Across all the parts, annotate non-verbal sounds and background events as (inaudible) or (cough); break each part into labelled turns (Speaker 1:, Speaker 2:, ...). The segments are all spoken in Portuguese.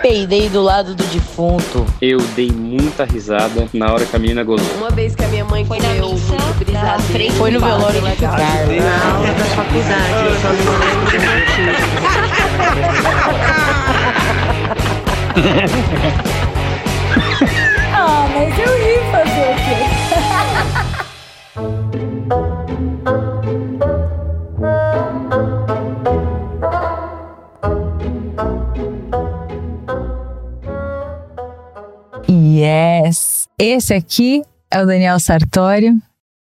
Speaker 1: peidei do lado do defunto.
Speaker 2: Eu dei muita risada na hora que a menina gozou.
Speaker 3: Uma vez que a minha mãe
Speaker 4: Foi na
Speaker 3: comeu
Speaker 4: missa,
Speaker 3: muito
Speaker 4: da
Speaker 3: brisadeiro.
Speaker 4: frente
Speaker 1: Foi no
Speaker 4: do bar.
Speaker 1: velório de Carlos.
Speaker 5: Na aula da faculdade, eu só não lembro do motivo.
Speaker 6: Ah, mas eu ri fazer o quê?
Speaker 7: Yes! Esse aqui é o Daniel Sartório.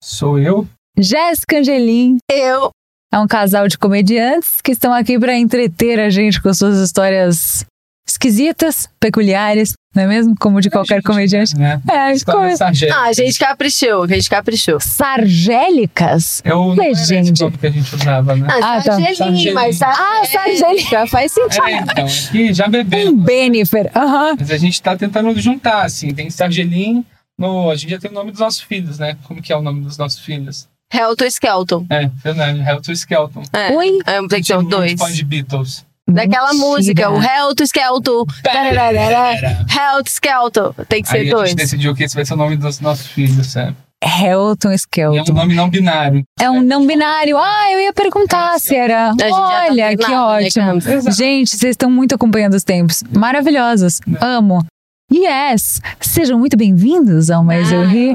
Speaker 8: Sou eu?
Speaker 7: Jéssica Angelim. Eu. É um casal de comediantes que estão aqui para entreter a gente com suas histórias esquisitas, peculiares, não é mesmo? Como de qualquer
Speaker 8: (laughs)
Speaker 7: comediante.
Speaker 8: Né?
Speaker 7: É,
Speaker 8: História
Speaker 7: coisas
Speaker 8: sargélica.
Speaker 3: Ah, a gente caprichou, a gente caprichou.
Speaker 7: sargélicas.
Speaker 8: É o não era esse
Speaker 7: Legende.
Speaker 8: nome que a gente usava, né?
Speaker 7: Ah, tá.
Speaker 3: Sargelim, mas
Speaker 7: Ah, sargélica, faz sentido.
Speaker 8: É, então, aqui já bebeu.
Speaker 7: Um Benifer. Aham.
Speaker 8: Mas a gente tá tentando juntar, assim. Tem Sargelim, no... a gente já tem o nome dos nossos filhos, né? Como que é o nome dos nossos filhos?
Speaker 3: Helter Skelton.
Speaker 8: É, verdade, Helter Skelton.
Speaker 3: É.
Speaker 7: Ui.
Speaker 3: É, tem que ser
Speaker 8: A gente
Speaker 3: um
Speaker 8: não
Speaker 3: dois.
Speaker 8: responde Beatles.
Speaker 3: Daquela
Speaker 7: Mentira.
Speaker 3: música, o Helter Skelton. Tararara, Helter Skelton. Tem que ser
Speaker 8: Aí a
Speaker 3: dois.
Speaker 8: gente decidiu que esse vai ser o nome dos nossos filhos, é.
Speaker 7: Helton
Speaker 8: E é um
Speaker 7: Skelton.
Speaker 8: nome não binário.
Speaker 7: É um não binário. Ah, eu ia perguntar se era.
Speaker 3: gente já tá
Speaker 7: Olha, que
Speaker 3: treinado, né,
Speaker 7: ótimo.
Speaker 3: Campos?
Speaker 7: Gente, vocês estão muito acompanhando os tempos. Maravilhosos. Amo. Yes! Sejam muito bem-vindos ao Mais Eu Ri.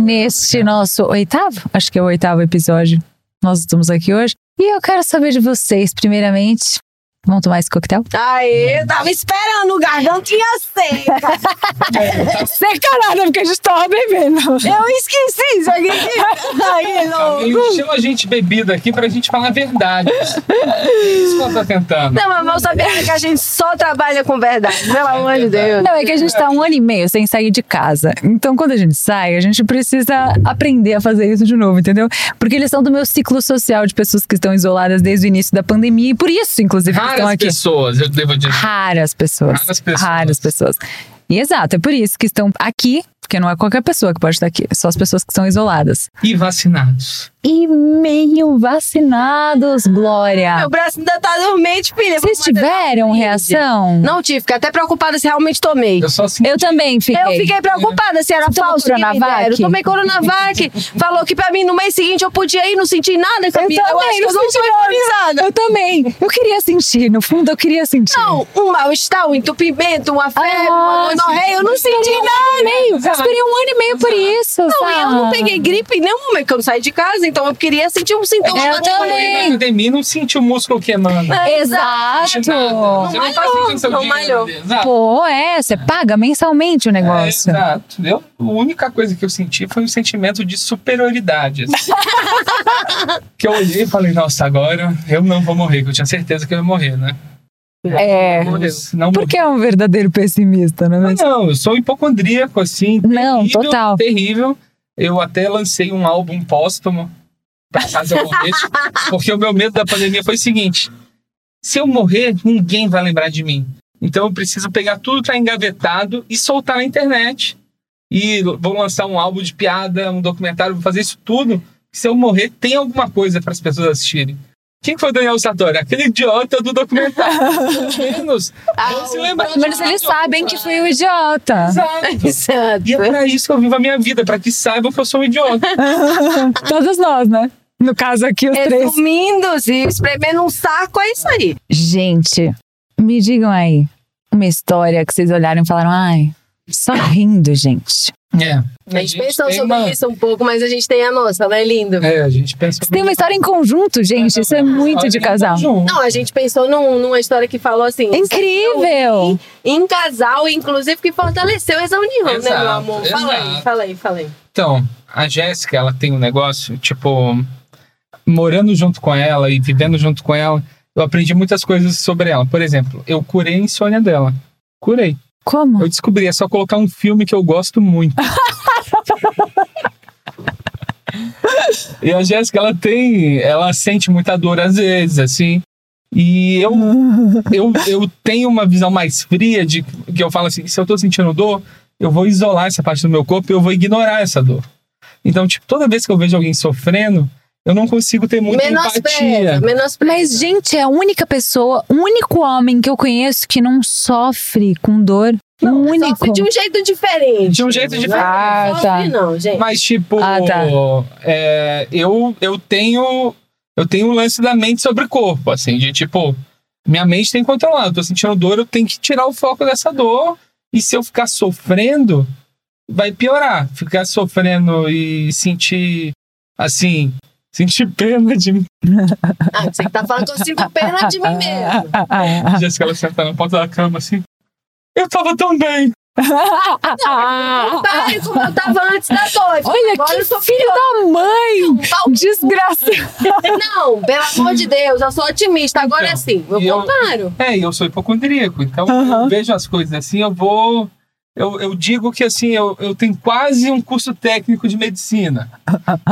Speaker 7: Neste nosso oitavo, acho que é o oitavo episódio. Nós estamos aqui hoje. E eu quero saber de vocês, primeiramente. Vão tomar esse coquetel?
Speaker 3: Aê, tava
Speaker 4: Esperando, o gargantinha seca.
Speaker 7: Seca nada, porque a gente tava bebendo.
Speaker 4: Eu esqueci isso
Speaker 7: é
Speaker 4: aqui.
Speaker 8: (laughs)
Speaker 4: Aí,
Speaker 3: Oh,
Speaker 4: não.
Speaker 8: Ele
Speaker 3: uh.
Speaker 8: encheu a gente bebida aqui pra gente falar
Speaker 3: (laughs)
Speaker 8: a verdade. é isso que eu tô tentando.
Speaker 3: Não, mas mal sabia que a gente só trabalha com verdade,
Speaker 8: Tá,
Speaker 3: pelo amor de Deus.
Speaker 7: Não, é que a gente tá um ano e meio sem sair de casa. Então, quando a gente sai, a gente precisa aprender a fazer isso de novo, entendeu? Porque eles são do meu ciclo social de pessoas que estão isoladas desde o início da pandemia e por isso, inclusive, que estão
Speaker 8: Raras
Speaker 7: aqui.
Speaker 8: pessoas, eu devo dizer.
Speaker 7: Raras pessoas.
Speaker 8: Raras pessoas.
Speaker 7: Raras pessoas. E exato, é por isso que estão aqui, porque não é qualquer pessoa que pode estar aqui, é só as pessoas que estão isoladas.
Speaker 8: E vacinados.
Speaker 7: E meio vacinados, Glória.
Speaker 3: Meu braço ainda tá dormente, filha.
Speaker 7: Vocês
Speaker 3: Vou mandar-
Speaker 7: tiveram reação?
Speaker 3: Não tive, fiquei até preocupada se realmente tomei.
Speaker 8: Eu só sinto.
Speaker 7: Eu também fiquei.
Speaker 3: Eu fiquei preocupada se era
Speaker 7: Você tomou
Speaker 3: falso. que me
Speaker 7: Coronavac?
Speaker 3: deram. Tomei Coronavac. Falou que pra mim no mês seguinte eu podia ir, não senti nada. Camila. eu
Speaker 7: também,
Speaker 3: acho que eu
Speaker 7: não
Speaker 3: não sou imunizada.
Speaker 7: Eu também. Eu queria sentir, no fundo eu queria sentir. Ah,
Speaker 3: Não, um mal-estar, um entupimento, uma febre, uma gonorreia, eu não senti
Speaker 7: Esperei um
Speaker 3: nada.
Speaker 7: ano e meio. Esperei um ano e meio por isso.
Speaker 3: Não, e eu não peguei gripe em nenhum momento que eu não saí de casa, então eu queria sentir um sintoma.
Speaker 7: É, Eu
Speaker 3: até
Speaker 7: também.
Speaker 3: hoje.
Speaker 8: Na pandemia não senti o músculo queimando.
Speaker 7: Exato.
Speaker 8: Você não tá sentindo seu
Speaker 3: não
Speaker 8: dinheiro.
Speaker 3: malhou.
Speaker 8: Exato.
Speaker 7: Pô, é, você paga mensalmente o
Speaker 8: É,
Speaker 7: negócio.
Speaker 8: exato. Eu, a única coisa que eu senti foi um sentimento de superioridade. assim. que eu olhei e falei, nossa, agora eu não vou morrer, que eu tinha certeza que eu ia morrer, né?
Speaker 7: É.
Speaker 8: Morreu. Não morri.
Speaker 7: Porque é um verdadeiro pessimista, não é
Speaker 8: Ah,
Speaker 7: mesmo?
Speaker 8: Não, eu sou hipocondríaco, assim.
Speaker 7: Não,
Speaker 8: terrível,
Speaker 7: total.
Speaker 8: Terrível. Eu até lancei um álbum póstumo pra casa
Speaker 7: (laughs)
Speaker 8: eu morresse, porque o meu medo da pandemia foi o seguinte: se eu morrer, ninguém vai lembrar de mim. Então eu preciso pegar tudo que tá engavetado e soltar na internet. E vou lançar um álbum de piada, um documentário, vou fazer isso tudo. Se eu morrer, tem alguma coisa para as pessoas assistirem. Quem que foi o Daniel Sartori? Aquele idiota do
Speaker 7: (laughs)
Speaker 8: documentário. Pelo menos, não se lembra
Speaker 7: Ah, Pelo menos
Speaker 8: de nada.
Speaker 7: eles sabem que foi o idiota.
Speaker 8: Exato.
Speaker 3: Exato.
Speaker 8: E é pra isso que eu vivo a minha vida, pra que saibam que eu sou um idiota.
Speaker 7: (laughs) Todos nós, né? No caso aqui, os três.
Speaker 3: Resumindo-se, espremendo um saco, é isso aí.
Speaker 7: Gente, me digam aí uma história que vocês olharam e falaram, ai, só rindo, gente.
Speaker 8: É.
Speaker 3: A gente, pensou
Speaker 8: tem
Speaker 3: sobre
Speaker 8: uma-
Speaker 3: isso um pouco, mas a gente tem a nossa, né, lindo?
Speaker 8: É, a gente pensa.
Speaker 7: Você tem uma história em conjunto, gente. Isso é muito de casal.
Speaker 3: Não, a gente pensou num- numa história que falou assim.
Speaker 7: Incrível!
Speaker 3: Em casal, inclusive, que fortaleceu essa união, né,
Speaker 8: Exato,
Speaker 3: meu amor? Fala aí,
Speaker 8: exato.
Speaker 3: fala aí, fala aí.
Speaker 8: Então, a Jéssica, ela tem um negócio, tipo, morando junto com ela e vivendo junto com ela, eu aprendi muitas coisas sobre ela. Por exemplo, eu curei a insônia dela. Curei.
Speaker 7: Como?
Speaker 8: Eu descobri, é só colocar um filme que eu gosto muito. e a Jéssica, ela tem. Ela sente muita dor às vezes, assim. E eu, eu, eu tenho uma visão mais fria de que eu falo assim: se eu tô sentindo dor, eu vou isolar essa parte do meu corpo e eu vou ignorar essa dor. Então, tipo, toda vez que eu vejo alguém sofrendo, Eu não consigo ter muita
Speaker 3: Menospreza,
Speaker 8: empatia.
Speaker 3: menospreza.
Speaker 7: Mas, gente, é a única pessoa, o único homem que eu conheço que não sofre com dor. o único.
Speaker 3: Sofre de um jeito diferente.
Speaker 8: De um jeito diferente.
Speaker 7: Ah, tá.
Speaker 3: Sofre não, gente.
Speaker 8: Mas, tipo,
Speaker 7: Ah, tá.
Speaker 8: é, eu, eu tenho. Eu tenho o lance da mente sobre o corpo, assim, de tipo, minha mente tem que controlar. Eu tô sentindo dor, eu tenho que tirar o foco dessa dor. E se eu ficar sofrendo, vai piorar. Ficar sofrendo e sentir assim, sentir pena de mim. (laughs)
Speaker 3: Ah, você tá falando que eu sinto pena de mim mesmo.
Speaker 8: Jéssica, ela senta na ponta da cama assim. Eu tava tão bem.
Speaker 3: Parei como eu tava antes da dor.
Speaker 7: (laughs) Olha
Speaker 3: Agora
Speaker 7: que
Speaker 3: eu sou tá
Speaker 7: filho da mãe!
Speaker 3: pau.
Speaker 7: Desgraça!
Speaker 3: Não, pelo amor de Deus, eu sou otimista. Agora
Speaker 8: Então,
Speaker 3: sim, eu
Speaker 8: e eu-
Speaker 3: comparo.
Speaker 8: É, e eu sou hipocondríaco, então eu
Speaker 4: Aham.
Speaker 8: vejo as coisas assim, eu vou. Eu, eu digo que assim, eu, eu tenho quase um curso técnico de
Speaker 7: (laughs)
Speaker 8: medicina.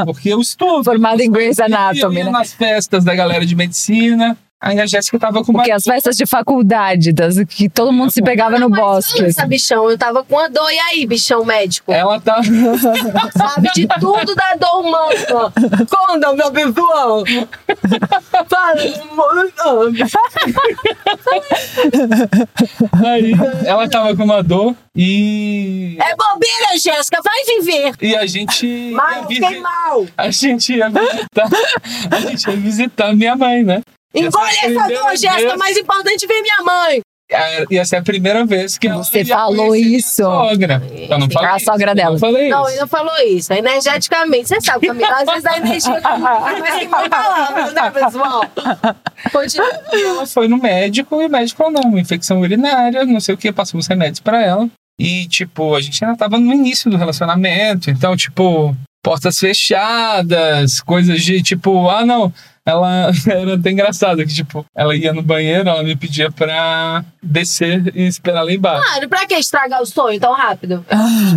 Speaker 8: Porque eu estudo.
Speaker 7: Formada em Grey's
Speaker 8: eu
Speaker 7: Anatomy,
Speaker 8: ia
Speaker 7: né?
Speaker 8: nas festas da galera de medicina. Aí a Jéssica tava com uma.
Speaker 7: Porque as festas de faculdade, das, que todo mundo se pegava no
Speaker 3: Mas
Speaker 7: bosque.
Speaker 3: Nossa, bichão, eu tava com a dor. E aí, bichão médico?
Speaker 8: Ela tá.
Speaker 7: (laughs)
Speaker 3: Sabe
Speaker 8: (laughs)
Speaker 3: de tudo da dor humana.
Speaker 4: Conta, meu
Speaker 1: (laughs)
Speaker 4: pessoal. Fala.
Speaker 8: Aí, ela tava com uma dor e.
Speaker 4: É bobeira, Jéssica. Vai viver.
Speaker 8: E a gente. ia
Speaker 4: Mas
Speaker 8: visi-
Speaker 4: fiquei mal.
Speaker 8: a gente ia visitar. A gente ia visitar minha mãe, né?
Speaker 4: Engole essa dor,
Speaker 8: primeira
Speaker 4: Jéssica.
Speaker 8: vez-
Speaker 4: Mais importante é ver minha mãe.
Speaker 8: Ah, Ia ser a primeira vez que ela
Speaker 7: Você
Speaker 8: ia
Speaker 7: falou
Speaker 8: conhecer minha
Speaker 7: isso.
Speaker 8: Sogra. Eu não falei
Speaker 7: A
Speaker 8: isso,
Speaker 7: sogra
Speaker 8: eu
Speaker 7: dela.
Speaker 8: Não falei
Speaker 3: Não, ele
Speaker 8: isso.
Speaker 3: não falou isso. Energeticamente. Você sabe, Camila, às vezes a energia tá mais
Speaker 4: (laughs)
Speaker 3: que mil palavras, né, pessoal? Continua.
Speaker 8: Ela foi no médico e o médico falou: não, infecção urinária, não sei o que, passou uns remédios pra ela. E, tipo, a gente ainda tava no início do relacionamento, então, tipo, portas fechadas, coisas de tipo, ah, não. Ela (laughs) era até engraçado que, tipo, ela ia no banheiro, ela me pedia pra descer e esperar lá embaixo.
Speaker 3: Claro, pra que estragar o sonho tão rápido?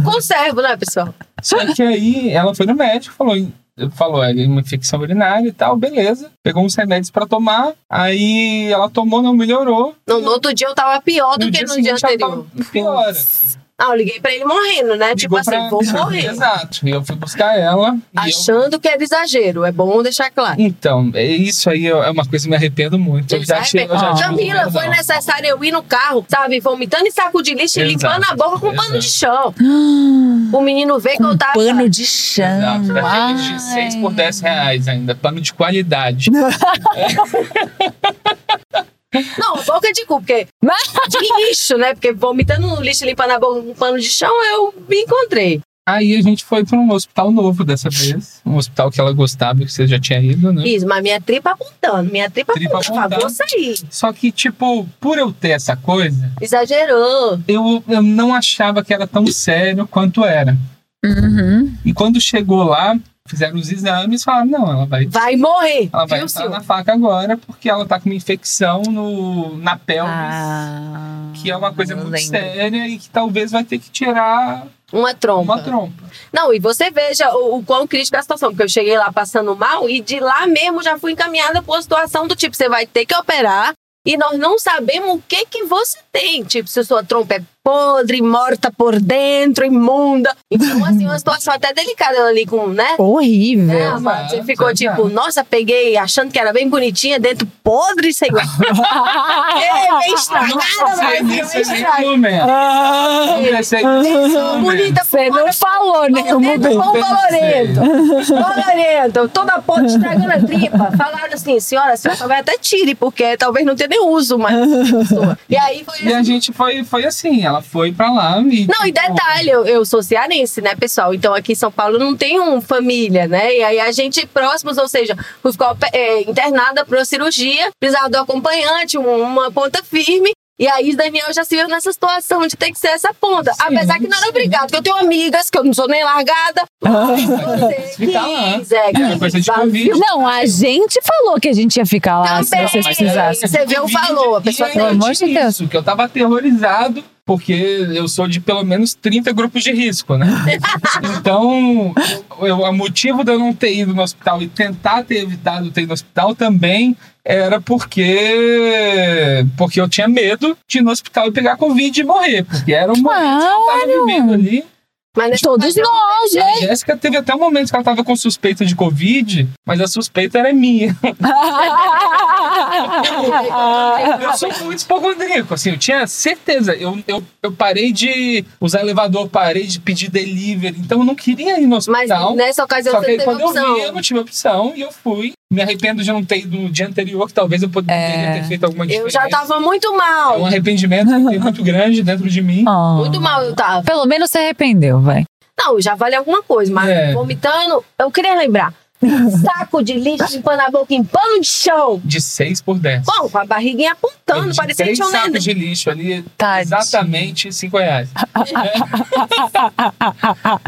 Speaker 3: Conservo, né, pessoal?
Speaker 8: Só que aí ela foi no médico, falou, falou, é uma infecção urinária e tal, beleza. Pegou uns remédios pra tomar, aí ela tomou, não melhorou.
Speaker 3: Não, no outro dia eu tava pior do que no dia
Speaker 8: seguinte ela
Speaker 3: anterior.
Speaker 8: tava pior.
Speaker 3: Ah, eu liguei pra ele morrendo, né? tipo
Speaker 8: Ligou
Speaker 3: assim,
Speaker 8: pra-
Speaker 3: vou
Speaker 8: (laughs)
Speaker 3: morrer.
Speaker 8: Exato. E eu fui buscar ela. e eu-
Speaker 3: Achando que era exagero. É bom deixar claro.
Speaker 8: Então, é isso aí é uma coisa que me arrependo muito. Eu já tive. Eu já
Speaker 7: Ah.
Speaker 8: um tive
Speaker 3: Ah, Camila, foi
Speaker 8: perdão.
Speaker 3: necessário eu ir no carro, sabe? Vomitando em saco de lixo e
Speaker 8: Exato,
Speaker 3: limpando a boca com pano de
Speaker 8: exato.
Speaker 3: chão. O menino vê que eu tava.
Speaker 7: Ah. Pano de chão.
Speaker 8: Exato, né? daqueles
Speaker 7: Ai.
Speaker 8: de 6 por 10 reais ainda, pano de qualidade.
Speaker 3: Não, boca de cu,
Speaker 7: (laughs)
Speaker 3: porque. de lixo, né? Porque vomitando no lixo e limpando a boca com pano de chão, eu me encontrei.
Speaker 8: Aí a gente foi para um hospital novo dessa vez. Um hospital que ela gostava e que você já tinha ido, né?
Speaker 3: Isso, mas minha tripa apontando. Minha tripa,
Speaker 8: Tripa
Speaker 3: apontando. Vou sair.
Speaker 8: Só que, tipo, por eu ter essa coisa,
Speaker 3: Exagerou.
Speaker 8: eu, eu não achava que era tão sério quanto era.
Speaker 7: Uhum.
Speaker 8: E quando chegou lá, fizeram os exames e falaram: não, ela vai
Speaker 3: Vai morrer.
Speaker 8: Ela vai
Speaker 3: viu,
Speaker 8: entrar
Speaker 3: senhor?
Speaker 8: na faca agora porque ela tá com uma infecção no, na pelvis,
Speaker 7: Ah,
Speaker 8: que é uma coisa
Speaker 7: eu
Speaker 8: muito
Speaker 7: lembro.
Speaker 8: séria e que talvez vai ter que tirar
Speaker 3: Uma tromba.
Speaker 8: uma trompa.
Speaker 3: Não, e você veja o, o quão crítica é a situação, porque eu cheguei lá passando mal e de lá mesmo já fui encaminhada por uma situação do tipo, você vai ter que operar e nós não sabemos o que que você tem. Tipo, se a sua trompa é podre, morta por dentro, imunda. Então, assim, uma situação até delicada ali com, né? É,
Speaker 7: Horrível.
Speaker 3: mano, você
Speaker 8: exato,
Speaker 3: ficou
Speaker 8: exato.
Speaker 3: tipo, nossa, peguei achando que era bem bonitinha, dentro podre, sei lá. é, bem estragada,
Speaker 8: Você
Speaker 3: mas
Speaker 8: nem é.
Speaker 3: bem
Speaker 8: se
Speaker 3: estragada.
Speaker 8: reclama.
Speaker 4: Ah.
Speaker 8: Eu pensei, né?
Speaker 3: Sou bonita,
Speaker 7: Você não falou, né?
Speaker 3: Dentro
Speaker 7: Eu mudei.
Speaker 3: com colorento. Colorento. Toda a ponte estragando a tripa. Falaram assim, senhora, a senhora vai até tire, porque talvez não tenha nem uso mais. e aí foi
Speaker 8: E a
Speaker 3: assim.
Speaker 8: gente foi, foi assim, ela foi pra lá e. tipo,
Speaker 3: Não, e detalhe, eu, eu sou cearense, né, pessoal? Então aqui em São Paulo não tem um família, né? E aí a gente próximos, ou seja, fui ficar ope- é, internada para cirurgia, precisava do acompanhante, um- uma ponta firme. E aí Daniel já se viu nessa situação de ter que ser essa ponta.
Speaker 8: Sim,
Speaker 3: Apesar que não era
Speaker 8: sim.
Speaker 3: obrigado, porque eu tenho amigas, que eu não sou nem largada. Você
Speaker 8: Fica lá.
Speaker 3: quis, é,
Speaker 8: Era
Speaker 3: quis,
Speaker 8: coisa de
Speaker 3: vazio.
Speaker 8: Covid.
Speaker 7: Não, a gente falou que a gente ia ficar lá
Speaker 3: Também.
Speaker 7: se vocês
Speaker 8: Mas
Speaker 7: precisassem.
Speaker 3: Você viu, falou, a pessoa
Speaker 8: E
Speaker 3: tem-
Speaker 8: eu
Speaker 7: Pelo amor
Speaker 8: tive
Speaker 7: de Deus.
Speaker 8: Isso, que eu tava aterrorizado, porque eu sou de pelo menos 30 grupos de
Speaker 3: (laughs)
Speaker 8: risco, né? então, eu- eu- o motivo de eu não ter ido no hospital e tentar ter evitado ter ido no hospital também era porque porque eu tinha medo de ir no hospital e pegar Covid e morrer, porque era um momento que eu tava vivendo ali.
Speaker 3: Mas é nesse
Speaker 7: Todos
Speaker 3: caso,
Speaker 7: nós, (laughs) né?
Speaker 8: A Jéssica teve até um momento que ela tava com suspeita de Covid, mas a suspeita era minha. Eu sou muito hipocondríaco, assim, eu tinha certeza. Eu, eu, eu parei de usar elevador, parei de pedir delivery, então eu não queria ir no
Speaker 3: Mas
Speaker 8: hospital.
Speaker 3: nessa ocasião
Speaker 8: Só que
Speaker 3: você
Speaker 8: aí
Speaker 3: teve
Speaker 8: quando eu vi, eu
Speaker 3: opção.
Speaker 8: não tive opção e eu fui. Me arrependo de não ter ido no dia anterior, que talvez eu poderia
Speaker 7: É.
Speaker 8: ter feito alguma diferença.
Speaker 3: Eu já tava muito
Speaker 8: É um
Speaker 3: mal.
Speaker 8: arrependimento
Speaker 3: (laughs)
Speaker 8: que tem muito grande dentro de mim.
Speaker 7: Oh.
Speaker 3: Muito mal eu tava.
Speaker 7: Pelo menos se arrependeu, vai.
Speaker 3: Não, já vale alguma coisa, mas
Speaker 8: É.
Speaker 3: vomitando, eu queria lembrar. Saco de lixo limpando a boca em pano de chão.
Speaker 8: De 6 por 10.
Speaker 3: Bom, com a barriguinha apontando, parecia que
Speaker 8: três
Speaker 3: tinha um
Speaker 8: sacos
Speaker 3: neném.
Speaker 8: de lixo ali,
Speaker 7: Tadinho.
Speaker 8: exatamente 5 reais.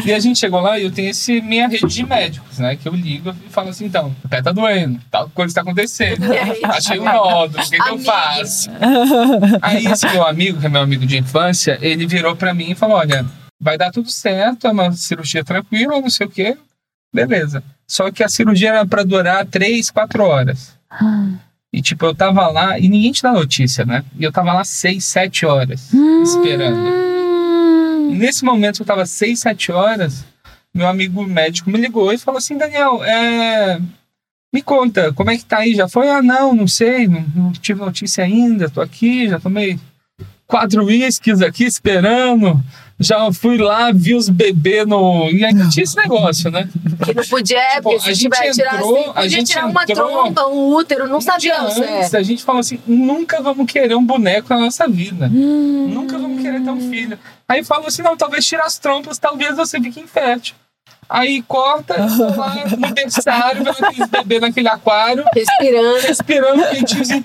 Speaker 8: e a gente chegou lá e eu tenho esse minha rede de médicos, né? Que eu ligo e falo assim, então, o pé tá doendo, tal coisa tá acontecendo.
Speaker 3: É,
Speaker 8: (laughs) Achei um nódulo, o que, que eu
Speaker 3: Amigo.
Speaker 8: faço? Aí esse meu amigo, que é meu amigo de infância, ele virou pra mim e falou, olha, vai dar tudo certo, é uma cirurgia tranquila, não sei o quê, beleza. Só que a cirurgia era pra durar 3, 4 horas. E tipo, eu tava lá e ninguém te dá notícia, né? E eu tava lá 6, 7 horas esperando. Nesse momento eu tava 6, 7 horas, meu amigo médico me ligou e falou assim: Daniel, é... me conta, como é que tá aí? Já foi? Ah, não, não sei, não, não tive notícia ainda, tô aqui, já tomei quatro uísques aqui esperando. Já fui lá, vi os bebês no. E ainda tinha esse negócio, né?
Speaker 3: Que não podia, é,
Speaker 8: Tipo,
Speaker 3: porque
Speaker 8: a
Speaker 3: se
Speaker 8: gente
Speaker 3: tiver tirar
Speaker 8: entrou,
Speaker 3: assim,
Speaker 8: a
Speaker 3: podia
Speaker 8: gente
Speaker 3: tirar uma
Speaker 8: entrou-
Speaker 3: tromba, um útero, não é.
Speaker 8: Um dia
Speaker 3: sabia o
Speaker 8: antes,
Speaker 3: certo.
Speaker 8: a gente falou assim: nunca vamos querer um boneco na nossa vida. Nunca vamos querer ter um filho. Aí falou assim: não, talvez tirar as trompas, talvez você fique infértil. Aí corta, lá no berçário, vendo aqueles bebês naquele aquário,
Speaker 3: Respirando.
Speaker 8: respirando quentinho assim.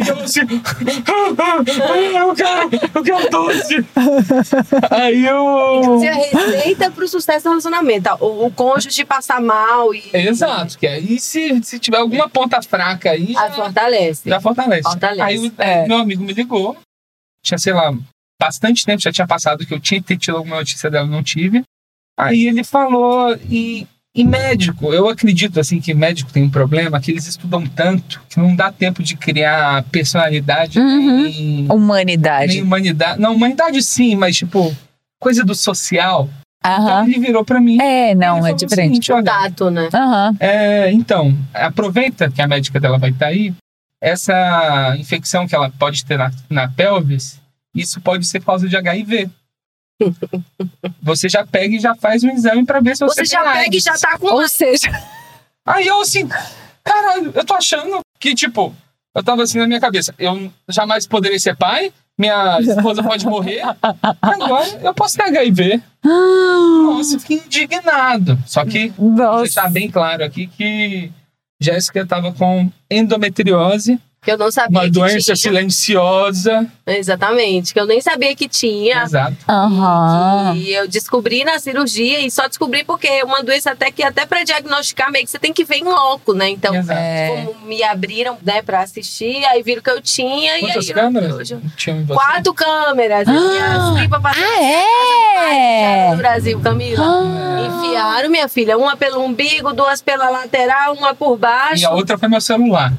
Speaker 8: E eu assim, eu quero, eu quero doce. Aí eu.
Speaker 3: (laughs) Isso é a receita pro sucesso do relacionamento. tá? O, o cônjuge passar mal e
Speaker 8: É. Exato, que aí se, se tiver alguma ponta fraca aí.
Speaker 3: a
Speaker 8: já-
Speaker 3: fortalece.
Speaker 8: Já fortalece.
Speaker 3: Fortalece.
Speaker 8: Aí o-
Speaker 7: É.
Speaker 8: meu amigo me ligou. Tinha, sei lá, bastante tempo, já tinha passado que eu tinha que ter tido alguma notícia dela, não tive. Aí ele falou, e, e médico, eu acredito assim que médico tem um problema, que eles estudam tanto que não dá tempo de criar personalidade
Speaker 7: Uhum.
Speaker 8: nem,
Speaker 7: Humanidade.
Speaker 8: nem humanidade. Não, humanidade sim, mas tipo, coisa do social. Então
Speaker 7: Aham.
Speaker 8: ele virou pra mim.
Speaker 7: É,
Speaker 8: Ele
Speaker 7: não, é
Speaker 8: falou assim, o
Speaker 7: diferente.
Speaker 8: seguinte, olha,
Speaker 3: Tato, né?
Speaker 7: Aham.
Speaker 8: é, então, aproveita que a médica dela vai estar aí. Essa infecção que ela pode ter na, na pelvis, isso pode ser causa
Speaker 3: (laughs)
Speaker 8: de HIV. Você já pega e já faz um exame pra ver se você,
Speaker 3: Você já
Speaker 8: tem
Speaker 3: pega e
Speaker 8: AIDS.
Speaker 3: já tá com.
Speaker 7: Ou seja,
Speaker 8: Aí eu assim, caralho, eu tô achando que, tipo, eu tava assim na minha cabeça, eu jamais poderia ser pai,
Speaker 3: (laughs)
Speaker 8: minha esposa pode morrer, agora eu posso ter HIV. Nossa, eu fiquei indignado. Só que
Speaker 3: Então,
Speaker 8: Vou
Speaker 7: (gasps) nossa.
Speaker 8: deixar bem claro aqui que Jéssica estava com endometriose,
Speaker 3: Que eu não sabia.
Speaker 8: uma
Speaker 3: Tá que
Speaker 8: doença
Speaker 3: tinha.
Speaker 8: silenciosa.
Speaker 3: Exatamente. Que eu nem sabia que tinha.
Speaker 8: Exato. Ah.
Speaker 7: Aham.
Speaker 3: E eu descobri na cirurgia e só descobri porque é uma doença até que até para diagnosticar meio que você tem que ver em loco, né? Então,
Speaker 8: Exato.
Speaker 7: É.
Speaker 3: como me abriram, né, para assistir, aí viram que eu tinha
Speaker 8: Quantas
Speaker 3: e aí
Speaker 8: câmeras
Speaker 3: eu-
Speaker 8: tinham em você?
Speaker 3: quatro câmeras.
Speaker 7: Ah!
Speaker 3: E pra
Speaker 7: Ah, é?
Speaker 3: no Brasil, Camila. Enfiaram, minha filha, uma pelo umbigo, duas pela lateral, uma por
Speaker 8: E
Speaker 3: baixo.
Speaker 8: a outra foi meu celular.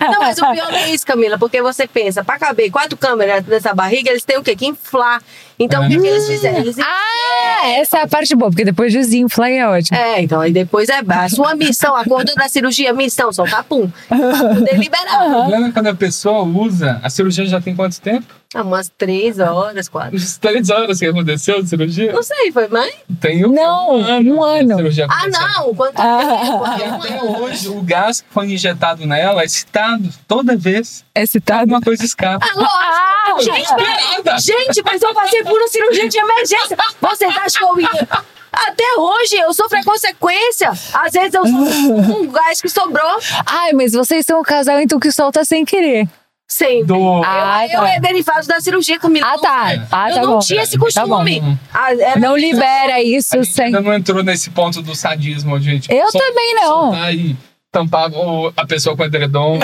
Speaker 3: Não, mas o pior não é isso, Camila, porque você pensa, pra caber quatro câmeras nessa barriga, eles têm o quê? Que inflar. Então, o que, que eles fizeram? Eles
Speaker 7: (laughs) Ah, essa é a parte boa, porque depois desinfla e é ótimo.
Speaker 3: É, então aí depois é a sua missão, acordou da cirurgia, missão, soltar pum. Pra Poder
Speaker 8: O
Speaker 3: liberar.
Speaker 8: problema é quando a pessoa usa, a cirurgia já tem quanto tempo?
Speaker 3: Há umas três horas, quatro.
Speaker 8: Uns Três horas que aconteceu a cirurgia?
Speaker 3: Não sei, foi mais?
Speaker 8: Tem um
Speaker 7: Não,
Speaker 8: ano.
Speaker 7: um
Speaker 8: que a
Speaker 7: ano.
Speaker 8: cirurgia
Speaker 3: Ah,
Speaker 8: aconteceu.
Speaker 3: não, quanto
Speaker 8: E
Speaker 3: tempo? é
Speaker 8: até hoje, o gás que foi injetado nela é citado toda vez.
Speaker 7: É citado.
Speaker 8: Uma coisa escapa.
Speaker 3: Ah, lógico. Gente,
Speaker 8: Esperada!
Speaker 3: Gente, mas eu passei por uma cirurgia de emergência. Vocês acham que eu ia? Até hoje eu sofro a consequência. Às vezes eu sou um gás que sobrou.
Speaker 7: Ai, mas vocês são o casal, então que solta sem querer.
Speaker 3: Sempre.
Speaker 8: Do...
Speaker 7: Ah,
Speaker 3: eu é derivado da cirurgia, Camila.
Speaker 7: Ah, tá. Ah,
Speaker 3: eu
Speaker 7: tá
Speaker 3: não
Speaker 7: bom.
Speaker 3: tinha esse
Speaker 7: Tá bom.
Speaker 3: costume. Ah, era-
Speaker 7: Não libera isso
Speaker 8: A gente
Speaker 7: sem.
Speaker 8: ainda não entrou nesse ponto do sadismo, gente.
Speaker 7: Eu também não.
Speaker 8: Soltar e tampar o- a pessoa
Speaker 7: (laughs)
Speaker 8: com edredom.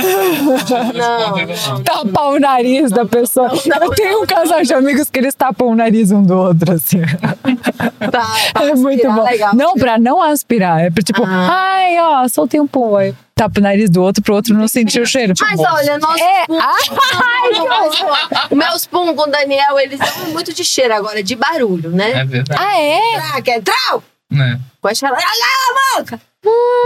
Speaker 8: não,
Speaker 7: Tapar o nariz da pessoa. eu tenho um casal de amigos que eles tapam o nariz um do outro, assim.
Speaker 3: Tá, tá,
Speaker 7: é muito
Speaker 3: respirar,
Speaker 7: bom.
Speaker 3: legal. Ah.
Speaker 7: Não, pra não aspirar. É pra, tipo, ai, ó, soltei um pum. Aí, tapa o nariz do outro pro outro não sentir o cheiro.
Speaker 3: Mas
Speaker 8: bosta.
Speaker 3: olha, nós.
Speaker 7: É,
Speaker 3: Meus pum com o Daniel, eles são muito de cheiro agora, de barulho, né?
Speaker 8: É verdade.
Speaker 7: Ah, é?
Speaker 3: Ah, quer trau?
Speaker 8: Né?
Speaker 3: Pode falar.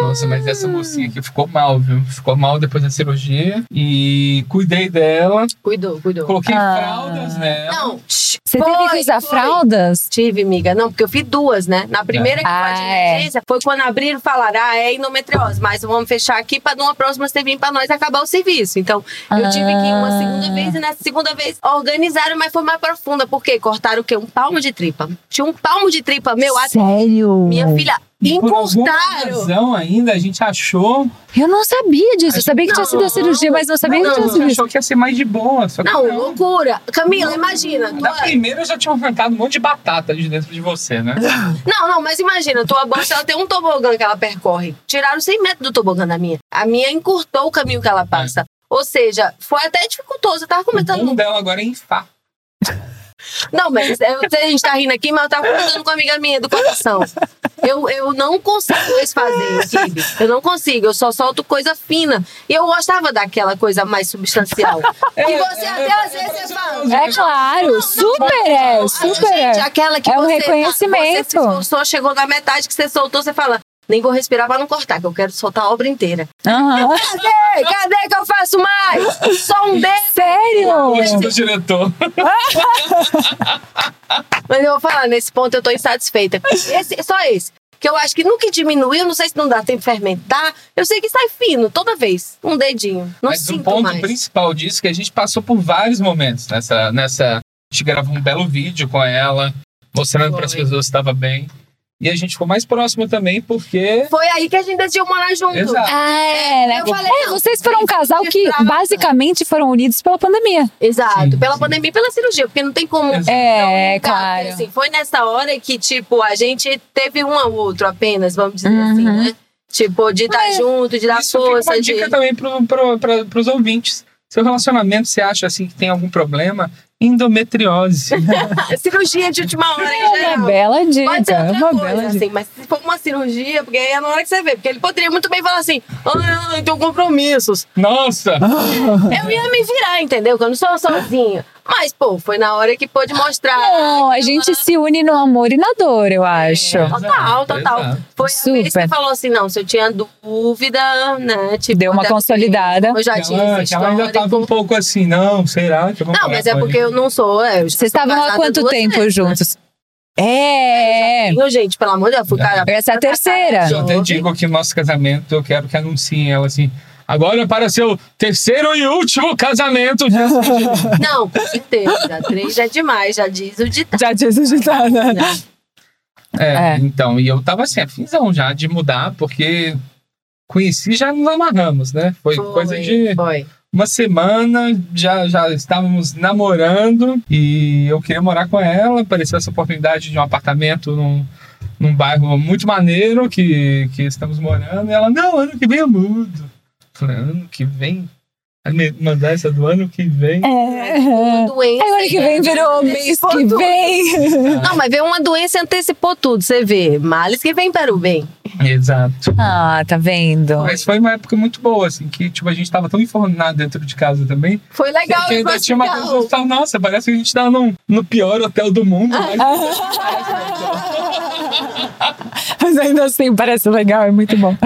Speaker 8: Nossa, mas essa mocinha aqui ficou mal, viu? Ficou mal depois da cirurgia. E cuidei dela.
Speaker 3: Cuidou, cuidou.
Speaker 8: Coloquei
Speaker 7: Ah.
Speaker 8: fraldas nela.
Speaker 3: Não, shh,
Speaker 7: Você teve que
Speaker 3: Foi,
Speaker 7: usar
Speaker 3: foi.
Speaker 7: fraldas?
Speaker 3: tive, miga. Não, porque eu fiz duas, né? Na primeira que
Speaker 7: Ah,
Speaker 3: foi de
Speaker 8: é.
Speaker 3: emergência, foi quando abriram e falaram: ah, é endometriose, mas vamos fechar aqui pra numa próxima você vir pra nós acabar o serviço. Então, eu tive que ir uma
Speaker 7: Ah.
Speaker 3: segunda vez e nessa segunda vez organizaram, mas foi mais profunda. Por quê? Cortaram o quê? Um palmo de tripa. Tinha um palmo de tripa, meu, até
Speaker 7: Sério?
Speaker 3: minha filha,
Speaker 8: E por alguma
Speaker 3: encurtaram.
Speaker 8: razão ainda, a gente achou.
Speaker 7: Eu não sabia disso. Eu sabia que tinha sido a
Speaker 3: Não.
Speaker 7: cirurgia, mas não sabia
Speaker 8: Não,
Speaker 7: que
Speaker 8: a
Speaker 7: tinha
Speaker 8: gente
Speaker 7: sido isso.
Speaker 8: achou que ia ser mais de boa. Só que
Speaker 3: Não, é.
Speaker 8: não.
Speaker 3: loucura. Camila, imagina.
Speaker 8: Na
Speaker 3: Tua...
Speaker 8: primeira eu já tinha arrancado um monte de batata de dentro de você, né?
Speaker 3: Não, não, mas imagina. Tua bolsa, ela tem um tobogã que ela percorre. Tiraram 100 metros do tobogã da minha. A minha encurtou o caminho que ela passa. Ou seja, foi até dificultoso. Eu tava
Speaker 8: O
Speaker 3: comentando
Speaker 8: bom dela agora é infarto.
Speaker 3: Não, mas eu, a gente tá rindo aqui, mas eu tava contando com uma amiga minha do coração. Eu, eu não consigo mais fazer, Gibi. Eu não consigo, eu só solto coisa fina. E eu gostava daquela coisa mais substancial. E você até às vezes você fala.
Speaker 7: É claro, super é, super
Speaker 3: Gente,
Speaker 7: é.
Speaker 3: aquela que
Speaker 7: É um
Speaker 3: você, tá, Você
Speaker 7: reconhecimento.
Speaker 3: se esforçou, chegou na metade que você soltou, você fala. Nem vou respirar pra não cortar, que eu quero soltar a obra inteira.
Speaker 7: Aham.
Speaker 3: Ei, cadê que eu faço mais? Só (laughs) um dedo.
Speaker 8: Hoje do
Speaker 7: Sério?
Speaker 8: diretor.
Speaker 3: Mas eu vou falar, nesse ponto eu tô insatisfeita. Esse- só esse. Que eu acho que nunca diminuiu, não sei se não dá tempo de fermentar. Eu sei que sai fino toda vez. Um dedinho. Não
Speaker 8: Mas o
Speaker 3: sinto
Speaker 8: ponto
Speaker 3: mais.
Speaker 8: principal disso é que a gente passou por vários momentos nessa. nessa... A gente gravou um belo vídeo com ela, mostrando
Speaker 3: Foi.
Speaker 8: para as pessoas se estava bem. E a gente ficou mais próximo também, porque.
Speaker 3: Foi aí que a gente decidiu morar junto.
Speaker 8: Exato.
Speaker 7: Ah, é, né?
Speaker 3: Eu falei,
Speaker 7: É,
Speaker 3: não,
Speaker 7: vocês foram um
Speaker 3: isso
Speaker 7: casal
Speaker 3: de
Speaker 7: que
Speaker 3: fralda.
Speaker 7: basicamente foram unidos pela pandemia.
Speaker 3: Exato.
Speaker 8: Sim,
Speaker 3: pela
Speaker 8: sim.
Speaker 3: pandemia e pela cirurgia, porque não tem como.
Speaker 8: Exato.
Speaker 7: É,
Speaker 3: Tá,
Speaker 7: claro.
Speaker 3: assim, foi nessa hora que, tipo, a gente teve um ao outro apenas, vamos dizer
Speaker 7: Uhum.
Speaker 3: assim, né? Tipo, de estar junto, de dar
Speaker 8: Isso fica
Speaker 3: força.
Speaker 8: uma
Speaker 3: de...
Speaker 8: dica também para os ouvintes. Seu relacionamento, você acha assim que tem algum problema?
Speaker 3: (laughs)
Speaker 8: Endometriose.
Speaker 3: Ah, Cirurgia de última hora, em
Speaker 7: É
Speaker 3: geral.
Speaker 7: uma bela
Speaker 3: Pode ser
Speaker 7: dica, é
Speaker 3: outra
Speaker 7: uma
Speaker 3: coisa,
Speaker 7: bela dica.
Speaker 3: assim, mas se for uma cirurgia, porque aí é na hora que você vê. Porque ele poderia muito bem falar assim, ah, eu tenho compromissos.
Speaker 8: Nossa!
Speaker 3: Eu ia me virar, entendeu? Que eu não sou sozinha. Mas, pô, foi na hora que pôde mostrar.
Speaker 7: Não, a gente se une no amor e na dor, eu acho.
Speaker 8: é,
Speaker 3: Total, total.
Speaker 8: Exato.
Speaker 3: Foi a vez que
Speaker 7: Super.
Speaker 3: você falou assim, não, se eu tinha dúvida, né? Tipo,
Speaker 7: Deu uma
Speaker 3: até-
Speaker 7: consolidada.
Speaker 3: Eu já tinha
Speaker 8: Ela,
Speaker 3: esse
Speaker 8: que ela ainda
Speaker 3: histórico.
Speaker 8: tava um pouco né, assim, não, será que eu vou
Speaker 3: então. Não,
Speaker 8: parar
Speaker 3: mas é
Speaker 8: com
Speaker 3: porque
Speaker 8: ele?
Speaker 3: eu não sou. é, eu já
Speaker 7: Vocês
Speaker 3: sou
Speaker 7: estavam há
Speaker 3: casada
Speaker 7: quanto
Speaker 3: duas
Speaker 7: tempo
Speaker 3: vezes, né?
Speaker 7: juntos? É,
Speaker 3: Eu, gente, pelo amor de Deus, fui cara.
Speaker 7: essa é a terceira.
Speaker 8: Eu até digo que no nosso casamento eu quero que anunciem ela assim. Agora para seu terceiro e último casamento.
Speaker 3: Não, com certeza. Três já é demais, já diz o ditado.
Speaker 7: Já tinha digitado.
Speaker 3: né?
Speaker 8: É,
Speaker 7: É.
Speaker 8: então, e eu tava assim, afinzão já de mudar, porque conheci já nos amarramos, né? (laughs) Foi, coisa de
Speaker 3: Foi.
Speaker 8: uma semana, já, já estávamos namorando e eu queria morar com ela. Apareceu essa oportunidade de um apartamento num, num bairro muito maneiro que, que estamos morando. E ela, não, ano que vem eu mudo. Eu Falei, ano que vem? Aí Me mandar essa do ano que vem.
Speaker 7: É.
Speaker 3: Doença.
Speaker 7: (laughs) Agora que vem virou mês que vem.
Speaker 3: Não, mas veio uma doença e antecipou tudo. Você vê, males que vem para o bem.
Speaker 8: Exato.
Speaker 7: Ah, tá vendo?
Speaker 8: Mas foi uma época muito boa, assim, que tipo, a gente tava tão informado dentro de casa também.
Speaker 3: Foi legal.
Speaker 8: que
Speaker 3: eu
Speaker 8: ainda
Speaker 3: gosto
Speaker 8: tinha uma
Speaker 3: de
Speaker 8: coisa
Speaker 3: carro.
Speaker 8: que tava, nossa, parece que a gente tá num, no pior hotel do mundo.
Speaker 3: Ah,
Speaker 8: Mas
Speaker 7: Mas ainda assim, parece legal, é muito bom.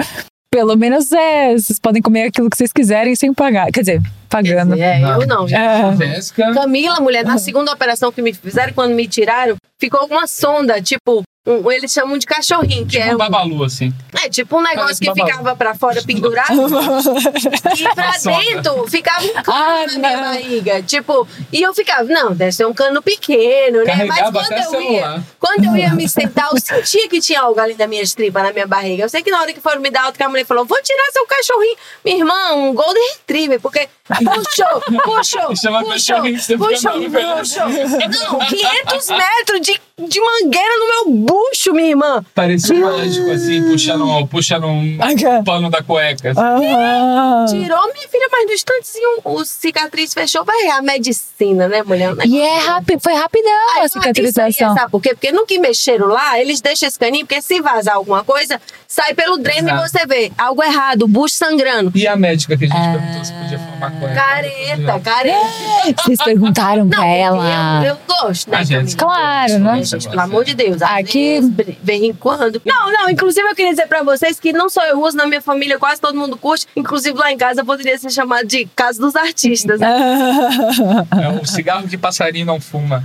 Speaker 7: Pelo menos é, vocês podem comer aquilo que vocês quiserem sem pagar. Quer dizer, pagando.
Speaker 3: É, eu não, gente.
Speaker 7: É.
Speaker 8: Jéssica.
Speaker 3: Camila, mulher, na segunda operação que me fizeram, quando me tiraram, ficou alguma sonda, tipo, um- eles chamam de cachorrinho, que é,
Speaker 8: Um
Speaker 3: um-
Speaker 8: babalu, assim.
Speaker 3: é tipo um negócio
Speaker 8: Parece
Speaker 3: que
Speaker 8: babado.
Speaker 3: ficava pra fora pendurado e pra
Speaker 8: sonda.
Speaker 3: dentro ficava um cano
Speaker 7: Ah,
Speaker 3: na minha
Speaker 7: não.
Speaker 3: barriga. Tipo, e eu ficava, não, deve ser um cano pequeno, né? Mas
Speaker 8: Carregava
Speaker 3: quando
Speaker 8: até
Speaker 3: eu ia,
Speaker 8: celular.
Speaker 3: Quando eu ia me sentar, eu sentia que tinha algo ali na minha estripa, na minha barriga. Eu sei que na hora que foram me dar alta, que a mulher falou: vou tirar seu cachorrinho. Minha irmã, um Golden Retriever, porque puxou, puxou,
Speaker 8: (laughs) Chama
Speaker 3: puxou,
Speaker 8: cachorrinho, você fica
Speaker 3: puxou,
Speaker 8: maluco, né?
Speaker 3: puxou. Não, 500 metros de de mangueira no meu bucho, minha irmã.
Speaker 8: Parecia um mágico, assim, puxando, um- puxando um
Speaker 3: Ah.
Speaker 7: Aham.
Speaker 8: pano da cueca. assim.
Speaker 7: Aham.
Speaker 3: Tirou minha filha, mas no instantezinho o cicatriz fechou. Vai é a medicina, né, mulher? Né?
Speaker 7: E é rápido, foi
Speaker 3: Ah,
Speaker 7: rapidão a cicatrização.
Speaker 3: é Sabe por quê? Porque no que mexeram lá, eles deixam esse caninho, porque se vazar alguma coisa, sai pelo dreno e
Speaker 8: Exato.
Speaker 3: você vê algo errado, o bucho sangrando.
Speaker 8: E a médica que a gente perguntou se podia formar cueca.
Speaker 3: Ah. Careta, careta.
Speaker 7: Vocês perguntaram pra É. ela.
Speaker 3: Eu, eu gosto, né?
Speaker 8: Ah, gente,
Speaker 3: Camila?
Speaker 7: Claro, né?
Speaker 3: Né, gente, pelo amor de Deus.
Speaker 7: Ah,
Speaker 3: Às
Speaker 7: que-
Speaker 3: vezes, br- Vem quando. Não, não. Inclusive, eu queria dizer pra vocês que não só eu uso, na minha família quase todo mundo curte. Inclusive, lá em casa eu poderia ser chamada de Casa dos
Speaker 7: (laughs)
Speaker 3: Artistas. né?
Speaker 8: É o cigarro que passarinho não fuma.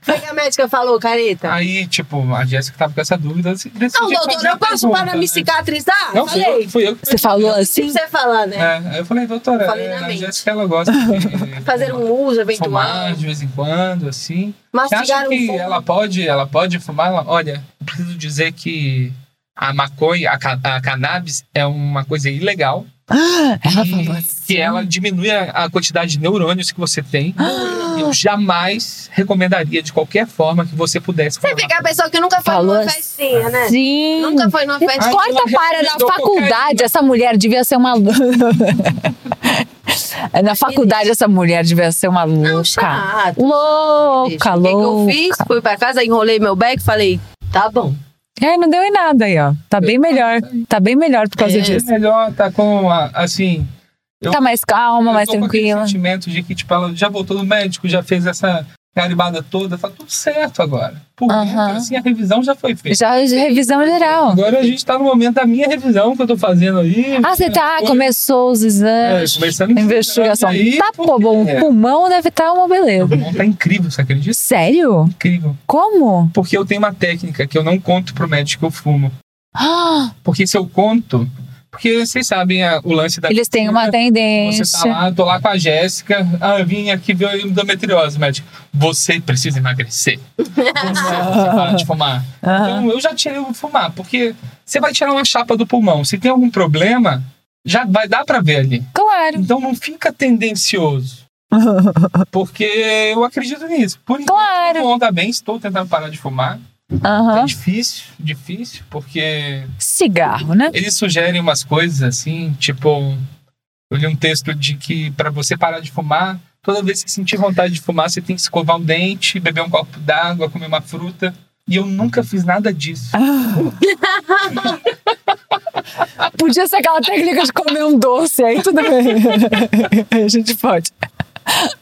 Speaker 3: Foi o que a médica falou, careta.
Speaker 8: Aí, tipo, a Jéssica tava com essa dúvida. assim, decidi
Speaker 3: não, doutora,
Speaker 8: fazer a
Speaker 3: eu posso
Speaker 8: pergunta,
Speaker 3: parar me
Speaker 8: né?
Speaker 3: cicatrizar?
Speaker 8: Não, fui
Speaker 3: Falei.
Speaker 8: eu, fui eu que
Speaker 7: Você falou assim?
Speaker 3: Tipo você falar, né?
Speaker 8: É, aí eu falei, doutora,
Speaker 3: Falei
Speaker 8: é,
Speaker 3: na
Speaker 8: a
Speaker 3: mente.
Speaker 8: Jéssica ela gosta de
Speaker 3: (laughs) Fazer um uso eventual.
Speaker 8: fumar de vez em quando, assim. Você acha
Speaker 3: Mastigar um
Speaker 8: que
Speaker 3: fumo.
Speaker 8: ela pode, ela pode fumar? Ela- olha, eu preciso dizer que a maconha, a, ca- a cannabis é uma coisa ilegal.
Speaker 7: Ela
Speaker 8: e
Speaker 7: falou
Speaker 8: que
Speaker 7: assim.
Speaker 8: ela diminui a, a quantidade de neurônios que você tem. Eu jamais recomendaria de qualquer forma que você pudesse
Speaker 3: Você
Speaker 8: fumar.
Speaker 3: pegar a pessoa que nunca foi
Speaker 7: Falou
Speaker 3: numa
Speaker 7: assim.
Speaker 3: festinha, né?
Speaker 7: Sim.
Speaker 3: Nunca foi numa festinha.
Speaker 7: Corta
Speaker 8: ela
Speaker 7: para
Speaker 3: um
Speaker 7: na
Speaker 8: recomendou
Speaker 7: faculdade,
Speaker 8: cocaína.
Speaker 7: essa mulher devia ser uma louca. (laughs) na faculdade, essa mulher devia ser uma
Speaker 3: Não,
Speaker 7: louca.
Speaker 3: um chato.
Speaker 7: Louca,
Speaker 3: O que, que eu
Speaker 7: louca.
Speaker 3: fiz? Fui pra casa, enrolei meu bag e falei, tá bom.
Speaker 7: É, não deu em nada aí, ó. Tá bem melhor. Tá bem melhor por causa
Speaker 3: É.
Speaker 7: disso.
Speaker 8: Melhor tá com, a- assim... Eu-
Speaker 7: Tá mais calma,
Speaker 8: eu
Speaker 7: mais
Speaker 8: tô com aquele
Speaker 7: tranquila.
Speaker 8: sentimento de que, tipo, ela já voltou no médico, já fez essa garibada toda, tá tudo certo agora. Por
Speaker 7: Aham.
Speaker 8: dentro, assim, a revisão já foi feita.
Speaker 7: Já de revisão geral.
Speaker 8: Agora a gente tá no momento da minha revisão que eu tô fazendo aí.
Speaker 7: Ah, você tá, começou os
Speaker 8: É,
Speaker 7: exames.
Speaker 8: começando a
Speaker 7: Investigação.
Speaker 8: aí,
Speaker 7: Tá
Speaker 8: porque-
Speaker 7: pô, bom, o
Speaker 8: É,
Speaker 7: pulmão deve estar uma
Speaker 8: o
Speaker 7: beleza.
Speaker 8: pulmão tá incrível, você acredita?
Speaker 7: Sério?
Speaker 8: Incrível. (gasps)
Speaker 7: Como?
Speaker 8: Porque eu tenho uma técnica que eu não conto pro médico que eu fumo.
Speaker 7: Ah,
Speaker 8: Porque se eu conto. Porque vocês sabem a- o lance da.
Speaker 7: eles têm uma
Speaker 8: Você
Speaker 7: tendência.
Speaker 8: tá lá, tô lá com a Jéssica. Ah, eu vim aqui ver a endometriose, médico. Você precisa emagrecer. Você precisa parar de fumar. Então eu já tirei o fumar, porque você vai tirar uma chapa do pulmão. Se tem algum problema, já vai dar pra ver ali.
Speaker 7: Claro,
Speaker 8: Então não fica tendencioso.
Speaker 7: (laughs)
Speaker 8: Porque eu acredito nisso. Por enquanto,
Speaker 7: claro.
Speaker 8: não anda bem, estou tentando parar de fumar.
Speaker 7: Aham.
Speaker 8: É difícil, difícil, porque
Speaker 7: Cigarro, né?
Speaker 8: eles sugerem umas coisas assim, tipo, eu li um texto de que pra você parar de fumar, toda vez que sentir vontade de fumar, você tem que escovar o dente, beber um copo d'água, comer uma fruta. E eu nunca fiz nada disso.
Speaker 7: Podia ser aquela técnica de comer um doce, aí tudo bem. (laughs) A gente pode.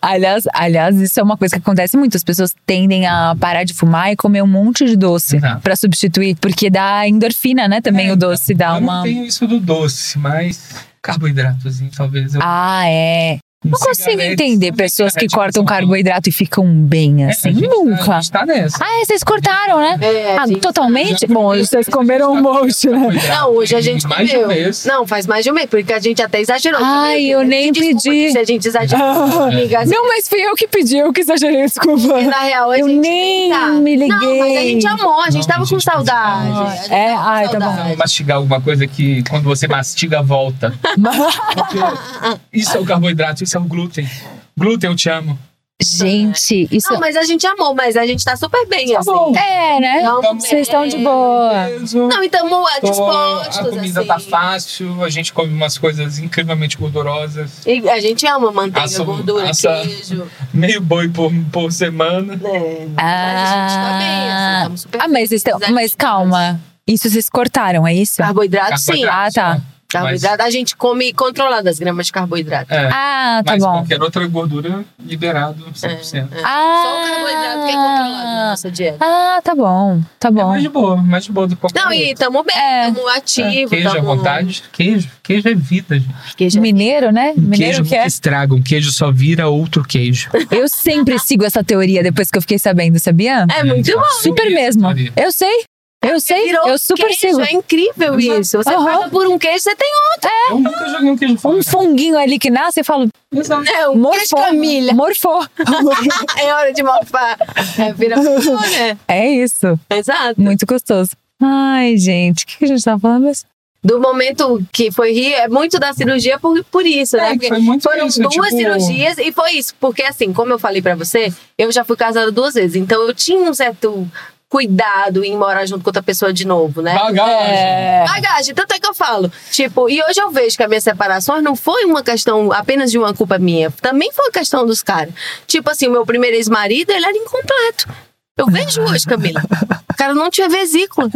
Speaker 7: Aliás, aliás, isso é uma coisa que acontece muito. As pessoas tendem a parar de fumar e comer um monte de doce
Speaker 8: Exato.
Speaker 7: pra substituir, porque dá endorfina, né? Também
Speaker 8: É,
Speaker 7: o doce dá
Speaker 8: eu
Speaker 7: uma.
Speaker 8: não tenho isso do doce, mas carboidratozinho, talvez. Eu
Speaker 7: Ah, é. Não consigo
Speaker 8: cigarrete,
Speaker 7: entender
Speaker 8: não tem
Speaker 7: pessoas que
Speaker 8: cigarrete,
Speaker 7: cortam
Speaker 8: não tem.
Speaker 7: carboidrato e ficam bem
Speaker 8: né,
Speaker 7: assim.
Speaker 8: tipo assim, É, a gente tá-
Speaker 7: Nunca.
Speaker 8: a gente tá nessa.
Speaker 7: Ah, é, vocês cortaram, né?
Speaker 3: É,
Speaker 7: Ah,
Speaker 3: gente.
Speaker 7: totalmente?
Speaker 8: Já
Speaker 7: Bom,
Speaker 8: comeu,
Speaker 7: vocês
Speaker 8: a gente
Speaker 7: comeram
Speaker 8: tá
Speaker 7: um monte,
Speaker 8: comendo
Speaker 7: né?
Speaker 8: carboidrato
Speaker 3: Não, hoje a
Speaker 8: em
Speaker 3: gente
Speaker 8: mais de um
Speaker 3: comeu.
Speaker 8: mês.
Speaker 3: Não, faz mais de um mês, porque a gente até exagerou.
Speaker 7: Ai,
Speaker 3: também.
Speaker 7: eu nem
Speaker 3: Desculpa
Speaker 7: pedi.
Speaker 3: Se a gente exagerou,
Speaker 7: (laughs)
Speaker 3: amigas.
Speaker 7: Não, mas fui eu que pedi, eu que exagerei, desculpa.
Speaker 3: Porque, na real, a
Speaker 7: Eu
Speaker 3: gente
Speaker 7: nem
Speaker 3: tá.
Speaker 7: me liguei.
Speaker 3: Não, mas a gente amou, a gente
Speaker 8: Não,
Speaker 3: tava
Speaker 8: a
Speaker 3: com
Speaker 8: gente fez-
Speaker 3: saudade.
Speaker 8: Ah,
Speaker 3: A gente
Speaker 7: é?
Speaker 3: tava com
Speaker 7: Ai, tá bom.
Speaker 3: saudade.
Speaker 8: Não, mastigar alguma coisa que quando você mastiga volta. Porque isso é o carboidrato, isso é o glúten. Glúten, eu te amo.
Speaker 7: Gente, isso.
Speaker 3: Não, mas a gente amou, mas a gente tá super bem, assim.
Speaker 7: É, né?
Speaker 3: Não,
Speaker 7: Vocês estão de
Speaker 3: é.
Speaker 7: boa.
Speaker 8: Peso,
Speaker 3: Não, e tamo é,
Speaker 8: tô-
Speaker 3: dispostos,
Speaker 8: a comida
Speaker 3: assim.
Speaker 8: tá fácil, a gente come umas coisas incrivelmente gordurosas.
Speaker 3: E a gente ama manteiga,
Speaker 8: Assa-
Speaker 3: gordura,
Speaker 8: assa-
Speaker 3: queijo.
Speaker 8: Meio boi por, por semana.
Speaker 3: né? a gente tá bem, assim,
Speaker 7: É. Ah,
Speaker 3: tamo super
Speaker 7: ah mas, vocês estão-
Speaker 3: felizes,
Speaker 7: mas calma. Isso vocês cortaram, é isso?
Speaker 3: Carboidrato, sim.
Speaker 7: Ah, tá.
Speaker 8: né?
Speaker 3: Carboidrato, a gente come controlado as gramas de carboidrato.
Speaker 8: É,
Speaker 7: Ah, tá
Speaker 8: mas
Speaker 7: bom.
Speaker 8: qualquer outra gordura liberado
Speaker 3: É,
Speaker 8: 100%.
Speaker 7: Ah,
Speaker 3: Só o carboidrato que é controlado na nossa dieta.
Speaker 7: Ah, tá bom, tá
Speaker 8: É
Speaker 7: bom.
Speaker 8: mais de boa, mais de boa do que qualquer
Speaker 3: Não,
Speaker 8: outra.
Speaker 3: e tipo, tá tamo bem,
Speaker 7: É.
Speaker 3: tamo ativo,
Speaker 8: Queijo à
Speaker 3: tamo...
Speaker 8: vontade. Queijo. Queijo é vida, gente.
Speaker 3: Queijo.
Speaker 7: Mineiro, né? Mineiro
Speaker 8: queijo
Speaker 7: que é.
Speaker 8: nunca estraga. Um queijo só vira outro queijo.
Speaker 7: Eu sempre sigo essa teoria depois que eu fiquei sabendo, sabia?
Speaker 3: É muito bom.
Speaker 7: Super mesmo. Eu sei. Eu sei,
Speaker 3: Virou
Speaker 7: eu super
Speaker 3: queijo,
Speaker 7: sigo.
Speaker 3: É incrível
Speaker 8: Exato.
Speaker 3: isso. Você
Speaker 7: Aham.
Speaker 3: paga por um queijo, você tem
Speaker 8: Eu nunca joguei um queijo fora.
Speaker 7: Um funguinho ali que nasce, eu falo,
Speaker 3: um. É, um queijo
Speaker 7: morfou.
Speaker 3: camilha.
Speaker 7: Morfou.
Speaker 3: É hora de morfar. É,
Speaker 8: (laughs)
Speaker 3: vira pessoa, né?
Speaker 7: É isso.
Speaker 3: Exato.
Speaker 7: Muito gostoso. Ai, gente, o que que a gente tava tá falando mesmo?
Speaker 3: do momento que foi rir, é muito da cirurgia por, por isso, né?
Speaker 8: É,
Speaker 3: Porque
Speaker 8: foi muito
Speaker 3: foram
Speaker 8: isso,
Speaker 3: duas
Speaker 8: tipo-
Speaker 3: cirurgias e foi isso. Porque assim, como eu falei pra você, eu já fui casada duas vezes. Então eu tinha um certo cuidado em morar junto com outra pessoa de novo, né?
Speaker 8: Bagagem.
Speaker 3: Bagagem, tanto é que eu falo. Tipo, e hoje eu vejo que as minhas separações não foi uma questão apenas de uma culpa minha. Também foi uma questão dos caras. Tipo assim, o meu primeiro ex-marido, ele era incompleto. Eu vejo hoje, Camila. O cara não tinha vesícula.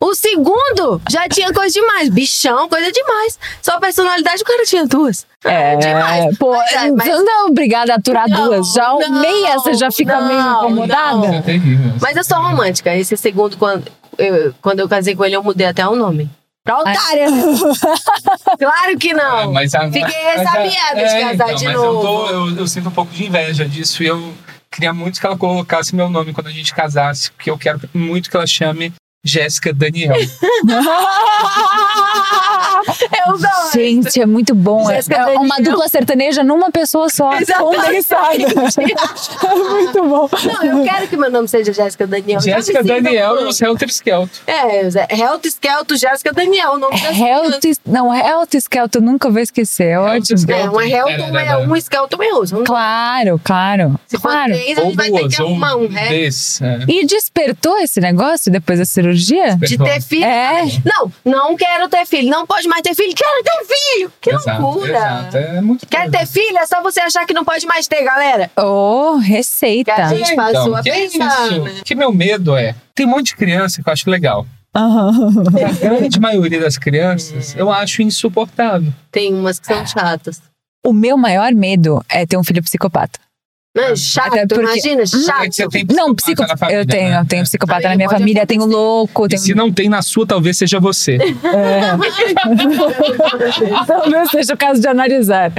Speaker 3: O segundo já tinha coisa demais. Bichão, coisa demais. Só a personalidade, o cara tinha duas.
Speaker 7: É,
Speaker 3: demais.
Speaker 7: pô,
Speaker 3: Mas é, mas-
Speaker 7: você não é obrigada a aturar
Speaker 3: Não,
Speaker 7: duas. Já um-
Speaker 3: não,
Speaker 7: nem essa já fica meio
Speaker 3: não,
Speaker 7: incomodada.
Speaker 3: não.
Speaker 8: É terrível.
Speaker 3: Mas eu sou romântica. Esse segundo, quando eu, quando eu casei com ele, eu mudei até o nome. Pra otária. claro que
Speaker 8: É,
Speaker 3: não.
Speaker 8: mas a-
Speaker 3: Fiquei
Speaker 8: mas a-
Speaker 3: ressabiada de casar
Speaker 8: então,
Speaker 3: de
Speaker 8: mas
Speaker 3: novo.
Speaker 8: Eu, tô- eu- eu sinto um pouco de inveja disso e eu queria muito que ela colocasse meu nome quando a gente casasse, porque eu quero muito que ela chame Jéssica Daniel.
Speaker 3: eu gosto.
Speaker 7: Gente, é muito bom. É,
Speaker 3: Jéssica
Speaker 7: é uma
Speaker 3: Daniel.
Speaker 7: dupla sertaneja numa pessoa só.
Speaker 3: (laughs)
Speaker 7: Condensada. é muito bom.
Speaker 3: Não, eu quero que meu nome seja Jéssica Daniel. Já então, me
Speaker 8: Jéssica
Speaker 3: sinto
Speaker 8: Daniel
Speaker 3: boa.
Speaker 8: e os Helter Skelter.
Speaker 3: É, Zé- Helto Skelto, Jéssica Daniel, o nome das É,
Speaker 7: Helt, não, Helt Skelton, nunca vou esquecer. É
Speaker 8: Helter
Speaker 7: ótimo.
Speaker 8: Skelter. né,
Speaker 3: É, um é Helto,
Speaker 8: Era,
Speaker 3: um
Speaker 8: era,
Speaker 3: é
Speaker 8: era.
Speaker 3: um Skelto, um é outro. Um-
Speaker 7: Claro, claro,
Speaker 3: Se for
Speaker 7: claro.
Speaker 3: três, a gente vai ter que
Speaker 8: ou
Speaker 3: arrumar um, né?
Speaker 8: desse, é.
Speaker 7: E despertou esse negócio depois da cirurgia?
Speaker 3: De ter filho?
Speaker 7: É.
Speaker 3: Não, não quero ter filho. Não pode mais ter filho. Quero ter filho! Que
Speaker 8: Exato,
Speaker 3: loucura!
Speaker 8: Exato, é muito
Speaker 3: Quer
Speaker 8: doido.
Speaker 3: ter filho? É só você achar que não pode mais ter, galera.
Speaker 7: Oh,
Speaker 3: Que a
Speaker 7: receita.
Speaker 3: gente
Speaker 8: É,
Speaker 3: passou
Speaker 8: então,
Speaker 3: a
Speaker 8: que é
Speaker 3: pensar,
Speaker 8: isso?
Speaker 3: né?
Speaker 8: Que meu medo é. Tem um monte de criança que eu acho legal.
Speaker 7: Aham.
Speaker 8: A grande maioria das
Speaker 3: É.
Speaker 8: crianças eu acho insuportável.
Speaker 3: Tem umas que
Speaker 8: É.
Speaker 3: são chatas.
Speaker 7: O meu maior medo é ter um filho psicopata.
Speaker 3: Não, é chato,
Speaker 7: Até porque- Hum?
Speaker 3: imagina,
Speaker 8: É que
Speaker 3: chato.
Speaker 8: você tem
Speaker 7: Não,
Speaker 8: psicopata na
Speaker 7: psicopata.
Speaker 8: família,
Speaker 7: Eu tenho,
Speaker 8: né?
Speaker 7: eu tenho psicopata
Speaker 3: Também
Speaker 7: na minha
Speaker 3: pode
Speaker 7: família, tenho louco,
Speaker 8: E
Speaker 7: tenho.
Speaker 8: se não tem na sua, talvez seja você.
Speaker 3: (laughs)
Speaker 7: (laughs) Talvez seja o caso de analisar.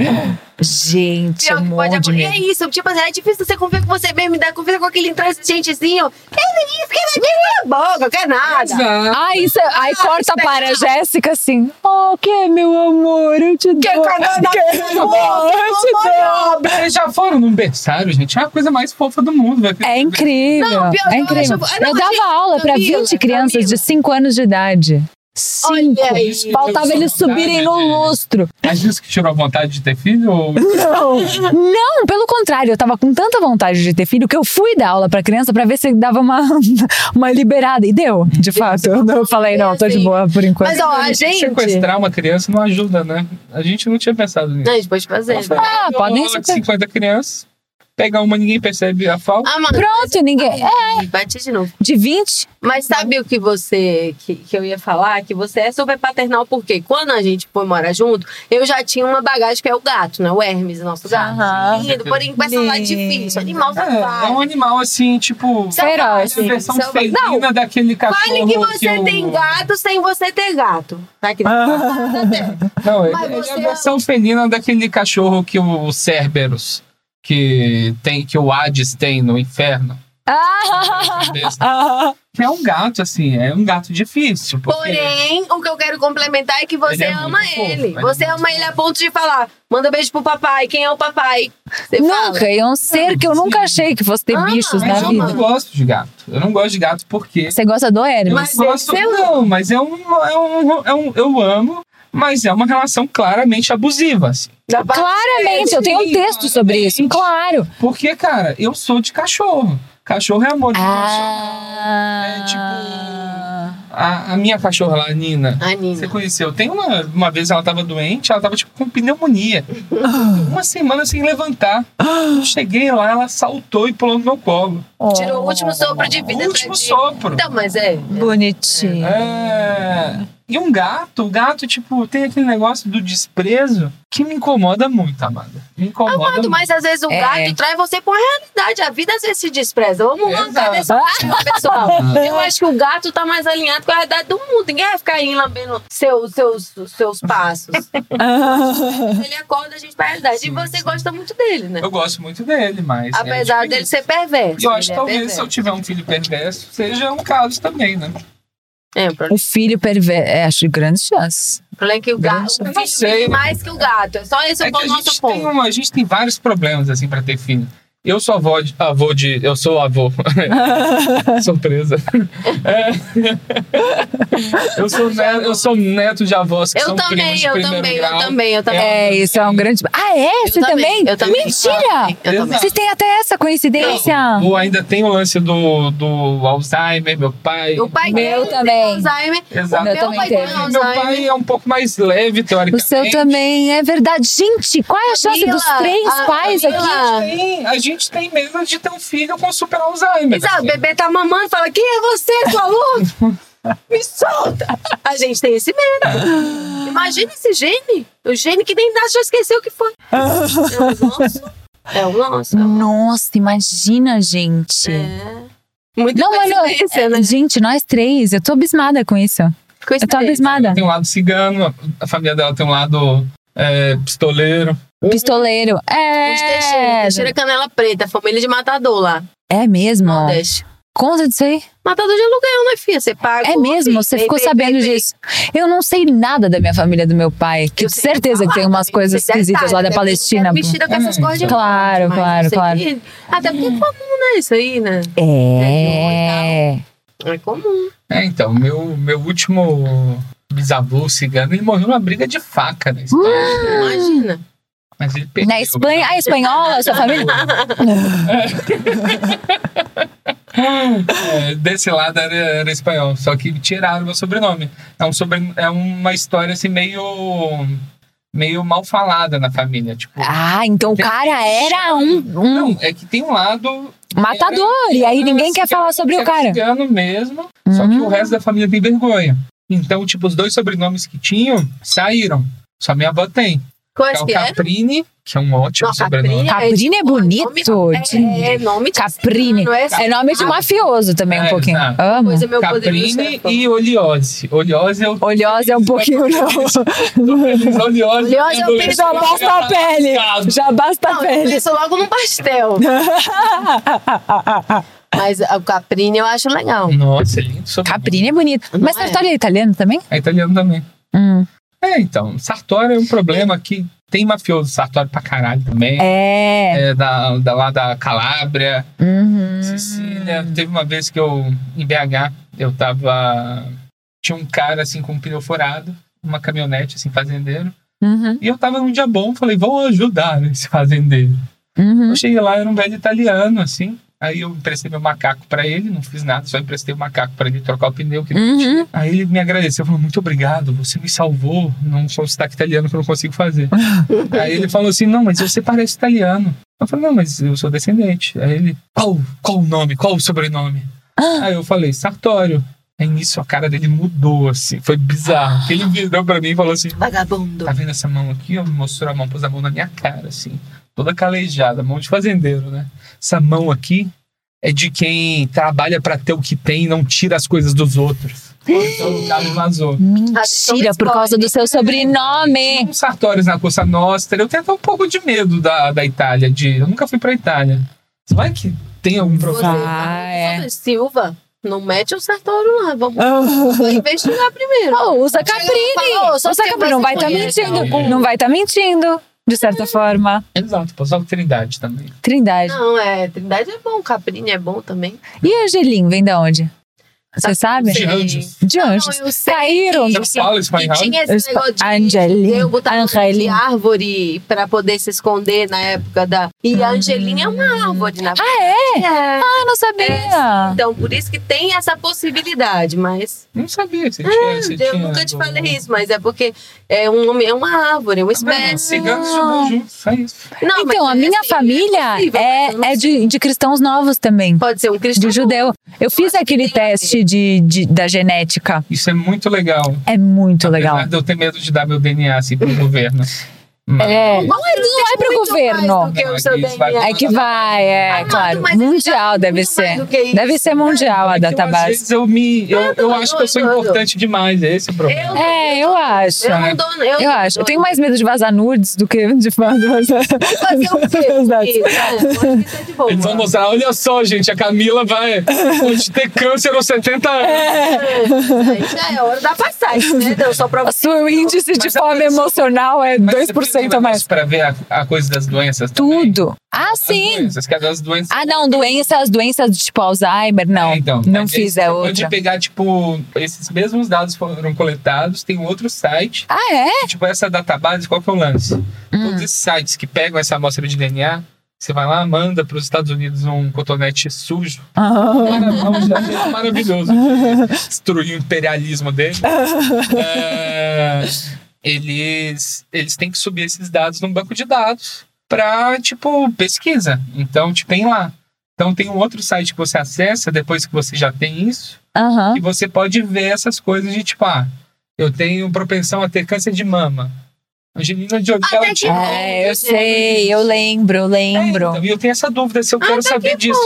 Speaker 7: Gente,
Speaker 3: Pior
Speaker 7: eu
Speaker 3: que
Speaker 7: morro
Speaker 3: pode
Speaker 7: de
Speaker 3: acontecer.
Speaker 7: medo.
Speaker 3: É isso, tipo assim, é difícil você conviver com você mesmo, e dar conversa com aquele intransigentezinho. Que isso, que isso, que boca, não quer nada.
Speaker 8: Exato.
Speaker 7: Ah, isso, é- aí corta
Speaker 3: respeita.
Speaker 7: para a Jéssica assim. Oh, que meu amor, eu te
Speaker 3: é
Speaker 7: dou. (laughs) Que é, amor, eu te dou.
Speaker 8: Eles já foram num berçário, gente. É a coisa mais fofa do mundo. Vai
Speaker 7: É incrível.
Speaker 3: Não, pior,
Speaker 7: é
Speaker 3: eu
Speaker 7: incrível.
Speaker 3: acho- Ah,
Speaker 7: Eu,
Speaker 3: não, gente,
Speaker 7: dava aula para
Speaker 3: Camila,
Speaker 7: 20 crianças
Speaker 3: Camila.
Speaker 7: de 5 anos de idade. Cinco.
Speaker 3: Olha aí.
Speaker 7: Faltava eles subirem no lustro.
Speaker 8: Mas isso que tirou a vontade de ter filho? Ou...
Speaker 7: Não. Não, pelo contrário, eu tava com tanta vontade de ter filho que eu fui dar aula pra criança pra ver se dava uma, (laughs) uma liberada. E deu, de fato. Eu falei, não, tô de
Speaker 3: Assim,
Speaker 7: boa por enquanto.
Speaker 3: Mas ó,
Speaker 8: (laughs)
Speaker 3: a Ah, gente.
Speaker 8: Sequestrar uma criança não ajuda, né? A gente não tinha pensado
Speaker 3: Não,
Speaker 8: nisso.
Speaker 3: a gente pode fazer.
Speaker 7: Ah,
Speaker 8: Eu
Speaker 7: podem
Speaker 8: vou lá de
Speaker 7: sequestrar.
Speaker 8: 50 crianças, pegar uma, ninguém percebe a falta.
Speaker 3: Ah, mano,
Speaker 7: Pronto, ninguém. É,
Speaker 3: bate de novo.
Speaker 7: de 20.
Speaker 3: Mas sabe o que você que, que eu ia falar? Que você é super paternal, porque quando a gente foi morar junto, eu já tinha uma bagagem que é o gato, né? O Hermes, nosso gato.
Speaker 7: Aham.
Speaker 3: Lindo, porém com essa lá difícil. Animal
Speaker 8: É, é um
Speaker 3: safado.
Speaker 8: animal assim, tipo.
Speaker 7: Feroz.
Speaker 8: É a versão
Speaker 3: Não,
Speaker 8: felina daquele cachorro.
Speaker 3: Fale que você
Speaker 8: eu- Ah.
Speaker 3: tem gato sem você ter gato. Tá aqui.
Speaker 8: Não, ele,
Speaker 3: Mas
Speaker 8: ele é
Speaker 3: você um
Speaker 8: a versão felina daquele cachorro que o Cerberus, que tem, que o Hades tem no inferno.
Speaker 7: Ah,
Speaker 8: Besta.
Speaker 7: ah,
Speaker 8: Que é um gato, assim, é um gato difícil. Porque
Speaker 3: Porém, o que eu quero complementar é que você
Speaker 8: Ele é
Speaker 3: ama
Speaker 8: muito fofo,
Speaker 3: ele.
Speaker 8: ele é
Speaker 3: você
Speaker 8: muito
Speaker 3: ama ele a ponto de falar: manda beijo pro papai, quem é o papai? Você fala.
Speaker 7: nunca, é um ser que eu nunca
Speaker 8: Sim.
Speaker 7: achei que fosse ter
Speaker 3: Ah,
Speaker 7: bichos na
Speaker 8: mas eu não
Speaker 7: vida.
Speaker 8: gosto de gato. Eu não gosto de gato porque.
Speaker 7: Você gosta do Hermes?
Speaker 8: eu
Speaker 3: é
Speaker 8: gosto,
Speaker 3: seu.
Speaker 8: não, mas é um, é, um, é um. Eu amo, mas é uma relação claramente abusiva, assim.
Speaker 3: Da parte
Speaker 7: Claramente,
Speaker 3: dele.
Speaker 7: eu tenho um
Speaker 8: Sim,
Speaker 7: texto sobre isso, claro.
Speaker 8: Porque, cara, eu sou de cachorro. Cachorro é amor.
Speaker 7: Ah,
Speaker 8: É tipo- A, a minha cachorra lá, a Nina,
Speaker 3: A
Speaker 8: Você
Speaker 3: Nina.
Speaker 8: conheceu? Tem uma, uma vez ela tava doente, ela tava tipo com pneumonia. uma semana sem levantar. Eu Cheguei lá, ela saltou e pulou no meu colo.
Speaker 3: Tirou o último sopro de vida. é tadinho.
Speaker 8: Último sopro.
Speaker 3: Então, mas é.
Speaker 7: Bonitinho.
Speaker 8: É... E um gato, o gato, tipo, tem aquele negócio do desprezo que me incomoda muito, Amanda. Me incomoda
Speaker 3: Amado,
Speaker 8: muito.
Speaker 3: mas às vezes o
Speaker 7: É.
Speaker 3: gato traz você pra uma realidade. A vida às vezes se despreza. Vamos
Speaker 8: Exato.
Speaker 3: lançar dessa
Speaker 7: Ah.
Speaker 3: forma,
Speaker 7: (laughs)
Speaker 3: pessoal. Eu acho que o gato tá mais alinhado com a realidade do mundo. Ninguém vai ficar aí lambendo seu, seus, seus
Speaker 8: (laughs)
Speaker 3: passos.
Speaker 7: Ah.
Speaker 3: Ele acorda a gente pra realidade. e
Speaker 8: Sim,
Speaker 3: você
Speaker 8: sim.
Speaker 3: gosta muito dele, né?
Speaker 8: Eu gosto muito dele, mas. é
Speaker 3: Apesar
Speaker 8: difícil.
Speaker 3: dele ser perverso.
Speaker 8: E eu acho
Speaker 3: ele
Speaker 8: que
Speaker 3: é
Speaker 8: talvez se eu
Speaker 3: perverso.
Speaker 8: tiver um filho perverso, seja um caso também, né?
Speaker 3: É, o problema
Speaker 7: O Um filho perverso. É, acho grandes chances.
Speaker 3: o problema é que o gato. O
Speaker 8: Eu não
Speaker 3: filho
Speaker 8: sei,
Speaker 3: vive
Speaker 8: né?
Speaker 3: mais que o gato. É só esse
Speaker 8: É
Speaker 3: o
Speaker 8: que a
Speaker 3: nosso
Speaker 8: gente, tem
Speaker 3: ponto.
Speaker 8: uma, a gente tem vários problemas, assim, pra ter filho. Eu sou avó de, avô de. Eu sou avô. (laughs) Surpresa. É. Eu, sou neto, eu sou neto de avós que
Speaker 3: Eu
Speaker 8: são primos
Speaker 3: também,
Speaker 8: de
Speaker 3: eu
Speaker 8: primeiro
Speaker 3: também,
Speaker 8: grau.
Speaker 3: eu também, eu também.
Speaker 7: É, isso é um grande. Ah, é?
Speaker 3: Eu
Speaker 7: Você também?
Speaker 3: Eu também. Ah,
Speaker 7: Mentira!
Speaker 3: Eu também.
Speaker 7: Vocês têm até essa coincidência?
Speaker 8: Ou ainda tem o lance do, do Alzheimer, meu pai.
Speaker 3: O pai
Speaker 7: Meu
Speaker 3: dele
Speaker 7: também.
Speaker 3: tem Alzheimer.
Speaker 8: Exato.
Speaker 3: O meu
Speaker 7: Eu também
Speaker 3: pai
Speaker 7: tenho.
Speaker 3: tem
Speaker 8: Meu
Speaker 3: Alzheimer.
Speaker 8: pai é um pouco mais leve,
Speaker 7: O
Speaker 8: teoricamente.
Speaker 7: seu também, é verdade. Gente, qual é a chance
Speaker 3: Mila,
Speaker 7: dos três
Speaker 3: a-
Speaker 7: pais
Speaker 3: a
Speaker 7: aqui?
Speaker 3: Mila.
Speaker 8: Tem, a gente tem medo de ter um filho com super Alzheimer. assim.
Speaker 3: Sabe, o bebê tá mamando, fala, quem é você, sua
Speaker 8: (laughs)
Speaker 3: louca? Me solta! A gente tem esse medo. Imagina esse gene. O gene que nem nasce já esqueceu o que foi. É o nosso. É o nosso. é o nosso.
Speaker 7: Nossa, imagina, gente.
Speaker 3: É. Muita
Speaker 7: Não, mas não-
Speaker 3: coincidência, né?
Speaker 7: Gente, nós três, eu tô abismada com isso. Eu tô
Speaker 3: Coincidência.
Speaker 7: abismada.
Speaker 8: Tem um lado cigano, a família dela tem um lado é, pistoleiro.
Speaker 7: Pistoleiro.
Speaker 3: Os Teixeira,
Speaker 7: É.
Speaker 3: Teixeira Canela Preta, família de matador lá.
Speaker 7: É mesmo?
Speaker 3: Nordeste.
Speaker 7: Conta disso aí.
Speaker 3: Matador de aluguel, né, filha? Você paga.
Speaker 7: É
Speaker 3: ô,
Speaker 7: mesmo?
Speaker 3: filho,
Speaker 7: Você
Speaker 3: vem,
Speaker 7: ficou
Speaker 3: vem,
Speaker 7: sabendo
Speaker 3: vem, vem.
Speaker 7: disso. Eu não sei nada da minha família, do meu pai. Que
Speaker 3: Eu sei
Speaker 7: certeza que
Speaker 3: falar,
Speaker 7: tem umas
Speaker 3: tem
Speaker 7: coisas
Speaker 3: detalhe,
Speaker 7: esquisitas lá da
Speaker 3: né?
Speaker 7: Palestina. Hum.
Speaker 3: Porque Mexida com essas coisas de
Speaker 7: Claro,
Speaker 3: mas
Speaker 7: claro,
Speaker 3: eu sei
Speaker 7: claro.
Speaker 3: que- Até porque é comum, né? Isso aí, né?
Speaker 7: É.
Speaker 3: É comum.
Speaker 8: É, então, meu, meu último bisavô cigano, ele morreu numa briga de faca na Espanha.
Speaker 7: (gasps)
Speaker 3: Imagina.
Speaker 8: Mas ele perdeu. né?
Speaker 7: Na Espanha. A espanhola, sua família?
Speaker 8: É, desse lado era, era espanhol, só que tiraram meu sobrenome. É, um sobren... é uma história assim meio. meio mal falada na família. Tipo,
Speaker 7: Ah, então o cara era um, um
Speaker 8: não, é que tem um lado.
Speaker 7: matador. E aí ninguém quer
Speaker 8: é
Speaker 7: falar sobre o
Speaker 8: era
Speaker 7: cara. Hum.
Speaker 8: cigano mesmo, só que o resto da família tem vergonha. Então, tipo, os dois sobrenomes que tinham saíram. Só minha avó tem. Que é
Speaker 3: Quais
Speaker 8: o
Speaker 3: que um é?
Speaker 8: Caprini, que é um ótimo
Speaker 3: Nossa,
Speaker 8: sobrenome.
Speaker 7: Caprini é bonito. de-
Speaker 3: É, é nome de
Speaker 7: Caprini.
Speaker 3: Não é?
Speaker 7: É nome de mafioso também, um
Speaker 8: É,
Speaker 7: pouquinho.
Speaker 8: exato.
Speaker 7: Amo.
Speaker 3: Coisa meu
Speaker 8: Caprini e Oliose. Oliose é o.
Speaker 7: (laughs) Olhosa é um pouquinho, não.
Speaker 8: Oliose, Oliose
Speaker 3: Oliose é o apelido
Speaker 7: (laughs) Já basta a pele. Já basta a
Speaker 3: Não, eu
Speaker 7: pele.
Speaker 3: penso logo num
Speaker 7: (laughs)
Speaker 3: pastel. Mas o Caprini eu acho legal.
Speaker 8: Nossa, é lindo sobrenome.
Speaker 7: Caprini é bonito.
Speaker 3: Não
Speaker 7: Mas
Speaker 3: é?
Speaker 7: Sartori é italiano também?
Speaker 8: É italiano também.
Speaker 7: Hum.
Speaker 8: É, então, Sartori é um problema que tem mafioso Sartori pra caralho também.
Speaker 7: É.
Speaker 8: É, da, da- lá da Calábria,
Speaker 7: Uhum.
Speaker 8: Sicília. Né, Teve uma vez que eu, em BH, eu tava. Tinha um cara assim com um pneu furado, uma caminhonete, assim, fazendeiro.
Speaker 7: Uhum.
Speaker 8: E eu tava num dia bom, falei, vou ajudar esse fazendeiro.
Speaker 7: Uhum.
Speaker 8: Eu cheguei lá, era um velho italiano, assim. Aí eu emprestei meu macaco pra ele, não fiz nada, só emprestei o macaco pra ele trocar o pneu. Que... é
Speaker 7: Uhum.
Speaker 8: Aí ele me agradeceu, falou, muito obrigado, você me salvou, não sou um sotaque italiano que eu não consigo fazer. Aí ele falou assim, não, mas você parece italiano. Eu falei, não, mas eu sou descendente. Aí ele, qual, qual o nome, qual o sobrenome? Aí eu falei, Sartório. Aí nisso a cara dele mudou, assim, foi bizarro. Porque Ele virou pra mim e falou assim,
Speaker 3: Vagabundo.
Speaker 8: Tá vendo essa mão aqui? ó? Mostrou a mão, pôs a mão na minha cara, assim. Toda calejada, mão de fazendeiro, né? Essa mão aqui é de quem trabalha pra ter o que tem e não tira as coisas dos outros. Então o cara vazou.
Speaker 7: Uhum. Mentira, por causa do seu
Speaker 3: né?
Speaker 7: sobrenome.
Speaker 8: Tinha uns sartórios na Costa Nostra. Eu tenho até um pouco de medo da, da Itália. De, eu nunca fui pra Itália. Vai que tem algum
Speaker 3: Você,
Speaker 8: problema.
Speaker 7: Ah, é.
Speaker 3: Silva, não mete o Sartório lá.
Speaker 7: (laughs)
Speaker 3: Vamos vamos investigar primeiro.
Speaker 7: Oh, usa
Speaker 3: Fala,
Speaker 7: Caprini.
Speaker 3: ô, só
Speaker 7: Usa
Speaker 3: porque
Speaker 7: Caprini. Não
Speaker 3: você
Speaker 7: vai estar
Speaker 3: conhece Uhum.
Speaker 7: mentindo.
Speaker 8: alguém.
Speaker 7: Não vai estar mentindo. De certa forma.
Speaker 8: Exato, pô, só Trindade também.
Speaker 7: Trindade.
Speaker 3: Não, é. Trindade é bom, Caprini é bom também.
Speaker 7: E Angelim, vem da onde? Você sabe?
Speaker 8: De anjos.
Speaker 7: De anjos.
Speaker 3: Tá Não, eu sei
Speaker 7: Saíram.
Speaker 3: que-
Speaker 8: Você fala
Speaker 3: E
Speaker 8: espanhol?
Speaker 3: tinha esse
Speaker 7: Espa-
Speaker 3: negócio de
Speaker 7: Angelim,
Speaker 3: eu botar de
Speaker 7: Angelim.
Speaker 3: árvore pra poder se esconder na época da. E a Angelim é uma árvore, na
Speaker 7: Ah, é?
Speaker 3: É.
Speaker 7: Ah, não sabia.
Speaker 3: Então, por isso que tem essa possibilidade, mas.
Speaker 8: Não sabia se tinha. se
Speaker 3: Eu
Speaker 8: tinha
Speaker 3: nunca te
Speaker 8: do- Ah,
Speaker 3: falei isso, mas é porque é um homem, é uma árvore, é uma
Speaker 8: Não,
Speaker 3: espécie.
Speaker 8: Ciganos jogam juntos, só isso.
Speaker 3: Não, mas
Speaker 7: Então, a
Speaker 3: é
Speaker 7: minha
Speaker 3: assim,
Speaker 7: família
Speaker 3: possível, mas eu não
Speaker 7: é, é de, de cristãos novos também.
Speaker 3: Pode ser um cristão.
Speaker 7: De judeu. Eu fiz
Speaker 3: acho que
Speaker 7: aquele
Speaker 3: tem a ver.
Speaker 7: teste de, de- da genética.
Speaker 8: Isso é muito legal.
Speaker 7: É
Speaker 8: Tá
Speaker 7: muito legal.
Speaker 8: Apesar de eu ter medo de dar meu DNA assim pro governo. Mas
Speaker 7: É. Não é, não é pro
Speaker 3: Muito mais
Speaker 7: governo.
Speaker 3: do que o
Speaker 8: Não,
Speaker 3: seu
Speaker 8: é que isso vai-
Speaker 3: DNA.
Speaker 7: É que vai, é,
Speaker 3: Ah,
Speaker 7: claro.
Speaker 3: mas
Speaker 7: Mundial deve
Speaker 3: muito mais
Speaker 7: ser.
Speaker 3: do que isso,
Speaker 7: Deve ser mundial a
Speaker 8: é que eu, às
Speaker 7: database.
Speaker 8: vezes eu me. Eu, eu
Speaker 3: doido,
Speaker 8: acho que eu sou
Speaker 3: doido.
Speaker 8: importante demais. É esse o problema.
Speaker 3: Eu-
Speaker 7: É, eu acho.
Speaker 3: Eu não
Speaker 8: né?
Speaker 3: dou, eu,
Speaker 7: Eu
Speaker 3: não
Speaker 7: acho. Eu
Speaker 3: dou.
Speaker 7: tenho mais medo de vazar nudes do que de fato vazar.
Speaker 3: Fazer
Speaker 7: (laughs)
Speaker 3: o
Speaker 7: Exato.
Speaker 3: quê? Isso, é, pode que isso é de boa.
Speaker 8: Eles vão mostrar, olha só, gente, a Camila vai pode ter câncer aos 70 anos.
Speaker 3: Aí já é hora da passagem, né? Deu só pra
Speaker 7: O
Speaker 3: você.
Speaker 7: seu índice de
Speaker 8: Mas a
Speaker 7: fome
Speaker 8: pessoa-
Speaker 7: emocional é
Speaker 8: Mas
Speaker 7: aceita mais.
Speaker 8: Pra ver a, a coisa das doenças também.
Speaker 7: Tudo. Ah,
Speaker 8: As
Speaker 7: sim.
Speaker 8: doenças, que é das doenças.
Speaker 7: Ah, não, doenças, doenças de tipo Alzheimer, não.
Speaker 8: É, então,
Speaker 7: não
Speaker 8: mas
Speaker 7: fiz,
Speaker 8: eles
Speaker 7: é
Speaker 8: acabam
Speaker 7: outra.
Speaker 8: de pegar, tipo, esses mesmos dados foram coletados, tem um outro site,
Speaker 7: Ah, é? Hum.
Speaker 8: tipo, essa database, qual que é o lance? Todos esses sites que pegam essa amostra de DNA, você vai lá, manda para os Estados Unidos um cotonete sujo,
Speaker 7: Ah,
Speaker 8: Cara, vamos lá, é maravilhoso. Destruir o imperialismo dele. É, eles, eles têm que subir esses dados num banco de dados para tipo, pesquisa. Então, tipo, tem lá. Então, tem um outro site que você acessa depois que você já tem isso,
Speaker 7: Aham.
Speaker 8: e você pode ver essas coisas de tipo, ah, eu tenho propensão a ter câncer de mama. Angelina Jolie, ela tinha.
Speaker 7: É, eu sei, eu lembro, eu
Speaker 8: É,
Speaker 7: lembro.
Speaker 8: então, E eu tenho essa dúvida se eu quero saber disso.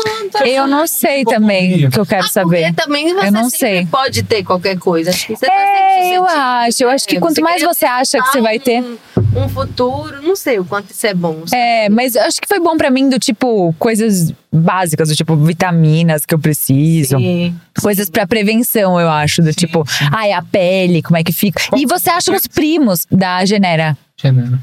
Speaker 7: Eu não sei também o que eu quero saber.
Speaker 3: tipo, Porque é também você
Speaker 7: Eu não
Speaker 3: sempre
Speaker 7: sei.
Speaker 3: pode ter qualquer coisa. Acho que você tá sempre
Speaker 7: É, eu
Speaker 3: suscetível,
Speaker 7: acho. Eu acho que
Speaker 3: né?
Speaker 7: quanto mais
Speaker 3: quer
Speaker 7: você acha que você vai ter.
Speaker 3: um- Um futuro, não sei o quanto isso é bom.
Speaker 7: É, mas eu acho que foi bom pra mim do tipo coisas básicas, do tipo vitaminas que eu preciso,
Speaker 3: Sim.
Speaker 7: coisas pra prevenção, eu acho, do tipo, ai, a pele, como é que fica? E você acha os primos da Genera?
Speaker 8: Genera.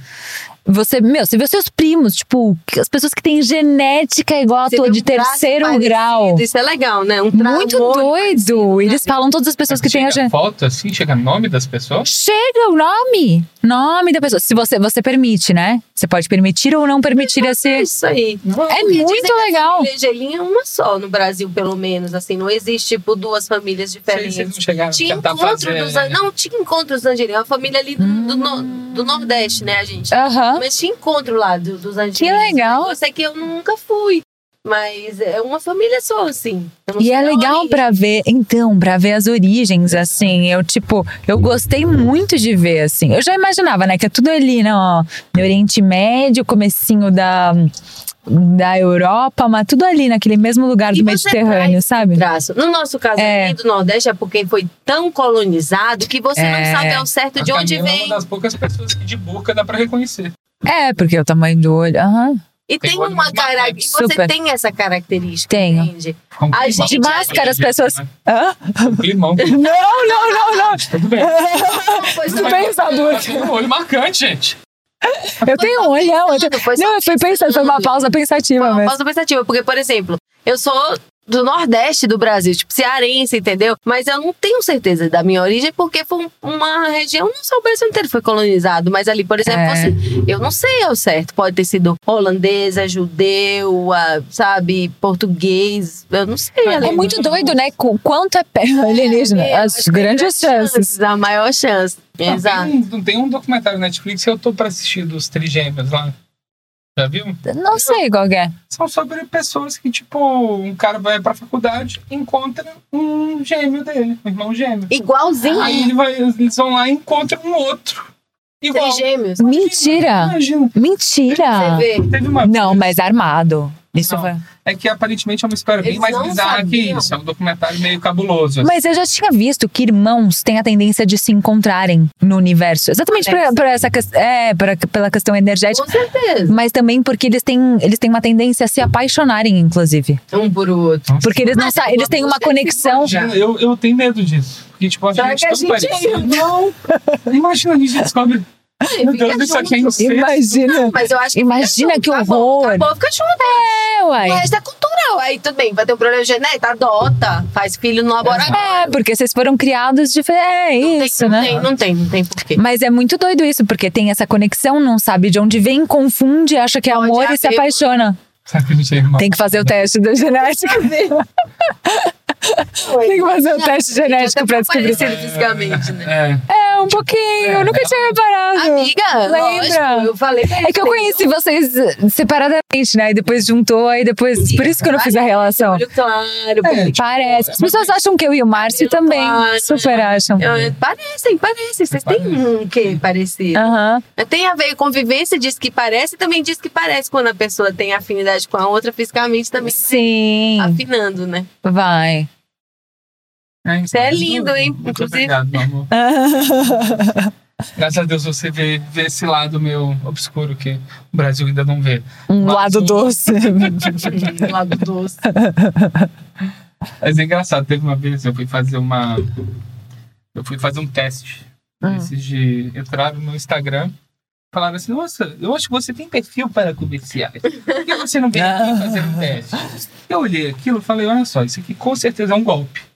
Speaker 7: Você, meu, você vê os seus primos, tipo, que- as pessoas que têm genética igual a
Speaker 3: Você
Speaker 7: tua
Speaker 3: vê
Speaker 7: de
Speaker 3: um traço
Speaker 7: terceiro
Speaker 3: parecido,
Speaker 7: grau.
Speaker 3: Isso é legal, né? Um traço
Speaker 7: Muito
Speaker 3: né?
Speaker 7: doido. Eles falam todas as pessoas que têm a
Speaker 8: Chega
Speaker 7: gen-
Speaker 8: foto assim, chega nome das pessoas?
Speaker 7: Chega o nome! Nome da pessoa. Se você, você permite, né? Você pode permitir ou não permitir esse.
Speaker 3: Isso aí.
Speaker 7: É muito legal.
Speaker 3: Evangelinha é uma só no Brasil, pelo menos. assim. Não existe, tipo, duas famílias
Speaker 8: Vocês
Speaker 3: diferentes.
Speaker 8: vocês não chegaram
Speaker 3: Tinha
Speaker 7: tá
Speaker 8: a tentar
Speaker 3: encontro
Speaker 8: fazer.
Speaker 3: dos...
Speaker 7: né?
Speaker 3: Não, tinha encontro dos Angelina. É uma família ali do, do
Speaker 7: Hum.
Speaker 3: no- do Nordeste, né, a gente?
Speaker 7: Aham.
Speaker 3: Mas tinha encontro lá do- dos Angelinhos.
Speaker 7: Que legal.
Speaker 3: Eu sei que eu nunca fui. Mas é uma família só, assim. Eu não
Speaker 7: E
Speaker 3: sei
Speaker 7: é
Speaker 3: da
Speaker 7: legal
Speaker 3: origem.
Speaker 7: pra ver, então, pra ver as origens, assim. Eu, tipo, eu gostei muito de ver, assim. Eu já imaginava, né, que é tudo ali no, no Oriente Médio, comecinho da, da Europa, mas tudo ali naquele mesmo lugar
Speaker 3: E
Speaker 7: do
Speaker 3: você
Speaker 7: Mediterrâneo, sabe?
Speaker 3: Traço. No nosso caso
Speaker 7: É.
Speaker 3: aqui do Nordeste é porque foi tão colonizado que você
Speaker 7: É.
Speaker 3: não sabe ao certo de
Speaker 8: A
Speaker 3: onde
Speaker 8: Camila É
Speaker 3: vem.
Speaker 8: uma das poucas pessoas que de burca dá pra reconhecer.
Speaker 7: É, porque o tamanho do olho. Aham.
Speaker 3: E tem
Speaker 8: Tem olho
Speaker 3: uma
Speaker 8: muito marcado.
Speaker 3: característica. Você
Speaker 7: Super.
Speaker 3: tem essa característica,
Speaker 7: Tenho. (laughs)
Speaker 3: entende?
Speaker 8: Com
Speaker 3: A
Speaker 8: climão. né?
Speaker 3: gente-
Speaker 7: De máscara, as pessoas. Hã?
Speaker 8: Com
Speaker 7: (laughs)
Speaker 8: climão.
Speaker 7: Não, não, não, não.
Speaker 8: Tudo bem.
Speaker 3: Pois
Speaker 7: Tu pensa,
Speaker 8: Ela
Speaker 7: Duda.
Speaker 8: tem um olho marcante, gente.
Speaker 7: Eu tenho um olhão. eu tenho-
Speaker 3: pensando, foi só tipo
Speaker 7: Não, eu fui pensando, foi uma pausa pensativa
Speaker 3: Uma
Speaker 7: mesmo.
Speaker 3: pausa pensativa, porque, por exemplo, eu sou do Nordeste do Brasil, tipo, cearense, entendeu? Mas eu não tenho certeza da minha origem, porque foi um- uma região, não só o Brasil inteiro foi colonizado, mas ali, por exemplo,
Speaker 7: É.
Speaker 3: você- eu não sei ao certo, pode ter sido holandesa, judeu, ah, sabe, português, eu não sei.
Speaker 7: É
Speaker 3: ali.
Speaker 7: muito doido, né? Com quanto é pé alienígena.
Speaker 3: Eu acho
Speaker 7: As
Speaker 3: que é
Speaker 7: grandes
Speaker 3: tem grandes
Speaker 7: chances.
Speaker 3: chances, A maior chance, exato.
Speaker 8: Não tem, um, tem um documentário na Netflix que eu tô pra assistir dos trigêmeos lá. Já viu?
Speaker 7: Não sei qual que é.
Speaker 8: São sobre pessoas que, tipo, um cara vai pra faculdade e encontra um gêmeo dele, um irmão gêmeo.
Speaker 3: Igualzinho.
Speaker 8: Aí ele vai- eles vão lá e encontram um outro. Igual.
Speaker 3: Trigêmeos.
Speaker 7: Mentira!
Speaker 8: Então, Imagina.
Speaker 7: Mentira!
Speaker 3: é Você vê.
Speaker 8: Teve uma
Speaker 7: Não, mas armado. Isso
Speaker 8: Não.
Speaker 7: foi.
Speaker 8: É que aparentemente é uma história bem
Speaker 3: Eles
Speaker 8: mais
Speaker 3: não
Speaker 8: bizarra que
Speaker 3: sabiam.
Speaker 8: isso. É um documentário meio cabuloso. assim.
Speaker 7: Mas eu já tinha visto que irmãos têm a tendência de se encontrarem no universo. Exatamente pra, pra essa ques- é, pra- pela questão energética.
Speaker 3: Com certeza.
Speaker 7: Mas também porque eles têm, eles têm uma tendência a se apaixonarem, inclusive.
Speaker 3: Um por outro.
Speaker 7: Porque eles não
Speaker 3: Mas
Speaker 7: sa-
Speaker 3: é
Speaker 7: eles
Speaker 3: uma
Speaker 7: têm uma
Speaker 3: busca
Speaker 7: conexão.
Speaker 8: Imagina, eu, eu tenho medo disso. Porque, tipo, a
Speaker 3: Será
Speaker 8: gente
Speaker 3: que a
Speaker 8: tão
Speaker 3: gente é
Speaker 8: parecido. Imagina, a gente descobre. Meu
Speaker 3: fica
Speaker 8: Deus, isso aqui é
Speaker 3: junto.
Speaker 8: incesto.
Speaker 7: Imagina.
Speaker 3: Mas eu acho que.
Speaker 7: Imagina
Speaker 3: fica
Speaker 7: que
Speaker 3: junto, tá
Speaker 7: horror.
Speaker 3: Acabou, acabou, fica junto.
Speaker 7: É,
Speaker 3: O
Speaker 7: uai.
Speaker 3: resto é cultural. Aí tudo bem, vai ter um problema genético, adota, faz filho no laboratório.
Speaker 7: É, porque vocês foram criados diferente. É isso,
Speaker 3: não
Speaker 7: né?
Speaker 3: Tem, não tem, não tem
Speaker 7: (laughs)
Speaker 3: porquê.
Speaker 7: Mas é muito doido isso, porque tem essa conexão, não sabe de onde vem, confunde, acha que é
Speaker 3: Pode
Speaker 7: amor e
Speaker 3: haver.
Speaker 7: se apaixona.
Speaker 8: Será que a gente é irmão?
Speaker 7: Tem que fazer o teste da genética. (laughs) Tem que fazer o teste genético pra descobrir se.
Speaker 3: Parecido fisicamente,
Speaker 7: (laughs)
Speaker 3: né?
Speaker 8: É.
Speaker 7: É, um pouquinho, eu nunca tinha reparado.
Speaker 3: Amiga,
Speaker 7: Lembra?
Speaker 3: lógico, eu falei pra
Speaker 7: É que eu conheci vocês eh, separadamente, né? E depois juntou, aí depois. Por isso que eu não fiz a relação.
Speaker 3: Olho claro,
Speaker 8: É,
Speaker 7: tipo, Parece. As pessoas acham que eu e o Márcio também. Super acham.
Speaker 3: Eu- Parecem, parecem. Vocês têm um que parecido.
Speaker 7: Aham.
Speaker 3: Tem a ver convivência, diz que parece, e também diz que parece quando a pessoa tem afinidade com a outra fisicamente também.
Speaker 7: Sim,
Speaker 3: Afinando, né?
Speaker 7: vai.
Speaker 8: É,
Speaker 3: Você é lindo, hein,
Speaker 8: Muito
Speaker 3: inclusive.
Speaker 8: Obrigado, meu amor. Graças a Deus você vê, vê esse lado meu obscuro que o Brasil ainda não vê.
Speaker 7: (laughs) Um
Speaker 8: Mas
Speaker 7: lado
Speaker 8: o-
Speaker 7: doce.
Speaker 3: Do lado doce.
Speaker 8: Mas é engraçado, teve uma vez eu fui fazer uma.
Speaker 7: Ah.
Speaker 8: Eu fui fazer um teste. Esses de. Entraram no Instagram falaram assim: Nossa, eu acho que você tem perfil para comerciais. Por que você não vem
Speaker 7: Ah.
Speaker 8: aqui fazer um teste? Eu olhei aquilo e falei: Olha só, isso aqui com certeza é um
Speaker 7: (laughs)
Speaker 8: golpe.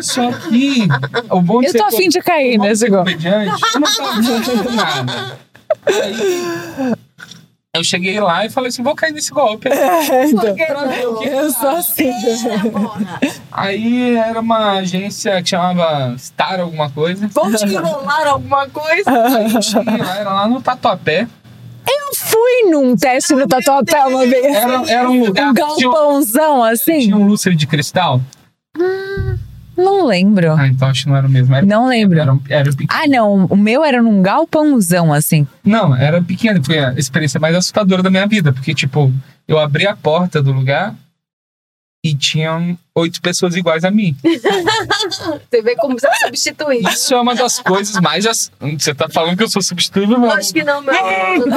Speaker 8: só que o bom de
Speaker 7: Eu
Speaker 8: ser
Speaker 7: tô afim de cair né, nesse golpe.
Speaker 8: comediante, eu não tá tava entendendo nada. Aí, eu cheguei lá e falei assim: Vou cair nesse golpe.
Speaker 7: Eu sou assim.
Speaker 8: Aí era uma agência que chamava Star alguma coisa. (laughs)
Speaker 3: Vão te enrolar alguma coisa?
Speaker 8: Eu cheguei lá, era lá no Tatuapé.
Speaker 7: Fui num teste no tatuapé uma vez.
Speaker 8: Era, era um lugar
Speaker 7: Um
Speaker 8: que tinha,
Speaker 7: galpãozão assim?
Speaker 8: tinha um lúcero de cristal.
Speaker 7: Não lembro.
Speaker 8: Ah, então acho que não era o mesmo. Era,
Speaker 7: Não lembro.
Speaker 8: era, um- era pequeno.
Speaker 7: Ah, não. O meu era num galpãozão assim.
Speaker 8: Não, era pequeno. Foi a experiência mais assustadora da minha vida. Porque, tipo, eu abri a porta do lugar e tinham oito pessoas iguais a mim.
Speaker 3: Você vê como você é substituído.
Speaker 8: Isso é uma das coisas mais. ass- Você tá falando que eu sou substituível, mas.
Speaker 3: Lógico que não, meu amor.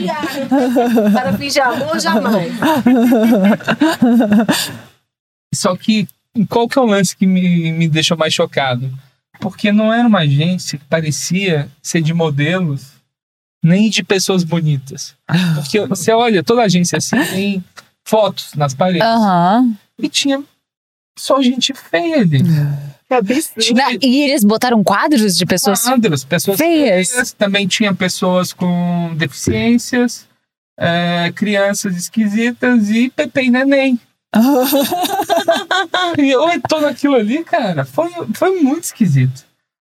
Speaker 3: Diário. Para fingir amor, jamais.
Speaker 8: Só que qual que é o lance que me, me deixa mais chocado? Porque não era uma agência que parecia ser de modelos, nem de pessoas bonitas. Porque você olha, toda agência assim tem fotos nas paredes.
Speaker 7: Aham.
Speaker 8: E tinha só gente feia ali.
Speaker 7: Na- E eles botaram quadros de pessoas.
Speaker 8: Quadros, pessoas
Speaker 7: feias.
Speaker 8: feias. Também tinha pessoas com deficiências, eh, crianças esquisitas e Pepe
Speaker 7: (laughs)
Speaker 8: e Neném. E eu tô naquilo ali, cara. Foi, foi muito esquisito.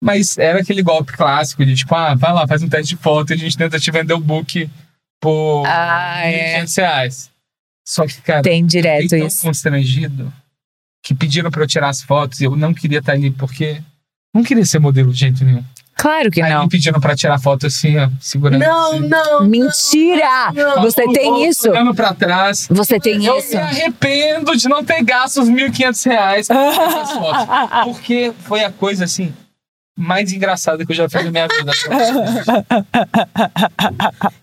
Speaker 8: Mas era aquele golpe clássico de tipo, ah, vai lá, faz um teste de foto e a gente tenta te vender o book por
Speaker 7: Ah, é.
Speaker 8: 1.500 reais. Só que, cara,
Speaker 7: Tem
Speaker 8: eu
Speaker 7: direto
Speaker 8: fiquei tão
Speaker 7: isso.
Speaker 8: constrangido que pediram pra eu tirar as fotos e eu não queria estar ali porque não queria ser modelo de jeito nenhum.
Speaker 7: Claro que
Speaker 8: Aí
Speaker 7: não.
Speaker 8: me pediram pra tirar foto assim, ó, segurando.
Speaker 3: Não,
Speaker 8: assim.
Speaker 3: não.
Speaker 7: Mentira!
Speaker 3: não.
Speaker 7: Você tem isso?
Speaker 8: Olhando pra trás.
Speaker 7: Você tem
Speaker 8: Eu
Speaker 7: isso?
Speaker 8: me arrependo de não ter gasto os 1.500 reais com
Speaker 7: (laughs)
Speaker 8: essas fotos. Porque foi a coisa assim mais engraçada que eu já fiz na minha vida.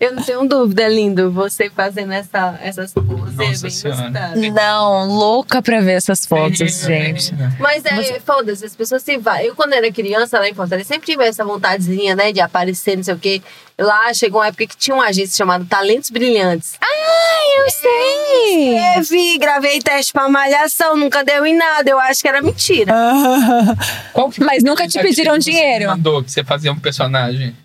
Speaker 3: Eu não tenho dúvida, lindo. Você fazendo essa, essas coisas é bem
Speaker 8: Nossa Senhora.
Speaker 3: gostosa.
Speaker 7: Não, louca pra ver essas (laughs) fotos, gente.
Speaker 3: Mas é, foda-se, as pessoas se vai. Eu, quando era criança lá em Fortaleza, sempre tive essa vontadezinha, né, de aparecer, não sei o quê. Lá chegou uma época que tinha uma agência chamada Talentos Brilhantes.
Speaker 7: Eu sei!
Speaker 3: Teve, gravei teste pra malhação, nunca deu em nada. Eu acho que era mentira.
Speaker 8: Qual que
Speaker 7: Mas nunca te pediram dinheiro.
Speaker 8: Mandou que você fazia um personagem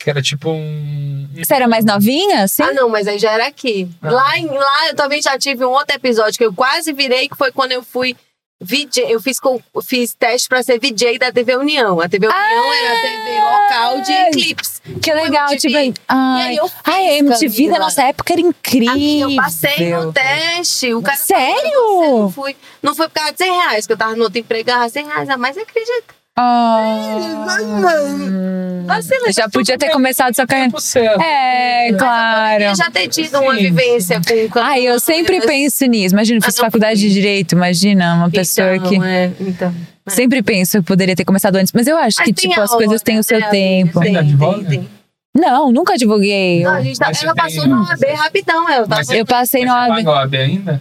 Speaker 8: que era tipo um.
Speaker 7: Você era mais novinha? Sim.
Speaker 3: Ah, não, mas aí já era aqui.
Speaker 8: Ah.
Speaker 3: Lá, em, lá eu também já tive um outro episódio que eu quase virei, que foi quando eu fui. VJ, eu fiz, com, fiz teste pra ser VJ da TV União. A TV União era a TV local de eclipses.
Speaker 7: Que legal,
Speaker 3: MTV. e
Speaker 7: tipo.
Speaker 3: aí
Speaker 7: Ai,
Speaker 3: eu fiz,
Speaker 7: ai, a MTV da
Speaker 3: Camila.
Speaker 7: nossa época era
Speaker 3: Aqui,
Speaker 7: incrível.
Speaker 3: eu passei no teste. O cara Não
Speaker 7: Sério?
Speaker 3: fui. Não foi por causa de 100 reais, que eu tava no outro emprego, ah, 100 reais a mais, acredita. Você
Speaker 7: Eu Ah, já podia ter começado sua carreira.
Speaker 8: Tipo certo.
Speaker 7: É, claro.
Speaker 3: Eu já ter tido uma
Speaker 8: Sim.
Speaker 3: vivência com o
Speaker 7: Ai, eu sempre penso nisso. Imagina, eu fiz
Speaker 3: Ah, não,
Speaker 7: faculdade de direito. Imagina, uma pessoa
Speaker 3: então,
Speaker 7: que.
Speaker 3: É, então. é.
Speaker 7: Sempre penso que poderia ter começado antes, mas eu acho
Speaker 3: Mas
Speaker 7: que,
Speaker 3: tem
Speaker 7: tipo,
Speaker 3: a
Speaker 7: as coisas
Speaker 3: hora,
Speaker 7: têm o seu
Speaker 3: né,
Speaker 7: tempo.
Speaker 3: amiga? Tem,
Speaker 8: Ainda
Speaker 3: tem,
Speaker 8: advoga?
Speaker 3: tem.
Speaker 7: Não, nunca divulguei.
Speaker 3: Não,
Speaker 7: Eu,
Speaker 3: a gente tá-
Speaker 8: Mas você
Speaker 3: ela
Speaker 8: tem-
Speaker 3: passou na OAB rapidão, eu tava.
Speaker 8: Mas você-
Speaker 7: eu passei no
Speaker 8: Mas você
Speaker 7: AB.
Speaker 8: pagou a AB
Speaker 7: (laughs)
Speaker 8: ainda?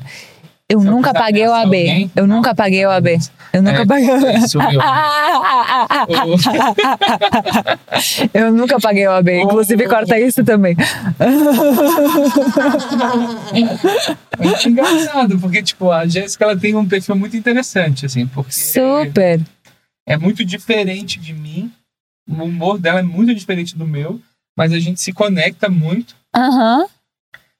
Speaker 7: Eu
Speaker 8: Você
Speaker 7: nunca
Speaker 8: precisa
Speaker 7: paguei o
Speaker 8: ameaçar
Speaker 7: AB.
Speaker 8: alguém?
Speaker 7: Eu nunca paguei o AB. Eu nunca
Speaker 8: É,
Speaker 7: paguei.
Speaker 8: Isso, meu. O-
Speaker 7: (laughs) Eu nunca paguei o AB. Inclusive, corta isso
Speaker 8: (laughs)
Speaker 7: também.
Speaker 8: É engraçado, porque, tipo, a Jéssica ela tem um perfil muito interessante, assim, porque
Speaker 7: Super.
Speaker 8: é muito diferente de mim. O humor dela é muito diferente do meu, mas a gente se conecta muito.
Speaker 7: Aham.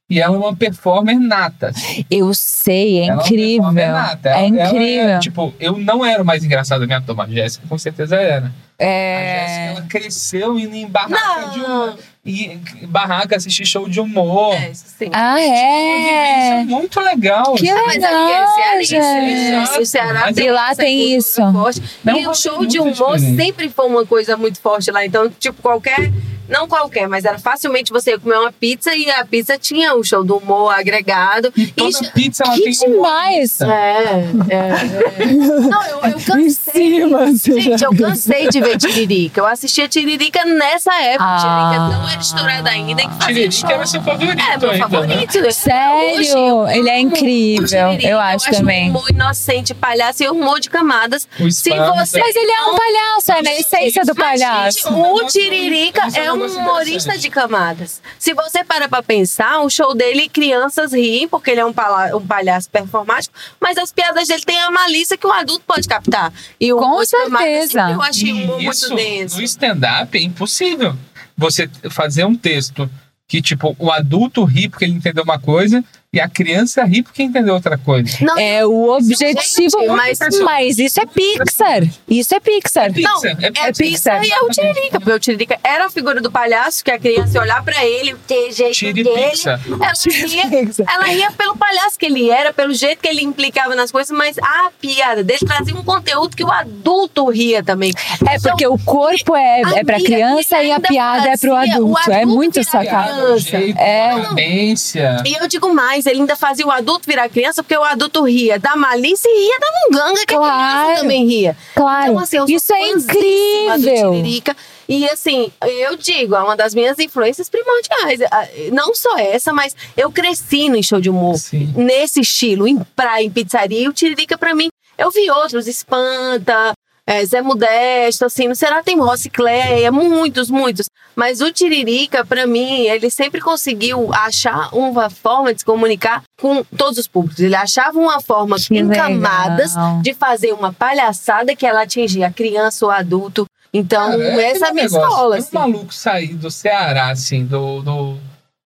Speaker 8: E ela é uma performer nata. assim,
Speaker 7: Eu sei, é
Speaker 8: Ela uma
Speaker 7: incrível.
Speaker 8: performer nata.
Speaker 7: É
Speaker 8: Ela- ela
Speaker 7: incrível.
Speaker 8: tipo, eu não era o mais engraçado da minha turma. A Jéssica com certeza era. A Jéssica,
Speaker 7: É.
Speaker 8: ela cresceu indo em barraca tá de humor. E barraca assistir show de humor.
Speaker 3: É, isso sim.
Speaker 7: Ah,
Speaker 8: Isso é
Speaker 7: é.
Speaker 8: muito legal.
Speaker 7: Que
Speaker 8: assim.
Speaker 3: Mas aqui,
Speaker 7: legal,
Speaker 3: esse é
Speaker 7: gente.
Speaker 3: isso, o Ceará
Speaker 8: Mas
Speaker 3: tem
Speaker 7: e lá
Speaker 3: essa é
Speaker 7: tem
Speaker 3: cultura
Speaker 7: isso.
Speaker 3: forte.
Speaker 8: Não,
Speaker 3: e o
Speaker 8: mas
Speaker 3: show
Speaker 8: tem
Speaker 3: de
Speaker 8: muita
Speaker 3: humor
Speaker 8: diferença.
Speaker 3: sempre foi uma coisa muito forte lá. Então, tipo, qualquer Não qualquer, mas era facilmente você ia comer uma pizza e a pizza tinha o show do humor agregado.
Speaker 8: E toda
Speaker 3: Isso-
Speaker 8: pizza ela
Speaker 7: é? Que
Speaker 8: tem um
Speaker 7: demais!
Speaker 3: É,
Speaker 7: (laughs)
Speaker 3: é, é. Não, eu, eu
Speaker 4: Em
Speaker 3: cansei.
Speaker 4: cima, você
Speaker 3: Gente,
Speaker 4: já
Speaker 3: eu cansei de ver Tiririca. Eu assistia Tiririca nessa época.
Speaker 7: Ah.
Speaker 3: Tiririca não era estourada ainda. Que fazia
Speaker 8: Tiririca era
Speaker 3: show.
Speaker 8: seu favorito
Speaker 3: É, meu
Speaker 8: ainda, né?
Speaker 3: favorito. né? Hoje,
Speaker 7: Sério,
Speaker 3: eu
Speaker 7: ele é
Speaker 3: amo o
Speaker 7: incrível.
Speaker 3: Tiririca.
Speaker 7: Eu acho
Speaker 3: um
Speaker 7: também.
Speaker 3: humor inocente, palhaço e um humor de camadas.
Speaker 8: O
Speaker 3: Se
Speaker 8: Esparta.
Speaker 3: você-
Speaker 7: Mas ele é um palhaço, é na essência do
Speaker 3: Mas,
Speaker 7: palhaço.
Speaker 3: gente, o Tiririca é um humorista de camadas. Se você para pra pensar, o show dele, crianças riem, porque ele é um, pala- um palhaço performático, mas as piadas dele têm a malícia que um adulto pode captar. E o
Speaker 7: Com
Speaker 3: humor de camadas,
Speaker 7: certeza.
Speaker 3: sempre eu achei um humor
Speaker 8: E
Speaker 3: muito
Speaker 8: isso,
Speaker 3: denso.
Speaker 8: No stand-up é impossível você fazer um texto que, tipo, o adulto ri porque ele entendeu uma coisa e a criança ri porque entendeu outra coisa.
Speaker 3: Não,
Speaker 7: É o objetivo.
Speaker 3: Gente, mas- tá
Speaker 7: Mas isso é Pixar. Isso é Pixar.
Speaker 3: Não,
Speaker 8: Pizza, é
Speaker 3: é Pixar e é o Tiririca, porque o Tiririca era a figura do palhaço que a criança ia olhar pra ele, ter jeito
Speaker 8: Tire
Speaker 3: dele.
Speaker 8: pizza.
Speaker 3: Ela ria, ela ria pelo palhaço que ele era, pelo jeito que ele implicava nas coisas, mas a piada dele trazia um conteúdo que o adulto ria também. Então,
Speaker 7: É porque o corpo é, é pra
Speaker 3: Amiga,
Speaker 7: criança
Speaker 3: Então, ele
Speaker 7: e a
Speaker 3: ainda
Speaker 7: piada é pro
Speaker 3: fazia o
Speaker 7: adulto. É
Speaker 3: adulto
Speaker 7: muito
Speaker 3: virar
Speaker 7: sacado.
Speaker 3: criança.
Speaker 7: É.
Speaker 8: É. Cadência.
Speaker 3: E eu digo mais, ele ainda fazia o adulto virar criança, porque o adulto ria da malícia e ria da munganga, que a
Speaker 7: Claro.
Speaker 3: criança também ria.
Speaker 7: Claro.
Speaker 3: Então, assim, eu sou
Speaker 7: isso é
Speaker 3: fãzíssima do
Speaker 7: incrível.
Speaker 3: Tiririca. E assim, eu digo, é uma das minhas influências primordiais. Ah, Não só essa, mas eu cresci no show de humor.
Speaker 8: Sim.
Speaker 3: Nesse estilo, em praia, em pizzaria. E o Tiririca, pra mim, eu vi outros, Espanta, eh, Zé Modesto, assim, no Será tem Rocicleia, muitos, muitos. Mas o Tiririca, pra mim, ele sempre conseguiu achar uma forma de se comunicar com todos os públicos. Ele achava uma forma
Speaker 7: Que
Speaker 3: em
Speaker 7: legal.
Speaker 3: camadas de fazer uma palhaçada que ela atingia a criança ou adulto. Então,
Speaker 8: Cara, é
Speaker 3: essa é a
Speaker 8: aquele
Speaker 3: minha
Speaker 8: negócio,
Speaker 3: escola,
Speaker 8: tem
Speaker 3: assim.
Speaker 8: Um maluco sair do Ceará, assim, do, do.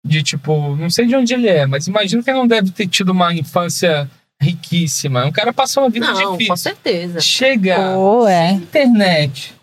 Speaker 8: De tipo, não sei de onde ele é, mas imagino que ele não deve ter tido uma infância riquíssima. Um cara passou uma vida
Speaker 3: Não, com
Speaker 8: difícil.
Speaker 3: certeza.
Speaker 8: Chegar
Speaker 7: Pô, é.
Speaker 8: na internet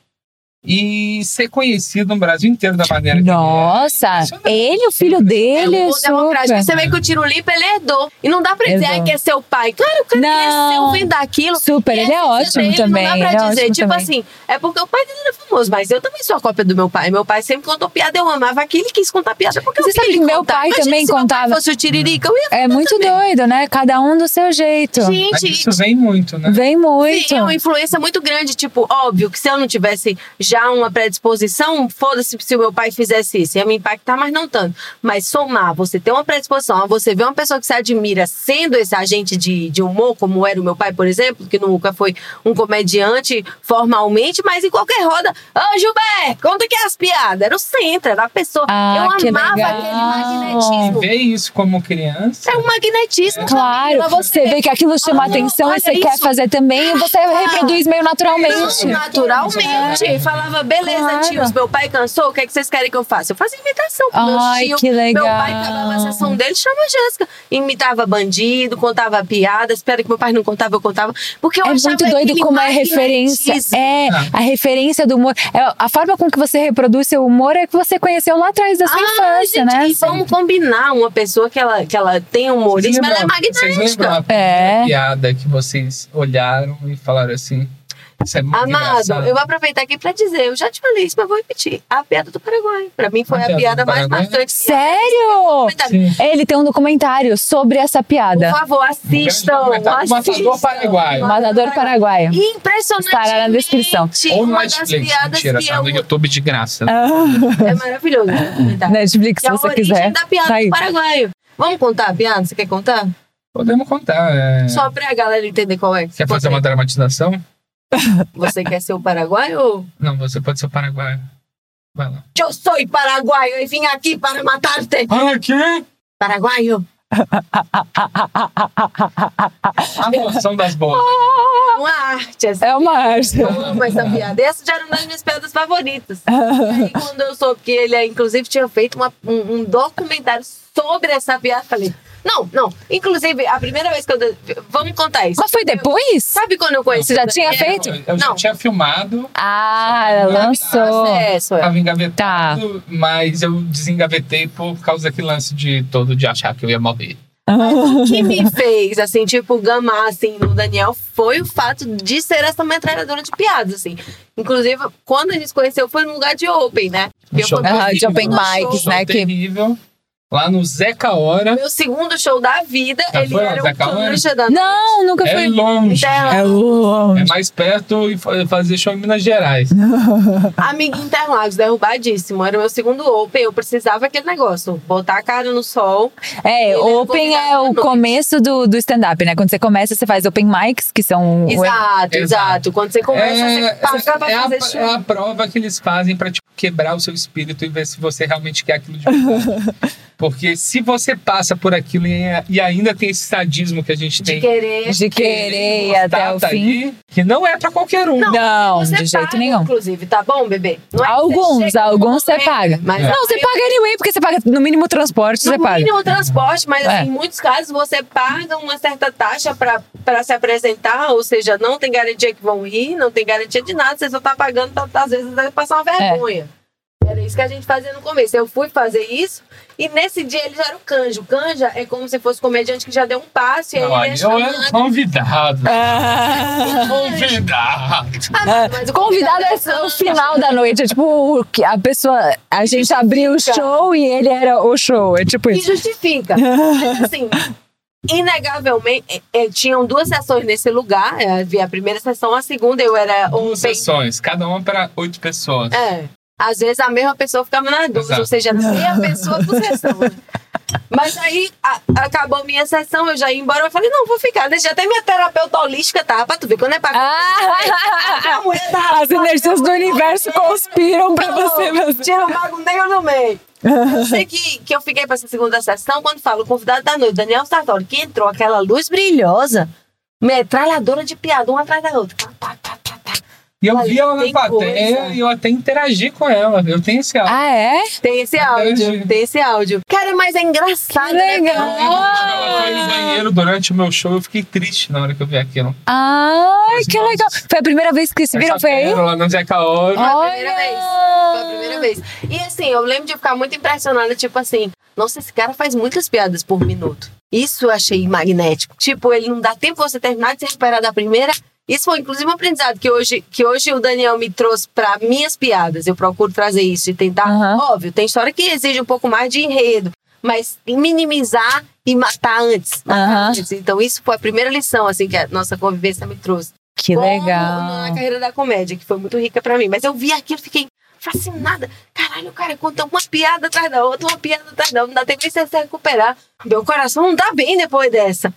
Speaker 8: e ser conhecido no Brasil inteiro da maneira é.
Speaker 7: Nossa, ele, o filho dele,
Speaker 3: é um humor democrático. Você
Speaker 7: super.
Speaker 3: vê que o Tirulipa, ele herdou. E não dá pra dizer
Speaker 7: Herdou.
Speaker 3: "Ai, que é seu pai. Claro, é o cara
Speaker 7: Não.
Speaker 3: cresceu vendo aquilo.
Speaker 7: Super,
Speaker 3: E a
Speaker 7: ele é
Speaker 3: essência
Speaker 7: ótimo
Speaker 3: dele,
Speaker 7: também.
Speaker 3: Não
Speaker 7: ele
Speaker 3: dá
Speaker 7: é
Speaker 3: pra dizer,
Speaker 7: ótimo
Speaker 3: tipo
Speaker 7: também.
Speaker 3: assim, é porque o pai dele era famoso, mas eu também sou a cópia do meu pai. Meu pai sempre contou piada, eu amava aquilo e quis contar piada. Porque
Speaker 7: Você
Speaker 3: eu
Speaker 7: sabe
Speaker 3: queria
Speaker 7: que meu
Speaker 3: contar.
Speaker 7: pai
Speaker 3: Imagina
Speaker 7: também
Speaker 3: se meu pai
Speaker 7: contava.
Speaker 3: fosse o Tiririca, eu ia
Speaker 7: É muito doido, né? Cada um do seu jeito.
Speaker 8: Mas
Speaker 3: Gente,
Speaker 8: isso vem muito, né?
Speaker 7: Vem muito.
Speaker 3: Sim, é uma influência muito grande. Tipo, óbvio que se eu não tivesse já uma predisposição, foda-se se o meu pai fizesse isso. Ia me impactar, mas não tanto. Mas somar, você ter uma predisposição, você ver uma pessoa que se admira sendo esse agente de, de humor, como era o meu pai, por exemplo, que nunca foi um comediante formalmente, mas em qualquer roda. Ô, Gilberto, conta que é as piadas. Era o centro, era a pessoa.
Speaker 7: Ah,
Speaker 3: eu
Speaker 7: que
Speaker 3: amava
Speaker 7: legal.
Speaker 3: aquele magnetismo.
Speaker 8: Ver isso como criança.
Speaker 3: É um magnetismo.
Speaker 7: Claro,
Speaker 3: também, pra
Speaker 7: você vê que aquilo chama
Speaker 3: Ah,
Speaker 7: atenção e
Speaker 3: olha
Speaker 7: você quer
Speaker 3: isso. Ah,
Speaker 7: fazer também e você reproduz meio naturalmente.
Speaker 3: Não, naturalmente. Falava, beleza,
Speaker 7: Claro.
Speaker 3: tios, meu pai cansou, o que, é que vocês querem que eu faça? Eu fazia imitação pro
Speaker 7: Ai,
Speaker 3: meu tio.
Speaker 7: que legal.
Speaker 3: Meu pai assim, acabava a sessão dele, chama a Jéssica. Imitava bandido, contava piada. Espera que meu pai não contava, eu contava. Porque eu
Speaker 7: É
Speaker 3: achava
Speaker 7: muito doido
Speaker 3: aquele
Speaker 7: como é a referência.
Speaker 3: magnetismo.
Speaker 7: É,
Speaker 8: Ah.
Speaker 7: a referência do humor. É, a forma com que você reproduz seu humor é que você conheceu lá atrás da sua
Speaker 3: Ah,
Speaker 7: infância,
Speaker 3: gente,
Speaker 7: né?
Speaker 3: e vamos combinar uma pessoa que ela, que ela tem
Speaker 8: Vocês
Speaker 3: humorismo, ela é
Speaker 8: lembram- Vocês lembram
Speaker 3: magnética.
Speaker 8: a primeira
Speaker 7: É.
Speaker 8: piada que vocês olharam e falaram assim? Isso é muito
Speaker 3: Amado,
Speaker 8: engraçado.
Speaker 3: eu vou aproveitar aqui pra dizer, eu já te falei isso, mas vou repetir. A piada do Paraguai. Pra mim foi
Speaker 8: A
Speaker 3: a,
Speaker 8: piada do
Speaker 3: piada mais
Speaker 8: Paraguai? né?
Speaker 3: marcante.
Speaker 7: Sério?
Speaker 8: Sim.
Speaker 7: Ele tem um documentário sobre essa
Speaker 3: Por
Speaker 7: piada.
Speaker 3: favor, assistam.
Speaker 8: Um grande documentário do Matador
Speaker 3: assistam.
Speaker 8: Paraguaio.
Speaker 7: Matador Paraguaio.
Speaker 3: Impressionante.
Speaker 7: Estará na descrição.
Speaker 8: Ou no
Speaker 3: Uma das
Speaker 8: Netflix,
Speaker 3: piadas
Speaker 8: mentira,
Speaker 3: que é
Speaker 8: tá no
Speaker 3: eu...
Speaker 8: YouTube de graça.
Speaker 3: É maravilhoso. esse documentário.
Speaker 7: (laughs) Netflix,
Speaker 3: Que
Speaker 7: Né, se
Speaker 3: é a
Speaker 7: você
Speaker 3: origem
Speaker 7: quiser.
Speaker 3: da piada
Speaker 7: Tá aí.
Speaker 3: do Paraguaio. Vamos contar a piada? Você quer contar?
Speaker 8: Podemos contar. é.
Speaker 3: Só pra galera entender qual é.
Speaker 8: Quer fazer uma dramatização?
Speaker 3: Você quer ser o paraguaio ou...
Speaker 8: Não, você pode ser o paraguaio. Vai lá.
Speaker 3: Eu sou paraguaio e vim aqui para matar-te.
Speaker 8: Para quê?
Speaker 3: Paraguaio.
Speaker 8: A noção das bolas.
Speaker 3: Uma arte, assim.
Speaker 7: É uma arte.
Speaker 3: Eu amo essa piada. Essa já era uma das minhas piadas favoritas. E aí, quando eu soube que ele, inclusive, tinha feito uma- um, um documentário sobre essa piada, eu falei: não, não. Inclusive, a primeira vez que eu. dei- Vamos contar isso.
Speaker 7: Mas foi depois?
Speaker 3: Sabe quando eu conheci?
Speaker 7: Você já tinha feito?
Speaker 8: Eu já
Speaker 3: Não.
Speaker 8: tinha filmado,
Speaker 7: Ah, ela lançou. Tá.
Speaker 3: Acesso, é.
Speaker 8: tava engavetado, mas eu desengavetei por causa daquele lance de todo de achar que eu ia morrer.
Speaker 3: O que
Speaker 7: (laughs)
Speaker 3: me fez, assim, tipo, gamar, assim, no Daniel foi o fato de ser essa metralhadora de piadas, assim. Inclusive, quando a gente se conheceu, foi num lugar de open, né?
Speaker 8: Um show
Speaker 3: fui-
Speaker 7: Aham, Ah, de
Speaker 8: terrível,
Speaker 7: open
Speaker 8: um
Speaker 7: mics,
Speaker 8: show
Speaker 7: né, que-
Speaker 8: terrível. Lá no Zeca Hora.
Speaker 3: Meu segundo show da vida,
Speaker 8: Já
Speaker 3: ele
Speaker 8: foi lá,
Speaker 3: era um
Speaker 8: Zé
Speaker 3: o
Speaker 8: Calan?
Speaker 3: cancha da
Speaker 7: Não, nunca
Speaker 8: É
Speaker 7: fui.
Speaker 8: longe.
Speaker 3: Interla-
Speaker 7: É o...
Speaker 8: É mais perto e fa- fazer show em Minas Gerais.
Speaker 3: Amigo Interlagos, derrubadíssimo. Era o meu segundo Open. Eu precisava daquele negócio. Botar a cara no sol. Ele
Speaker 7: É,
Speaker 3: era
Speaker 7: open é
Speaker 3: convidado à
Speaker 7: o
Speaker 3: noite.
Speaker 7: começo do, do stand-up, né? Quando você começa, você faz open mics, que são...
Speaker 3: Exato,
Speaker 8: exato.
Speaker 3: exato. Quando você começa, você paga pra
Speaker 8: é
Speaker 3: fazer
Speaker 8: a,
Speaker 3: show.
Speaker 8: é a prova que eles fazem pra tipo, quebrar o seu espírito e ver se você realmente quer aquilo
Speaker 3: (laughs)
Speaker 8: de verdade. Porque se você passa por aquilo e, e ainda tem esse sadismo que a gente
Speaker 3: De
Speaker 8: tem.
Speaker 3: querer.
Speaker 7: de querer ir
Speaker 8: gostar,
Speaker 7: até o
Speaker 8: tá
Speaker 7: fim.
Speaker 8: ali, que não é pra qualquer um.
Speaker 7: Não,
Speaker 3: Você
Speaker 7: de jeito
Speaker 3: paga,
Speaker 7: nenhum.
Speaker 3: Inclusive, tá bom, bebê? Não é que você
Speaker 7: Alguns,
Speaker 3: chega
Speaker 7: alguns
Speaker 3: no
Speaker 7: você
Speaker 3: momento,
Speaker 7: paga.
Speaker 3: Mas
Speaker 8: É.
Speaker 3: a
Speaker 7: Não, você
Speaker 3: maioria-
Speaker 7: paga anyway, porque você paga no mínimo transporte, você
Speaker 3: No
Speaker 7: paga.
Speaker 3: mínimo transporte, mas assim,
Speaker 7: É.
Speaker 3: em muitos casos você paga uma certa taxa para se apresentar, ou seja, não tem garantia que vão rir, não tem garantia de nada, você só tá pagando, tá- às vezes vai passar uma
Speaker 7: É.
Speaker 3: vergonha. Era isso que a gente fazia no começo. Eu fui fazer isso e nesse dia ele já era o canja. O canja é como se fosse um comediante que já deu um passo e aí
Speaker 8: Não,
Speaker 3: ele é
Speaker 8: ali eu era um
Speaker 3: chamado.
Speaker 8: convidado.
Speaker 3: É.
Speaker 8: Convidado.
Speaker 3: Ah, (laughs) mas
Speaker 7: (laughs) O convidado é o final da noite. É tipo, o que a pessoa. A gente abriu o show e ele era o show. É tipo
Speaker 3: E
Speaker 7: isso.
Speaker 3: justifica. Mas assim, inegavelmente, é, é, tinham duas sessões nesse lugar. é, Havia a primeira sessão, a segunda, eu era um
Speaker 8: Duas sessões, cada uma para oito pessoas.
Speaker 3: É. Às vezes a mesma pessoa ficava na dúvida,
Speaker 8: Exato.
Speaker 3: ou seja, era meia pessoa por sessão. né? Mas aí a- acabou minha sessão, eu já ia embora. Eu falei, não, vou ficar. Deixa até minha terapeuta holística tá, pra tu ver quando é pra.
Speaker 7: Ah,
Speaker 3: a mulher tava né?
Speaker 7: as energias do universo conspiram pra você. mas-
Speaker 3: Tira o mago negro no (laughs) meio. Eu sei que, que eu fiquei pra essa segunda sessão quando falo o convidado da noite, Daniel Sartori, que entrou aquela luz brilhosa, metralhadora de piada, uma atrás da outra. Pá, pá, pá, pá, pá.
Speaker 8: E eu
Speaker 3: Olha,
Speaker 8: vi ela na
Speaker 3: tem
Speaker 8: plateia
Speaker 3: coisa.
Speaker 8: e eu até interagi com ela. Eu tenho esse áudio.
Speaker 7: Ah, é?
Speaker 3: Tem esse
Speaker 8: Entendi.
Speaker 3: áudio, tem esse áudio. Cara, mas é engraçado. né,
Speaker 7: legal.
Speaker 3: cara?
Speaker 8: Ela foi no banheiro durante o meu show, eu fiquei triste na hora que eu vi aquilo.
Speaker 7: Ai, que legal. Foi a primeira vez que se viram?
Speaker 8: Essa
Speaker 7: Foi aí?
Speaker 8: fera lá no Zeca Ouro.
Speaker 3: Foi a primeira vez. Foi a
Speaker 7: Olha!
Speaker 3: primeira vez. E assim, eu lembro de ficar muito impressionada, tipo assim, nossa, esse cara faz muitas piadas por minuto. Isso eu achei magnético. Tipo, ele não dá tempo você terminar de se recuperar da primeira. Isso foi inclusive um aprendizado que hoje, que hoje o Daniel me trouxe para minhas piadas. Eu procuro trazer isso e tentar.
Speaker 7: Aham.
Speaker 3: Óbvio, tem história que exige um pouco mais de enredo, mas minimizar e matar antes. matar
Speaker 7: Aham.
Speaker 3: antes. Então, isso foi a primeira lição assim que a nossa convivência me trouxe
Speaker 7: Que
Speaker 3: como
Speaker 7: legal.
Speaker 3: Na carreira da comédia, que foi muito rica pra mim. Mas eu vi aquilo, fiquei fascinada. Caralho, o cara conta uma piada atrás da outra, uma piada atrás da outra. Não dá tempo de você se recuperar. Meu coração não tá bem depois dessa.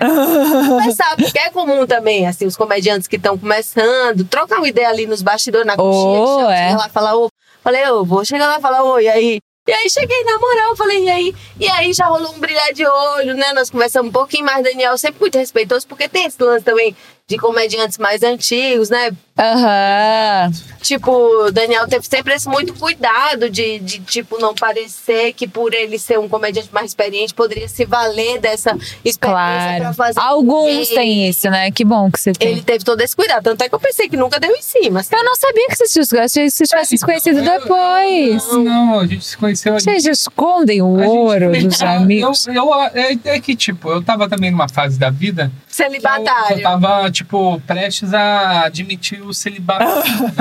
Speaker 3: Mas sabe, porque é comum também, assim, os comediantes que estão começando, trocar uma ideia ali nos bastidores, na coxinha,
Speaker 7: Oh,
Speaker 3: chama,
Speaker 7: é.
Speaker 3: chega lá e fala, ô, falei, ô, vou chegar lá e falar, ô, e aí? E aí cheguei na moral, falei, e aí? E aí já rolou um brilhar de olho, né? Nós conversamos um pouquinho mais, Daniel, sempre muito respeitoso, porque tem esse lance também de comediantes mais antigos, né?
Speaker 7: Aham.
Speaker 3: Tipo, o Daniel teve sempre esse muito cuidado de, de, tipo, não parecer que por ele ser um comediante mais experiente, poderia se valer dessa experiência pra
Speaker 7: Claro.
Speaker 3: fazer. um
Speaker 7: Alguns
Speaker 3: bem.
Speaker 7: têm isso, né? Que bom que você tem.
Speaker 3: Ele teve todo esse cuidado, tanto é que eu pensei que nunca deu em cima. assim.
Speaker 7: Eu não sabia que vocês tinham- eu achei que vocês tivessem se conhecido
Speaker 8: Não,
Speaker 7: depois.
Speaker 8: Não, não, a gente se conheceu ali.
Speaker 7: Vocês escondem o
Speaker 8: A gente-
Speaker 7: ouro dos
Speaker 8: (laughs) Eu-
Speaker 7: amigos.
Speaker 8: Eu, é, é que, tipo, eu tava também numa fase da vida que eu, eu
Speaker 3: Celibatário.
Speaker 8: tava, tipo, prestes a admitir o
Speaker 7: (laughs)
Speaker 8: celibato.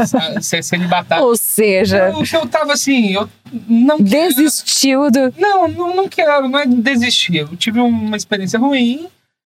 Speaker 8: sa- ser celibatário.
Speaker 7: Ou seja,
Speaker 8: O que eu tava assim, eu não.
Speaker 7: desistiu do.
Speaker 8: Não, não, não quero, não é desistir. Eu tive uma experiência ruim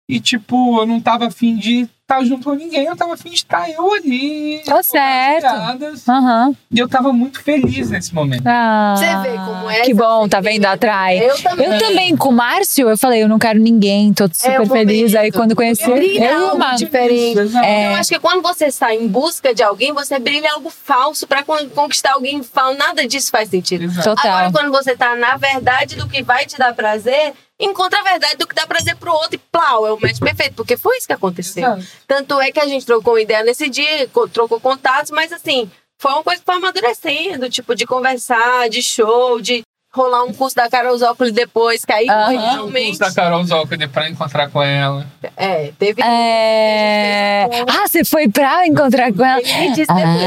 Speaker 8: e, tipo, eu não tava afim de estar junto com ninguém, eu tava afim de estar eu ali.
Speaker 7: Tá
Speaker 8: com as
Speaker 7: certo.
Speaker 8: piadas.
Speaker 7: Aham.
Speaker 8: E eu tava muito feliz nesse momento.
Speaker 7: Ah,
Speaker 3: Você vê como é
Speaker 7: Que
Speaker 3: essa
Speaker 7: bom, tá
Speaker 3: felicidade.
Speaker 7: vendo? Atrai.
Speaker 3: Eu também. Então, É,
Speaker 7: Eu também, com o Márcio, eu falei, eu não quero ninguém, tô super
Speaker 3: o
Speaker 7: feliz.
Speaker 3: momento.
Speaker 7: Aí quando conheci,
Speaker 3: Brilha
Speaker 7: eu
Speaker 3: algo
Speaker 7: É uma.
Speaker 3: diferente.
Speaker 8: Exato.
Speaker 7: É.
Speaker 3: Eu acho que quando você sai em busca de alguém, você brilha algo falso pra con- conquistar alguém falso. Nada disso faz sentido.
Speaker 8: Exato.
Speaker 7: Total.
Speaker 3: Agora, quando você tá na verdade do que vai te dar prazer, encontra a verdade do que dá prazer pro outro e plau, é o match perfeito, porque foi isso que aconteceu.
Speaker 8: Exato.
Speaker 3: Tanto é que a gente trocou ideia nesse dia, co- trocou contatos, mas assim, foi uma coisa que foi amadurecendo, tipo, de conversar, de show, de rolar um curso da Carol Zócoli depois, que aí foi
Speaker 7: Aham.
Speaker 8: Realmente.
Speaker 3: realmente.
Speaker 8: da Carol Zócoli pra encontrar com ela.
Speaker 3: É, teve.
Speaker 7: É... Ah, você foi pra encontrar com ela?
Speaker 3: Ele me disse é depois.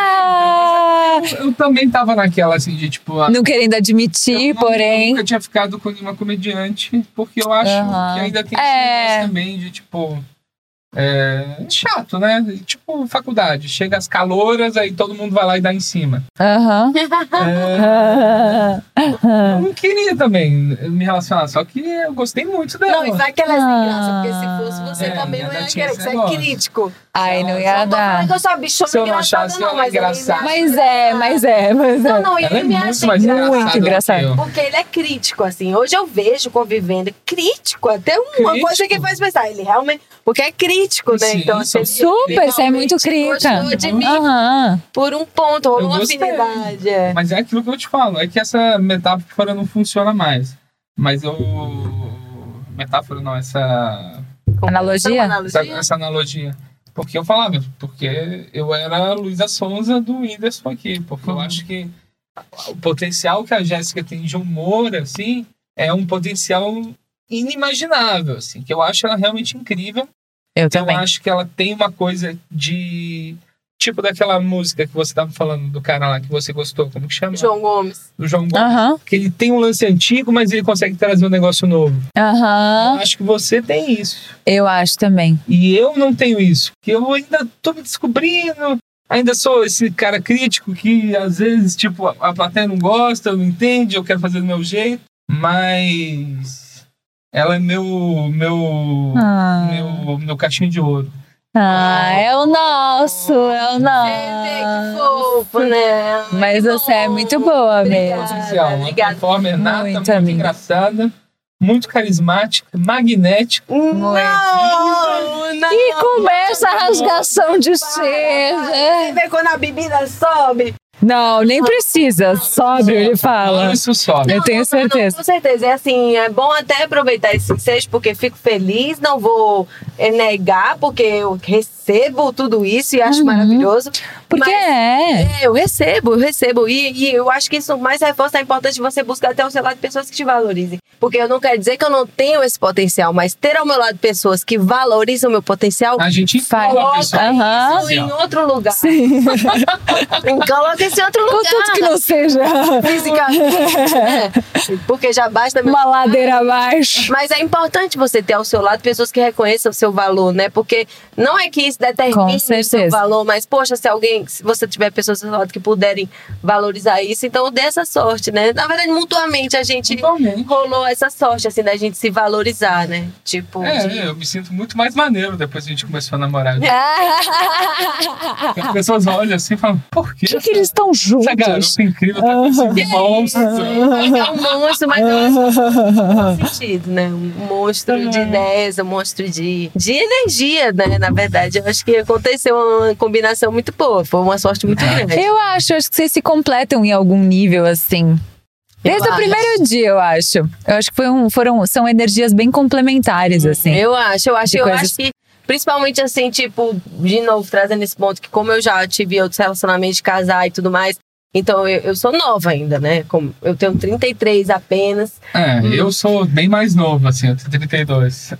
Speaker 7: Ah!
Speaker 8: Eu também tava naquela assim de tipo. ah,
Speaker 7: Não querendo
Speaker 8: eu
Speaker 7: admitir,
Speaker 8: não- Eu
Speaker 7: porém.
Speaker 8: nunca tinha ficado com nenhuma comediante, porque eu acho
Speaker 7: Aham.
Speaker 8: que ainda tem
Speaker 7: É.
Speaker 8: esse negócio também de tipo. É chato, né? Tipo faculdade. Chega as caloras, aí todo mundo vai lá e dá em cima.
Speaker 3: (laughs)
Speaker 7: Aham. (laughs)
Speaker 8: É,
Speaker 7: Ah,
Speaker 8: eu
Speaker 7: ah.
Speaker 8: não queria também me relacionar, só que eu gostei muito dela.
Speaker 3: Não, e vai que ela é sem graça, porque
Speaker 7: Ah.
Speaker 3: se fosse você
Speaker 8: É,
Speaker 3: também não
Speaker 8: ainda
Speaker 3: ia
Speaker 8: tinha
Speaker 3: querer,
Speaker 8: esse
Speaker 3: que você é
Speaker 8: negócio.
Speaker 3: crítico.
Speaker 7: Ai, não ia
Speaker 3: Não tô falando
Speaker 7: dar.
Speaker 3: que eu sou a bichona
Speaker 8: Se eu não
Speaker 3: engraçada,
Speaker 8: achasse
Speaker 3: não,
Speaker 8: ela
Speaker 3: mas ele me
Speaker 8: engraçada.
Speaker 3: acha
Speaker 7: Mas é,
Speaker 3: engraçada.
Speaker 7: mas é, mas é.
Speaker 3: Não, não, ele
Speaker 8: Ela é
Speaker 3: me
Speaker 8: muito
Speaker 3: acha
Speaker 8: mais
Speaker 3: engraçada.
Speaker 8: engraçada.
Speaker 7: engraçada.
Speaker 8: do que eu.
Speaker 3: Porque ele é crítico, assim. Hoje eu vejo convivendo crítico, até uma
Speaker 8: Crítico?
Speaker 3: coisa que faz pensar. Ele realmente. Porque é crítico, né?
Speaker 8: Sim,
Speaker 3: então, assim, ele
Speaker 7: Super, você é
Speaker 3: realmente
Speaker 7: muito crítica.
Speaker 3: Gostou de mim
Speaker 7: Aham.
Speaker 3: por um ponto, rolou
Speaker 8: Eu
Speaker 3: uma
Speaker 8: gostei.
Speaker 3: afinidade. é.
Speaker 8: Mas é aquilo que eu te falo, é que essa metáfora não funciona mais. Mas eu. Metáfora não, essa.
Speaker 3: Essa é uma
Speaker 7: Analogia?
Speaker 8: Essa,
Speaker 3: analogia.
Speaker 8: essa analogia. Porque eu falava, porque eu era a Luísa Sonza do Whindersson aqui. Porque eu acho que o potencial que a Jéssica tem de humor, assim, é um potencial inimaginável, assim. Que eu acho ela realmente incrível.
Speaker 7: Eu
Speaker 8: Eu
Speaker 7: também.
Speaker 8: acho que ela tem uma coisa de. Tipo daquela música que você tava falando do cara lá que você gostou, como que chama?
Speaker 3: João Gomes.
Speaker 8: Do João Gomes.
Speaker 7: Aham,
Speaker 8: Que ele tem um lance antigo, mas ele consegue trazer um negócio novo.
Speaker 7: aham.
Speaker 8: Eu acho que você tem isso.
Speaker 7: Eu acho também.
Speaker 8: E eu não tenho isso. Porque eu ainda tô me descobrindo. Ainda sou esse cara crítico que às vezes, tipo, a- a plateia não gosta, não entende, eu quero fazer do meu jeito. Mas ela é meu. meu.
Speaker 7: Ah.
Speaker 8: meu, meu caixinho de ouro.
Speaker 7: Ah, é o nosso, é o
Speaker 3: Você vê que
Speaker 7: nosso.
Speaker 3: fofo, né?
Speaker 7: Mas você é muito boa
Speaker 3: Obrigada.
Speaker 7: mesmo.
Speaker 8: Essencial. Uma
Speaker 3: obrigada.
Speaker 8: performer nata,
Speaker 7: Muito,
Speaker 8: muito,
Speaker 7: amiga.
Speaker 8: engraçada, muito carismática, magnética.
Speaker 3: Não, não.
Speaker 7: E começa a rasgação de
Speaker 3: Você
Speaker 7: ceja.
Speaker 3: vê quando a bebida sobe?
Speaker 7: Não, nem precisa. Sobe, ele fala.
Speaker 8: Isso sobe.
Speaker 7: Eu tenho certeza.
Speaker 3: com certeza. É assim, é bom até aproveitar esse ensejo, porque fico feliz, não vou eh, negar, porque eu recebo tudo isso e acho
Speaker 7: Uhum.
Speaker 3: maravilhoso.
Speaker 7: Porque
Speaker 3: Mas-
Speaker 7: é.
Speaker 3: É, eu recebo, eu recebo. E, e eu acho que isso mais reforça a importância de você buscar até o seu lado pessoas que te valorizem. Porque eu não quero dizer que eu não tenho esse potencial, mas ter ao meu lado pessoas que valorizam o meu potencial.
Speaker 8: A gente
Speaker 7: Faz.
Speaker 8: fala, pessoal.
Speaker 7: Aham.
Speaker 3: Isso em outro lugar.
Speaker 7: Sim.
Speaker 3: Coloca esse outro lugar.
Speaker 7: Contanto que não seja (laughs)
Speaker 3: fisicamente. É, porque já basta meu
Speaker 7: uma ladeira abaixo.
Speaker 3: Mas é importante você ter ao seu lado pessoas que reconheçam o seu valor, né? Porque não é que isso
Speaker 7: Com
Speaker 3: determine o seu
Speaker 7: certeza.
Speaker 3: valor, mas, poxa, se alguém, se você tiver pessoas ao seu lado que puderem valorizar isso, então dê essa sorte, né? Na verdade, mutuamente a gente
Speaker 8: Igualmente.
Speaker 3: rolou essa sorte, assim, da gente se valorizar, né? Tipo. de-
Speaker 8: É,
Speaker 3: (laughs)
Speaker 8: eu me sinto muito mais maneiro depois que a gente começou a namorar. As pessoas olham assim e falam, por que
Speaker 7: Por que, que eles estão
Speaker 8: essa
Speaker 7: juntos?
Speaker 8: garota incrível tá com esse monstro?
Speaker 3: É um monstro, mas
Speaker 7: (laughs)
Speaker 3: eu acho que faz sentido, né? Um monstro de ideias, um monstro de, de energia, né? Na verdade, eu acho que aconteceu uma combinação muito boa. Foi uma sorte muito grande.
Speaker 7: Ah. Eu acho, acho que vocês se completam em algum nível, assim. Desde
Speaker 3: Eu
Speaker 7: o primeiro dia, eu acho. Eu acho que foi um- foram, são energias bem complementares, assim. (laughs)
Speaker 3: Eu acho, eu acho,
Speaker 7: De
Speaker 3: eu
Speaker 7: coisas-
Speaker 3: acho que. Principalmente assim, tipo, de novo, trazendo esse ponto que, como eu já tive outros relacionamentos de casar e tudo mais, então eu, eu sou nova ainda, né? Como, eu tenho 33 apenas.
Speaker 8: É, eu sou bem mais novo, assim, eu tenho 32.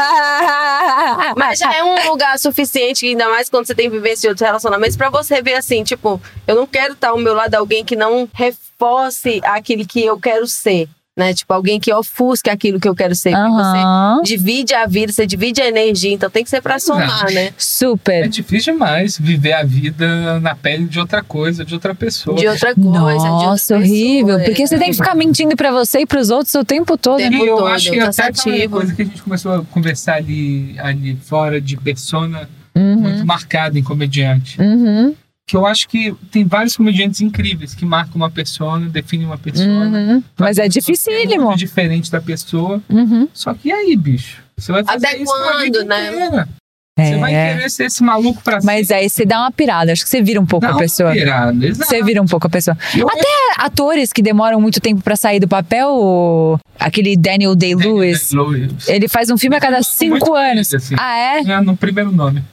Speaker 7: Ah,
Speaker 3: Mas já é um lugar suficiente, ainda mais quando você tem vivência de outros relacionamentos, pra você ver assim, tipo, eu não quero estar ao meu lado alguém que não reforce aquele que eu quero ser, né? Tipo, alguém que ofusque aquilo que eu quero ser. porque
Speaker 7: Aham.
Speaker 3: Você divide a vida, você divide a energia, então tem que ser pra somar, né?
Speaker 8: É
Speaker 7: Super.
Speaker 8: difícil demais viver a vida na pele de outra coisa, de outra pessoa.
Speaker 3: De outra coisa. de outra
Speaker 7: Nossa, horrível.
Speaker 3: pessoa,
Speaker 7: Porque
Speaker 3: é.
Speaker 7: você tem que ficar mentindo pra você e pros outros o tempo todo, né?
Speaker 8: E
Speaker 3: tempo
Speaker 8: eu
Speaker 3: todo,
Speaker 8: acho que
Speaker 3: tá
Speaker 8: até aquela
Speaker 3: sativo.
Speaker 8: coisa que a gente começou a conversar ali, ali fora de persona
Speaker 7: Uhum.
Speaker 8: muito marcada em comediante.
Speaker 7: Uhum.
Speaker 8: Que eu acho que tem vários comediantes incríveis que marcam uma persona, definem uma persona.
Speaker 7: Uhum. Mas é dificílimo.
Speaker 8: muito diferente da pessoa.
Speaker 7: Uhum.
Speaker 8: Só que e aí, bicho? Você vai fazer
Speaker 3: Até
Speaker 8: isso pra
Speaker 3: quando,
Speaker 8: vida
Speaker 3: né?
Speaker 8: inteira. Você vai
Speaker 7: É.
Speaker 8: querer assim. ser esse maluco pra
Speaker 7: Mas aí você dá uma pirada. Acho que você vira um pouco
Speaker 8: Dá
Speaker 7: a
Speaker 8: uma
Speaker 7: pessoa.
Speaker 8: pirada, exato.
Speaker 7: Você vira um pouco a pessoa.
Speaker 8: Eu-
Speaker 7: Até atores que demoram muito tempo pra sair do papel, o- aquele Daniel
Speaker 8: É
Speaker 7: Day-Lewis,
Speaker 8: Lewis.
Speaker 7: ele faz um filme a cada cinco anos.
Speaker 8: Assim.
Speaker 7: Ah, é? (laughs)
Speaker 8: É, no primeiro nome.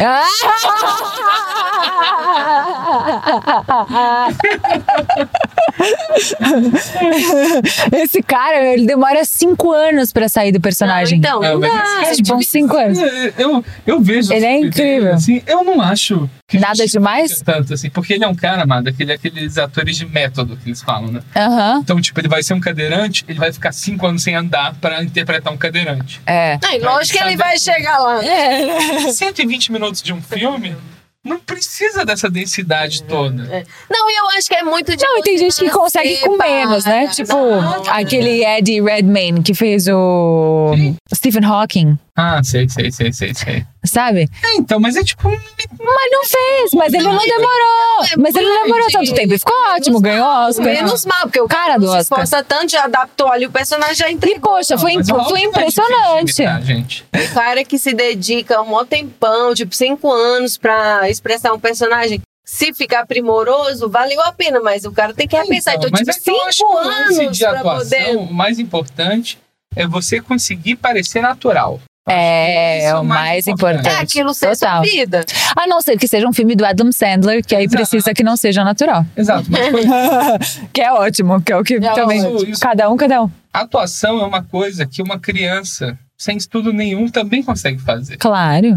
Speaker 7: Ah! Esse cara, ele demora cinco anos pra sair do personagem.
Speaker 3: Não,
Speaker 8: É,
Speaker 3: então, não
Speaker 8: mas assim, é,
Speaker 3: dá.
Speaker 7: é, tipo, uns cinco anos.
Speaker 8: Eu, eu vejo.
Speaker 7: Ele é
Speaker 8: assim,
Speaker 7: incrível.
Speaker 8: Assim, eu não acho. que
Speaker 7: Nada
Speaker 8: justifica
Speaker 7: demais?
Speaker 8: Tanto assim. Porque ele é um cara, amado, aquele, aqueles atores de método que eles falam, né?
Speaker 7: Aham.
Speaker 8: Então, tipo, ele vai ser um cadeirante, ele vai ficar cinco anos sem andar pra interpretar um cadeirante.
Speaker 7: É.
Speaker 3: Não, e lógico que ele vai chegar lá.
Speaker 7: É.
Speaker 8: 120 minutos de um filme não precisa dessa densidade
Speaker 3: É.
Speaker 8: toda.
Speaker 3: Não, e eu acho que é muito de.
Speaker 7: Não, Ah, e tem gente que consegue com menos, né? Tipo, aquele Eddie Redmayne que fez o Stephen Hawking,
Speaker 8: Ah, sei, sei, sei, sei, sei.
Speaker 7: sabe?
Speaker 8: É, então, mas é tipo. um-
Speaker 7: Mas não fez, mas ele não demorou. Mas ele não demorou tanto tempo. e Ficou ótimo, ganhou Oscar.
Speaker 3: Menos mal, porque o
Speaker 7: Cara
Speaker 3: cara
Speaker 7: do
Speaker 3: não se
Speaker 7: Oscar.
Speaker 3: esforça tanto, já adaptou ali o personagem, já
Speaker 7: E
Speaker 3: entregou.
Speaker 7: poxa, foi,
Speaker 8: mas é uma
Speaker 7: foi
Speaker 8: ótima
Speaker 7: impressionante.
Speaker 8: dificuldade, gente.
Speaker 3: O cara que se dedica um mó tempão, tipo, cinco anos pra expressar um personagem. Se ficar primoroso, valeu a pena, mas o cara tem que repensar. Então,
Speaker 8: mas
Speaker 3: tipo,
Speaker 8: é que eu acho que
Speaker 3: cinco
Speaker 8: o lance
Speaker 3: anos
Speaker 8: de
Speaker 3: pra
Speaker 8: atuação,
Speaker 3: poder. É
Speaker 8: o mais importante é você conseguir parecer natural.
Speaker 7: É,
Speaker 8: Isso
Speaker 7: o mais importante.
Speaker 3: É aquilo ser
Speaker 7: Total.
Speaker 3: sua vida.
Speaker 7: A não ser que seja um filme do Adam Sandler, que aí
Speaker 8: Exato.
Speaker 7: precisa que não seja natural.
Speaker 8: Exato, mas foi-
Speaker 7: (laughs) que é ótimo, que é o que também.
Speaker 8: ótimo. Isso.
Speaker 7: Cada um, cada um.
Speaker 8: a atuação é uma coisa que uma criança sem estudo nenhum também consegue fazer.
Speaker 7: Claro.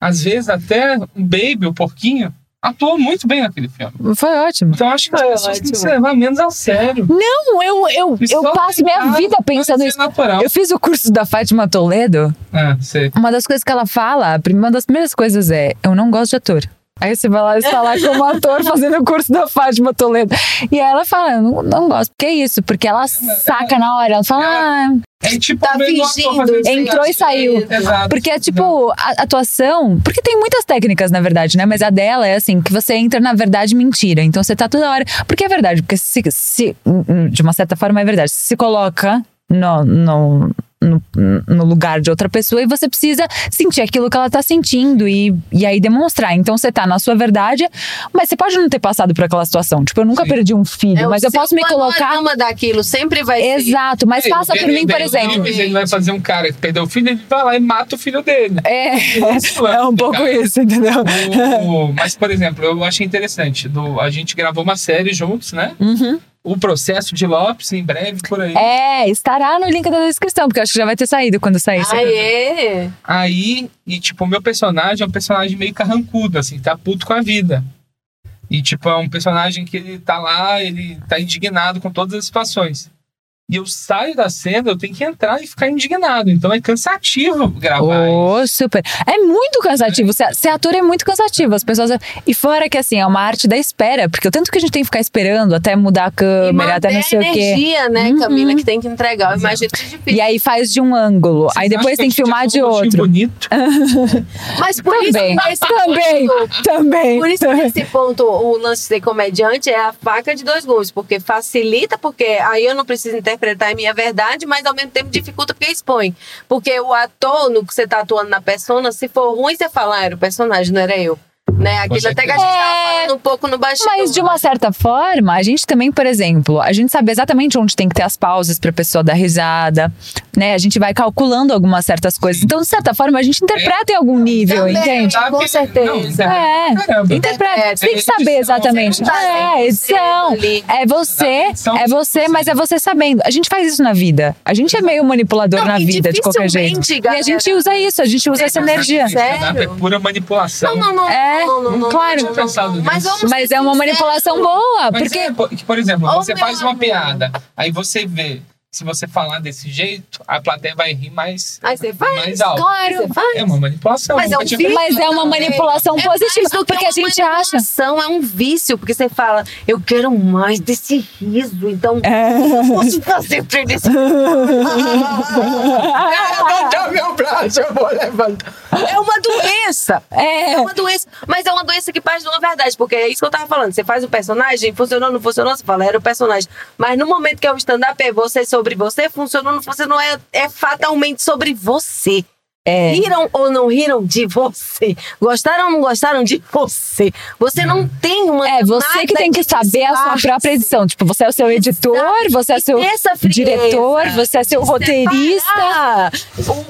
Speaker 8: Às vezes até um baby, o porquinho, atuou muito bem naquele filme.
Speaker 7: Foi ótimo.
Speaker 8: Então acho que as
Speaker 3: Foi
Speaker 8: pessoas têm que se
Speaker 3: É, ótimo.
Speaker 8: levar menos a sério.
Speaker 7: Não, eu, eu,
Speaker 8: E
Speaker 7: eu
Speaker 8: só
Speaker 7: passo minha
Speaker 8: tentar
Speaker 7: vida pensando
Speaker 8: parecer
Speaker 7: nisso.
Speaker 8: natural.
Speaker 7: Eu fiz o curso da Fátima Toledo.
Speaker 8: Ah, sei.
Speaker 7: Uma das coisas que ela fala, a prim- uma das primeiras coisas é: eu não gosto de ator. Aí você vai lá está lá (laughs) como ator fazendo o curso da Fátima Toledo. E aí ela fala, eu não, não gosto. Porque é isso, porque ela saca na hora. Ela fala, ah,
Speaker 8: É tipo
Speaker 3: Tá
Speaker 8: vendo um ator
Speaker 3: fingindo,
Speaker 8: fazendo
Speaker 3: sei
Speaker 7: entrou
Speaker 3: lá,
Speaker 7: e saiu.
Speaker 8: Exato.
Speaker 7: Porque é tipo, a atuação. Porque tem muitas técnicas, na verdade, né? Mas a dela é assim: que você entra na verdade e mentira. Então você tá toda hora. Porque é verdade, porque se. se hum, hum, de uma certa forma é verdade. Se coloca no. no no, no lugar de outra pessoa e você precisa sentir aquilo que ela tá sentindo e, e aí demonstrar. Então você tá na sua verdade, mas você pode não ter passado por aquela situação. Tipo, eu nunca
Speaker 8: Sim.
Speaker 7: perdi um filho,
Speaker 3: É o
Speaker 7: mas eu posso me
Speaker 3: seu
Speaker 7: colocar.
Speaker 3: panorama daquilo, sempre vai ser.
Speaker 7: Exato, mas
Speaker 8: É,
Speaker 7: passa
Speaker 8: o
Speaker 7: por
Speaker 8: Benny
Speaker 7: mim, por
Speaker 8: Benny
Speaker 7: exemplo.
Speaker 8: Benny, Ele vai fazer um cara que perdeu o filho, ele vai lá e mata o filho dele.
Speaker 7: É, (laughs) é um pouco isso, entendeu?
Speaker 8: O- o- mas, por exemplo, eu achei interessante. do- a gente gravou uma série juntos, né?
Speaker 7: Uhum.
Speaker 8: O processo de Lopes, em breve, por aí.
Speaker 7: É, estará no link da descrição, porque eu acho que já vai ter saído quando sair.
Speaker 3: Aê!
Speaker 8: Aí, e tipo, o meu personagem é um personagem meio carrancudo, assim, tá puto com a vida. E tipo, é um personagem que ele tá lá, ele tá indignado com todas as situações. E eu saio da cena, eu tenho que entrar e ficar indignado. Então é cansativo gravar.
Speaker 7: Ô, super. É muito cansativo. Ser, ser ator é muito cansativo. As pessoas. E fora que assim, é uma arte da espera, porque o tanto que a gente tem que ficar esperando até mudar a
Speaker 3: E
Speaker 7: câmera, até
Speaker 3: manter
Speaker 7: não sei
Speaker 3: a
Speaker 7: o quê.
Speaker 3: energia, né,
Speaker 7: Uhum.
Speaker 3: Camila, que tem que entregar. Eu imagino que é difícil.
Speaker 7: E aí faz de um ângulo.
Speaker 8: Vocês
Speaker 7: aí depois
Speaker 8: acham
Speaker 7: tem que
Speaker 8: a gente
Speaker 7: filmar
Speaker 8: é
Speaker 7: de
Speaker 8: fofinho,
Speaker 7: outro. É.
Speaker 8: bonito?
Speaker 3: Mas por
Speaker 7: Também,
Speaker 3: isso que
Speaker 7: também,
Speaker 3: ponto,
Speaker 7: também.
Speaker 3: por isso que
Speaker 7: também.
Speaker 3: nesse ponto o lance de ser comediante é a faca de dois gumes, porque facilita, porque aí eu não preciso interpretar a minha verdade, mas ao mesmo tempo dificulta porque expõe. Porque o ator no que você tá atuando na persona, se for ruim, você fala, ah, era o personagem, não era eu. Né? Aquilo
Speaker 8: Com
Speaker 3: até que a gente
Speaker 7: certeza.
Speaker 3: tava falando um pouco no bastidor.
Speaker 7: Mas de uma certa forma, a gente também, por exemplo, a gente sabe exatamente onde tem que ter as pausas pra pessoa dar risada, né? A gente vai calculando algumas certas coisas. Então, de certa forma, a gente interpreta em algum nível,
Speaker 3: Também.
Speaker 7: entende?
Speaker 8: Sabe
Speaker 3: com
Speaker 8: que-
Speaker 3: certeza.
Speaker 8: não,
Speaker 7: É.
Speaker 8: Caramba.
Speaker 7: Interpreta. Você tem que
Speaker 8: edição,
Speaker 7: saber exatamente.
Speaker 3: Tá
Speaker 7: É, edição.
Speaker 3: ali.
Speaker 7: É você,
Speaker 8: Edição.
Speaker 7: é você, mas é você sabendo. A gente faz isso na vida. A gente é meio manipulador
Speaker 3: Não,
Speaker 7: na
Speaker 3: e
Speaker 7: vida, de qualquer jeito.
Speaker 3: dificilmente,
Speaker 7: E a gente usa isso, a gente usa essa energia.
Speaker 8: É
Speaker 3: Sério?
Speaker 8: pura manipulação.
Speaker 3: Não, não, não.
Speaker 7: É,
Speaker 3: não, não, não,
Speaker 7: claro.
Speaker 3: não, não, não.
Speaker 8: Pensado
Speaker 3: Mas
Speaker 8: nisso.
Speaker 3: vamos ser
Speaker 7: Mas é uma
Speaker 3: sinceros.
Speaker 7: manipulação boa,
Speaker 8: Mas
Speaker 7: porque
Speaker 8: é, po- que, por exemplo,
Speaker 3: Ô,
Speaker 8: você
Speaker 3: meu
Speaker 8: faz uma
Speaker 3: amor.
Speaker 8: piada, aí você vê, se você falar desse jeito, a plateia vai rir mais,
Speaker 3: Aí você faz.
Speaker 8: mais alto.
Speaker 7: Claro.
Speaker 3: Você faz.
Speaker 8: É uma manipulação. Tipo,
Speaker 3: Mas é
Speaker 8: nunca
Speaker 3: um
Speaker 8: tinha
Speaker 3: vídeo.
Speaker 8: pensado.
Speaker 7: Mas é uma manipulação
Speaker 3: É mais
Speaker 7: positiva,
Speaker 3: do que
Speaker 7: porque a
Speaker 3: uma
Speaker 7: gente acha.
Speaker 3: manipulação, É um vício, porque você fala, eu quero mais desse riso, então
Speaker 7: É
Speaker 3: eu posso fazer pra ele
Speaker 7: (laughs)
Speaker 3: esse
Speaker 8: Dá meu braço, eu vou levantar.
Speaker 3: É uma doença.
Speaker 7: É.
Speaker 3: É uma doença. Mas é uma doença que parte de uma verdade, porque é isso que eu tava falando. Você faz o personagem, funcionou, não funcionou, você fala, era o personagem. Mas no momento que é o stand-up, é você sobre você, funcionou, não funcionou, é, é fatalmente sobre você.
Speaker 7: É.
Speaker 3: Riram ou não riram de você? Gostaram ou não gostaram de você? Você não tem uma.
Speaker 7: É, você que
Speaker 3: nada
Speaker 7: tem que
Speaker 3: de
Speaker 7: saber a sua
Speaker 3: disfarce.
Speaker 7: própria edição. Tipo, você é o seu editor, você é
Speaker 3: E
Speaker 7: seu
Speaker 3: ter essa frieza
Speaker 7: diretor, você é seu
Speaker 3: de
Speaker 7: roteirista.
Speaker 3: separar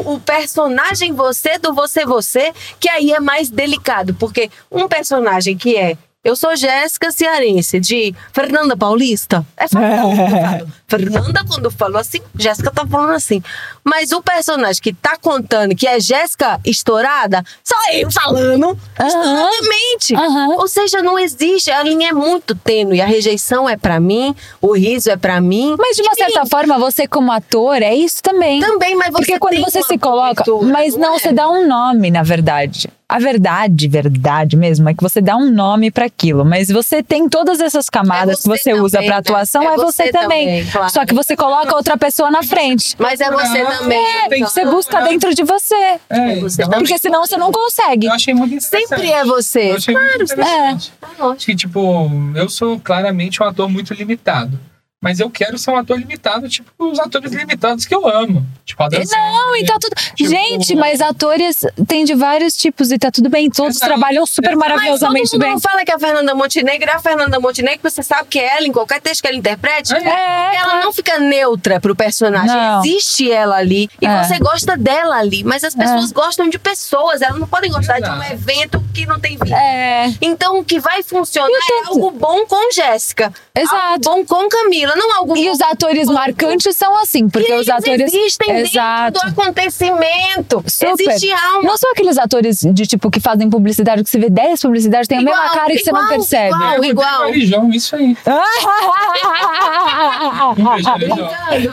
Speaker 3: O, o personagem você do você você, que aí é mais delicado, porque um personagem que é Eu sou Jéssica Cearense, de Fernanda Paulista. É famoso, cara. Fernanda, quando falou assim, Jéssica tá falando assim. Mas o personagem que tá contando que é Jéssica estourada, só eu falando
Speaker 7: Aham.
Speaker 3: estouradamente.
Speaker 7: Aham.
Speaker 3: Ou seja, não existe, a linha é muito tênue. A rejeição é pra mim, o riso é pra mim.
Speaker 7: Mas de uma certa forma, você como ator, é isso também.
Speaker 3: Também, mas Então, você
Speaker 7: Porque quando
Speaker 3: tem
Speaker 7: você
Speaker 3: uma
Speaker 7: se coloca.
Speaker 3: cobertura,
Speaker 7: Mas não,
Speaker 3: é?
Speaker 7: você dá um nome, na verdade. A verdade, verdade mesmo, é que você dá um nome pra aquilo. Mas você tem todas essas camadas
Speaker 3: você
Speaker 7: que você usa
Speaker 3: também,
Speaker 7: pra
Speaker 3: né?
Speaker 7: atuação,
Speaker 3: É
Speaker 7: é, você,
Speaker 3: você
Speaker 7: também.
Speaker 3: também, claro.
Speaker 7: Só que você coloca outra pessoa na frente.
Speaker 3: Mas é você
Speaker 8: Não,
Speaker 3: também.
Speaker 8: é, tem que
Speaker 7: Você busca dentro de você.
Speaker 8: É,
Speaker 3: Você
Speaker 8: eu
Speaker 3: tá-
Speaker 7: Porque senão você não consegue.
Speaker 8: eu achei muito interessante.
Speaker 3: Sempre é você.
Speaker 8: Eu achei muito interessante.
Speaker 3: Tá lógico.
Speaker 8: Acho que, tipo, eu sou claramente um ator muito limitado. Mas eu quero ser um ator limitado, tipo os atores limitados que eu amo. Tipo, a dança.
Speaker 7: Não, e tá tudo.
Speaker 8: Tipo-
Speaker 7: Gente, mas atores tem de vários tipos e tá tudo bem. Todos
Speaker 8: Exato.
Speaker 7: trabalham super
Speaker 3: Mas todo
Speaker 7: maravilhosamente
Speaker 3: mundo
Speaker 7: bem.
Speaker 3: não fala que a Fernanda Montenegro é a Fernanda Montenegro, você sabe que é ela, em qualquer texto que ela interprete,
Speaker 7: É,
Speaker 3: ela não fica neutra pro personagem.
Speaker 7: Não.
Speaker 3: Existe ela ali e
Speaker 7: É.
Speaker 3: você gosta dela ali. Mas as pessoas gostam de pessoas, elas não podem gostar de um
Speaker 8: Exato.
Speaker 3: evento que não tem vida.
Speaker 7: É,
Speaker 3: Então o que vai funcionar
Speaker 7: E o
Speaker 3: é
Speaker 7: tanto-
Speaker 3: algo bom com Jéssica.
Speaker 7: exato.
Speaker 3: Algo bom com Camila, não algo
Speaker 7: E
Speaker 3: bom
Speaker 7: os atores marcantes são assim, porque
Speaker 3: eles
Speaker 7: os atores.
Speaker 3: existem
Speaker 7: Exato.
Speaker 3: dentro do acontecimento.
Speaker 7: Super.
Speaker 3: Existe alma.
Speaker 7: Não são aqueles atores de tipo que fazem publicidade, que você vê 10 publicidades, tem É a
Speaker 3: Igual,
Speaker 7: mesma cara que você não
Speaker 3: igual,
Speaker 7: percebe.
Speaker 3: igual.
Speaker 8: Eu odeio
Speaker 3: igual.
Speaker 8: Varejão,
Speaker 3: (laughs)
Speaker 8: isso aí.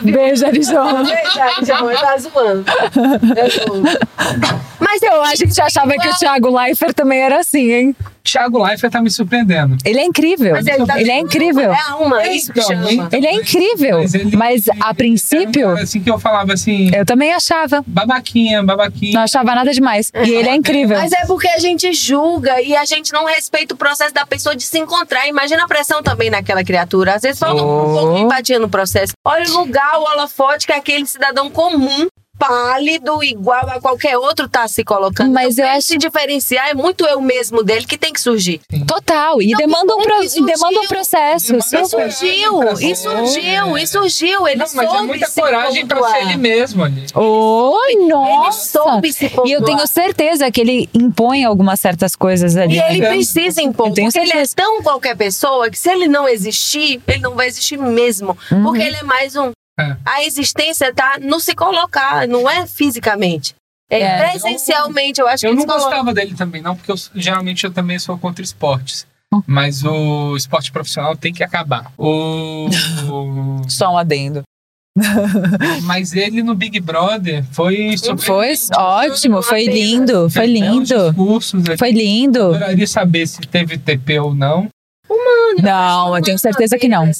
Speaker 3: Brincando, viu?
Speaker 8: Um beijo, varejão.
Speaker 7: (laughs) Beijo, Arizona.
Speaker 3: Verdade, amor, tá zoando. Eu
Speaker 7: (laughs)
Speaker 3: zoando. Mas eu
Speaker 7: A gente achava que o Thiago Leifert também era assim, hein?
Speaker 8: Thiago Leifert tá me surpreendendo.
Speaker 7: Ele é incrível.
Speaker 3: Mas ele tá-
Speaker 7: Ele é incrível.
Speaker 3: É alma, isso que
Speaker 8: Então,
Speaker 3: chama.
Speaker 8: hein?
Speaker 7: Ele é incrível.
Speaker 8: Mas ele-
Speaker 7: Mas a
Speaker 8: Era um
Speaker 7: princípio,
Speaker 8: cara assim que eu falava assim,
Speaker 7: eu também achava.
Speaker 8: babaquinha, babaquinha.
Speaker 7: Não achava nada demais. E ele é incrível.
Speaker 3: Mas é porque a gente julga e a gente não respeita o processo da pessoa de se encontrar. Imagina a pressão também naquela criatura. Às vezes falta um
Speaker 7: Oh.
Speaker 3: pouco de empatia no processo. Olha o lugar, o holofote que aquele cidadão comum, pálido, igual a qualquer outro, tá se colocando.
Speaker 7: Mas eu
Speaker 3: pra ele
Speaker 7: acho-
Speaker 3: se diferenciar é muito eu mesmo dele que tem que surgir.
Speaker 7: Total. E
Speaker 3: Não,
Speaker 7: demanda um,
Speaker 3: que
Speaker 7: pro...
Speaker 3: bom que
Speaker 7: e demanda um
Speaker 3: surgiu.
Speaker 7: processo.
Speaker 8: assim. Demanda-
Speaker 3: E
Speaker 7: Sim.
Speaker 8: coragem
Speaker 3: surgiu,
Speaker 8: pra
Speaker 3: e
Speaker 8: ser.
Speaker 3: surgiu, e surgiu. Ele
Speaker 8: Não, mas
Speaker 3: soube
Speaker 8: é muita
Speaker 3: se
Speaker 8: coragem pra ser
Speaker 3: pontuar.
Speaker 8: ele mesmo ali.
Speaker 7: Oh,
Speaker 3: Ele
Speaker 7: nossa!
Speaker 3: soube se
Speaker 7: E eu
Speaker 3: pontuar.
Speaker 7: tenho certeza que ele impõe algumas certas coisas ali.
Speaker 3: E
Speaker 7: né?
Speaker 3: ele
Speaker 8: Entendo.
Speaker 3: precisa impor.
Speaker 7: Eu tenho
Speaker 3: Porque ele é
Speaker 7: certeza.
Speaker 3: tão qualquer pessoa que se ele não existir, ele não vai existir mesmo.
Speaker 7: Hum. Uhum.
Speaker 3: Porque ele é mais um.
Speaker 8: É.
Speaker 3: A existência tá no se colocar, não é fisicamente. É,
Speaker 7: É.
Speaker 3: presencialmente, eu, acho que
Speaker 8: Eu
Speaker 3: eles
Speaker 8: não
Speaker 3: colocam.
Speaker 8: gostava dele também, não, porque eu, geralmente eu também sou contra esportes. Mas o esporte profissional tem que acabar. O,
Speaker 7: (laughs)
Speaker 8: o-
Speaker 7: Só um adendo.
Speaker 8: mas ele no Big Brother foi sobre
Speaker 7: Foi ótimo, foi lindo, foi lindo.
Speaker 8: discursos. Eu
Speaker 7: Foi lindo.
Speaker 8: adoraria saber se teve TP ou não.
Speaker 7: Não, eu tenho certeza que não.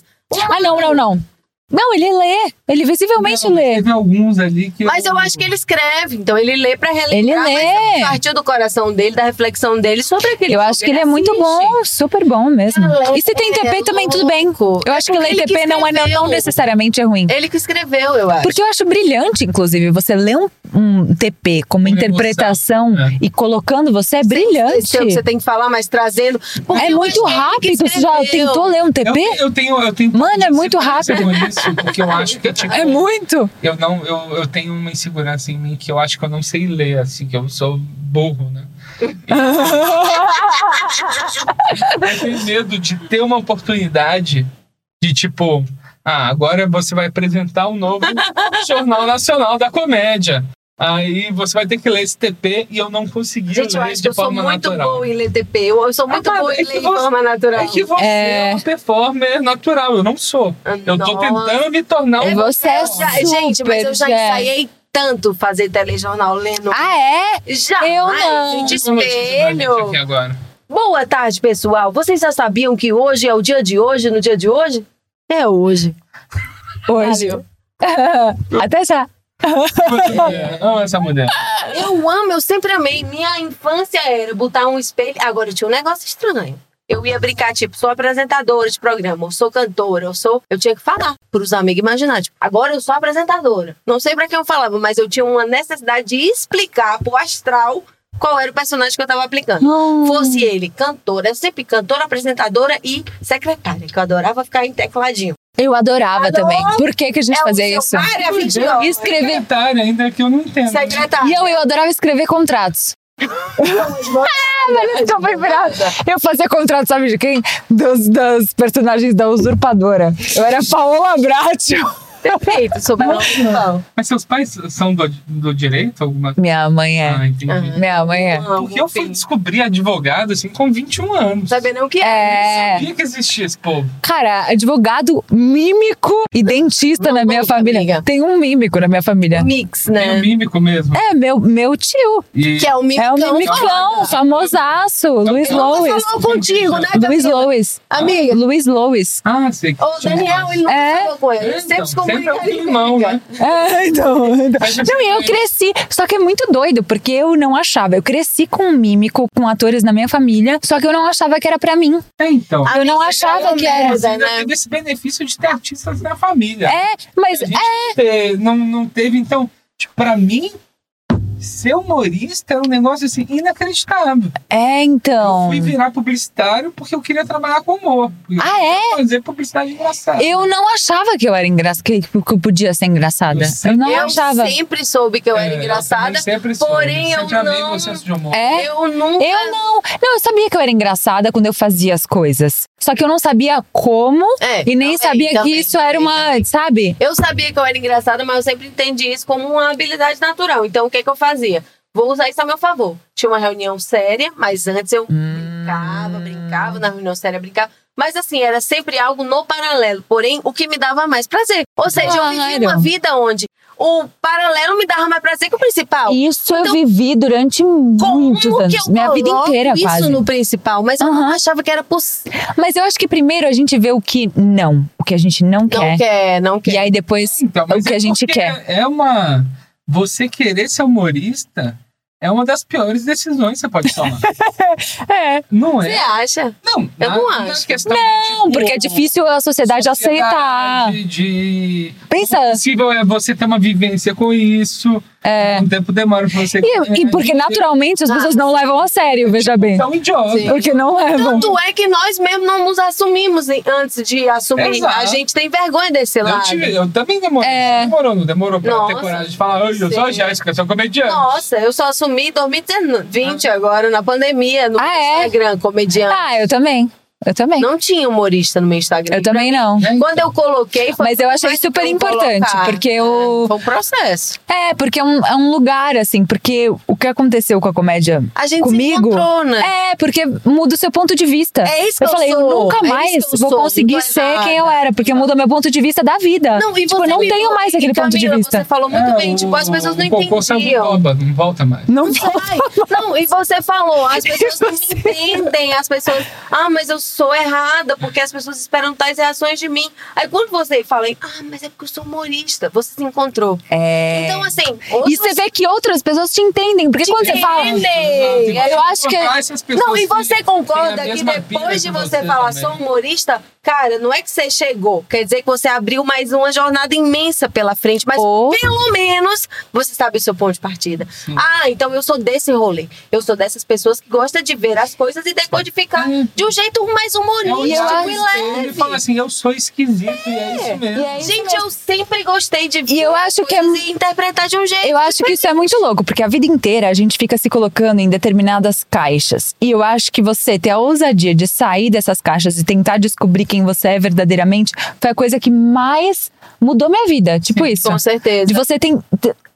Speaker 7: Ah, não, não, não. Não, ele lê. Ele visivelmente
Speaker 8: Não, mas
Speaker 7: lê.
Speaker 8: Teve alguns ali que.
Speaker 3: Mas eu acho que ele escreve, então ele lê pra relembrar.
Speaker 7: Ele
Speaker 3: mas
Speaker 7: lê.
Speaker 3: Partiu do coração dele, da reflexão dele sobre aquele
Speaker 7: Eu
Speaker 3: jogo.
Speaker 7: acho que ele é muito
Speaker 3: assiste.
Speaker 7: bom, super bom mesmo.
Speaker 3: Ele
Speaker 7: E se tem
Speaker 3: é
Speaker 7: TP também, tudo bem.
Speaker 3: louco.
Speaker 7: Eu acho que
Speaker 3: porque
Speaker 7: ler
Speaker 3: ele que
Speaker 7: TP não, é, não
Speaker 3: escreveu. É.
Speaker 7: necessariamente é ruim.
Speaker 3: Ele que escreveu, eu acho.
Speaker 7: Porque é eu acho brilhante, inclusive, você ler um, um TP como
Speaker 8: Uma
Speaker 7: interpretação
Speaker 8: emoção, né?
Speaker 7: e colocando você
Speaker 3: Sei o
Speaker 7: é
Speaker 3: que
Speaker 7: brilhante.
Speaker 3: você tem que falar, mas trazendo. Porque
Speaker 7: É
Speaker 3: eu
Speaker 7: muito
Speaker 3: achei que
Speaker 7: rápido. Você já
Speaker 3: escreveu.
Speaker 7: tentou ler um
Speaker 8: Eu,
Speaker 7: TP?
Speaker 8: eu tenho, eu tenho.
Speaker 7: Mano, é muito
Speaker 8: insegurança
Speaker 7: rápido.
Speaker 8: com Isso, porque eu acho que é
Speaker 7: (laughs)
Speaker 8: tipo.
Speaker 7: É muito.
Speaker 8: Eu não, eu, eu tenho uma insegurança em mim que eu acho que eu não sei ler, assim, que eu sou
Speaker 3: (laughs)
Speaker 8: burro, né? eu tenho medo de ter uma oportunidade de tipo, ah, agora você vai apresentar o novo Jornal Nacional da Comédia. Aí você vai ter que ler esse TP e eu não consegui
Speaker 3: Gente, eu
Speaker 8: ler
Speaker 3: acho que
Speaker 8: de
Speaker 3: eu sou
Speaker 8: forma
Speaker 3: muito
Speaker 8: natural.
Speaker 3: boa em ler TP. Eu, eu sou muito
Speaker 8: Ah, mas
Speaker 3: boa
Speaker 8: é
Speaker 3: em
Speaker 8: que
Speaker 3: ler de
Speaker 8: você-
Speaker 3: forma natural.
Speaker 8: É que você
Speaker 7: É.
Speaker 8: é, um performer natural, eu não sou. Eu tô
Speaker 3: Nossa.
Speaker 8: tentando me tornar um.
Speaker 7: Você é
Speaker 3: Eu já- gente, mas eu já
Speaker 7: super,
Speaker 3: ensaiei tanto fazer telejornal lendo.
Speaker 7: Ah, é?
Speaker 3: já
Speaker 7: eu não.
Speaker 3: Gente,
Speaker 8: Uma notícia pra gente
Speaker 3: espelho.
Speaker 8: aqui agora.
Speaker 3: Boa tarde, pessoal. Vocês já sabiam que hoje é o dia de hoje, no dia de hoje? É hoje.
Speaker 7: Hoje. (laughs) Até já.
Speaker 8: É, Não, essa mulher.
Speaker 3: Eu amo, eu sempre amei. Minha infância era botar um espelho. Agora tinha um negócio estranho. Eu ia brincar, tipo, sou apresentadora de programa, eu sou cantora, eu sou. Eu tinha que falar pros amigos imaginários. Tipo, agora eu sou apresentadora. Não sei pra quem eu falava, mas eu tinha uma necessidade de explicar pro astral qual era o personagem que eu tava aplicando. Fosse ele cantora, eu sempre cantora, apresentadora e secretária, que eu adorava ficar em tecladinho.
Speaker 7: Eu adorava também. Por que, que a gente
Speaker 3: É o
Speaker 7: fazia
Speaker 3: seu
Speaker 7: isso?
Speaker 3: maravilhoso.
Speaker 7: Escrever. é
Speaker 8: Secretária É ainda que Hum. eu não entendo.
Speaker 3: Secretária.
Speaker 7: E eu, eu adorava escrever contratos. Ele ficou bem bravo. Eu fazia contrato, sabe de quem? Dos, das personagens da usurpadora. Eu era Paola Bracho. (laughs)
Speaker 3: Perfeito, sobrenome não.
Speaker 8: Mas seus pais são do, do direito? Alguma
Speaker 7: Minha mãe é.
Speaker 8: Ah, entendi.
Speaker 7: Minha mãe é.
Speaker 3: Não,
Speaker 8: Porque eu fui
Speaker 3: enfim.
Speaker 8: descobrir advogado, assim, com 21 anos.
Speaker 3: Saber nem o que
Speaker 7: É.
Speaker 8: Sabia que existia esse povo.
Speaker 7: Cara, advogado mímico e dentista na minha
Speaker 3: Mamãe,
Speaker 7: família.
Speaker 3: amiga.
Speaker 7: Tem um mímico na minha família.
Speaker 3: Mix,
Speaker 8: Tem um
Speaker 3: né?
Speaker 8: mímico mesmo.
Speaker 7: É, meu, meu tio.
Speaker 8: E
Speaker 3: Que é o mix.
Speaker 7: É o mimicão, famosaço. Luiz Lois.
Speaker 3: falou contigo, né,
Speaker 7: Luiz
Speaker 3: Camila?
Speaker 7: Lois.
Speaker 3: Amiga.
Speaker 7: Luiz Lois.
Speaker 8: Ah, sei que.
Speaker 3: Ô,
Speaker 8: tinha um
Speaker 3: Daniel, ele não
Speaker 7: É.
Speaker 3: falou com ele.
Speaker 8: É,
Speaker 3: Ele sempre
Speaker 8: então,
Speaker 3: se
Speaker 8: sempre é
Speaker 3: comunica.
Speaker 8: o climão, né?
Speaker 7: É, então.
Speaker 8: Mas
Speaker 7: Não, e eu cresci. Só que é muito doido, porque eu não achava. Eu cresci com um mímico, com atores na minha família, só que eu não achava que era pra mim.
Speaker 8: É, então.
Speaker 7: Eu não
Speaker 3: Amiga,
Speaker 7: achava Ah, que
Speaker 3: é,
Speaker 7: era.
Speaker 8: Mas ainda
Speaker 3: né?
Speaker 8: teve esse benefício de ter artistas na família.
Speaker 7: É, mas
Speaker 8: A gente te- não, não teve, então, tipo, pra mim, ser humorista é um negócio assim inacreditável.
Speaker 7: é,
Speaker 8: Eu
Speaker 7: então.
Speaker 8: fui virar publicitário porque eu queria trabalhar com humor. Porque eu
Speaker 7: Ah, é?
Speaker 8: queria Fazer publicidade engraçada.
Speaker 7: Eu não achava que eu era engraçada, que que eu podia ser engraçada.
Speaker 8: Eu sempre-
Speaker 7: Eu não
Speaker 3: eu
Speaker 7: achava.
Speaker 3: sempre soube que eu era
Speaker 8: É,
Speaker 3: engraçada.
Speaker 8: também sempre soube,
Speaker 3: porém eu
Speaker 8: sempre amei
Speaker 3: não-
Speaker 8: o senso de humor.
Speaker 7: É?
Speaker 3: Eu nunca.
Speaker 7: Eu não. Não, eu sabia que eu era engraçada quando eu fazia as coisas. Só que eu não sabia como
Speaker 3: É,
Speaker 7: e nem
Speaker 3: também,
Speaker 7: sabia
Speaker 3: também,
Speaker 7: que isso era
Speaker 3: também,
Speaker 7: uma.
Speaker 3: também.
Speaker 7: Sabe?
Speaker 3: Eu sabia que eu era engraçada, mas eu sempre entendi isso como uma habilidade natural. Então o que, que eu fazia? Vou usar isso a meu favor. Tinha uma reunião séria, mas antes
Speaker 7: Hum.
Speaker 3: eu brincava, brincava, na reunião séria brincava. Mas assim, era sempre algo no paralelo. Porém, o que me dava mais prazer. Ou seja, eu vivi
Speaker 7: Claro.
Speaker 3: uma vida onde o paralelo me dava mais prazer que o principal.
Speaker 7: Isso eu vivi durante
Speaker 3: Como
Speaker 7: muitos
Speaker 3: Então, que
Speaker 7: anos.
Speaker 3: eu
Speaker 7: Minha vida
Speaker 3: coloco
Speaker 7: inteira,
Speaker 3: isso
Speaker 7: quase.
Speaker 3: no principal, mas eu não
Speaker 7: Aham.
Speaker 3: achava que era possível.
Speaker 7: Mas eu acho que primeiro a gente vê o que não, o que a gente não
Speaker 3: Não
Speaker 7: quer.
Speaker 3: quer, não quer.
Speaker 7: É. E aí depois
Speaker 8: Então, mas
Speaker 7: o que
Speaker 8: é
Speaker 7: a gente
Speaker 8: porque
Speaker 7: quer.
Speaker 8: É uma. Você querer ser humorista é uma das piores decisões que você pode tomar.
Speaker 7: É.
Speaker 8: não
Speaker 3: Você
Speaker 8: é?
Speaker 3: acha?
Speaker 8: Não,
Speaker 3: Eu
Speaker 8: na-
Speaker 3: não
Speaker 8: na
Speaker 3: acho.
Speaker 8: Questão não,
Speaker 7: Porque é difícil a sociedade, aceitar.
Speaker 8: De...
Speaker 7: Pensa.
Speaker 8: O possível é você ter uma vivência com isso. É. Um tempo demora pra você.
Speaker 7: E, e porque naturalmente as pessoas não levam a sério, veja bem.
Speaker 8: São idiotas.
Speaker 3: Sim.
Speaker 7: Porque não levam.
Speaker 3: Tanto é que nós mesmos não nos assumimos em- antes de assumir.
Speaker 8: Exato.
Speaker 3: A gente tem vergonha desse
Speaker 8: Eu,
Speaker 3: lado.
Speaker 8: tive- eu também demorei.
Speaker 7: É.
Speaker 8: Demorou, não demorou pra eu ter
Speaker 3: né? Nossa.
Speaker 8: coragem de falar, "Oi, eu sou a
Speaker 3: Sim.
Speaker 8: Jéssica, sou comediante.
Speaker 3: Nossa, eu só assumi em 2020 agora, na pandemia, no
Speaker 7: Ah,
Speaker 3: meu
Speaker 7: é?
Speaker 3: Instagram, comediante.
Speaker 7: Ah, eu também. Eu também.
Speaker 3: Não tinha humorista no meu Instagram.
Speaker 7: Eu também não.
Speaker 8: É, então.
Speaker 3: Quando eu coloquei, foi
Speaker 7: Mas eu achei
Speaker 3: coisa que
Speaker 7: super
Speaker 3: eu
Speaker 7: importante,
Speaker 3: colocar.
Speaker 7: porque eu-
Speaker 3: É, Foi um processo.
Speaker 7: É, porque é um, é um lugar, assim, porque o que aconteceu com a comédia
Speaker 3: A gente se
Speaker 7: comigo.
Speaker 3: encontrou, né?
Speaker 7: É, porque muda o seu ponto de vista.
Speaker 3: É isso que
Speaker 7: eu falei,
Speaker 3: sou.
Speaker 7: eu nunca
Speaker 3: É isso
Speaker 7: mais
Speaker 3: que eu
Speaker 7: vou
Speaker 3: sou, não
Speaker 7: conseguir
Speaker 3: tô
Speaker 7: ser
Speaker 3: errada.
Speaker 7: quem eu era, porque muda meu ponto de vista da vida.
Speaker 3: Não, e
Speaker 7: tipo,
Speaker 3: você
Speaker 7: eu não
Speaker 3: me-
Speaker 7: tenho mais
Speaker 3: e
Speaker 7: aquele ponto de
Speaker 3: Camila,
Speaker 7: vista.
Speaker 3: Você falou muito
Speaker 8: É,
Speaker 3: bem, tipo, as pessoas não
Speaker 8: o concurso é um
Speaker 3: entendiam.
Speaker 8: boba, não volta mais.
Speaker 7: Não
Speaker 3: Ai, não, e você falou,
Speaker 7: (laughs)
Speaker 3: as pessoas não me entendem, as pessoas, ah, mas eu sou errada, porque as pessoas esperam tais reações de mim. Aí quando você fala, ah, mas é porque eu sou humorista, você se encontrou.
Speaker 7: É.
Speaker 3: Então, assim,
Speaker 7: E você vê que outras pessoas te entendem. Porque
Speaker 3: Te
Speaker 7: quando você fala.
Speaker 3: entendem.
Speaker 8: Exato.
Speaker 7: Eu acho que-
Speaker 8: Encontrar essas pessoas
Speaker 3: Não, e
Speaker 8: que
Speaker 3: você
Speaker 8: têm
Speaker 3: concorda
Speaker 8: a
Speaker 3: que
Speaker 8: mesma
Speaker 3: depois de
Speaker 8: vida que
Speaker 3: você falar
Speaker 8: também.
Speaker 3: sou um humorista, cara, não é que você chegou, quer dizer que você abriu mais uma jornada imensa pela frente, mas
Speaker 7: Ou-
Speaker 3: pelo menos você sabe o seu ponto de partida. Ah, então eu sou desse rolê. Eu sou dessas pessoas que gosta de ver as coisas e decodificar
Speaker 8: É.
Speaker 3: de um jeito mais
Speaker 8: Eu
Speaker 3: humorístico e
Speaker 8: acho- Ele
Speaker 3: leve.
Speaker 8: fala assim, eu sou esquisito, e é isso mesmo.
Speaker 7: e é isso
Speaker 3: Gente, eu sempre gostei de ver
Speaker 7: E eu acho que é
Speaker 3: coisas e interpretar de um jeito.
Speaker 7: Eu acho que isso é muito louco, porque a vida inteira a gente fica se colocando em determinadas caixas. E eu acho que você ter a ousadia de sair dessas caixas e tentar descobrir quem você é verdadeiramente foi a coisa que mais mudou minha vida. Tipo isso.
Speaker 3: Com certeza.
Speaker 7: De você tem.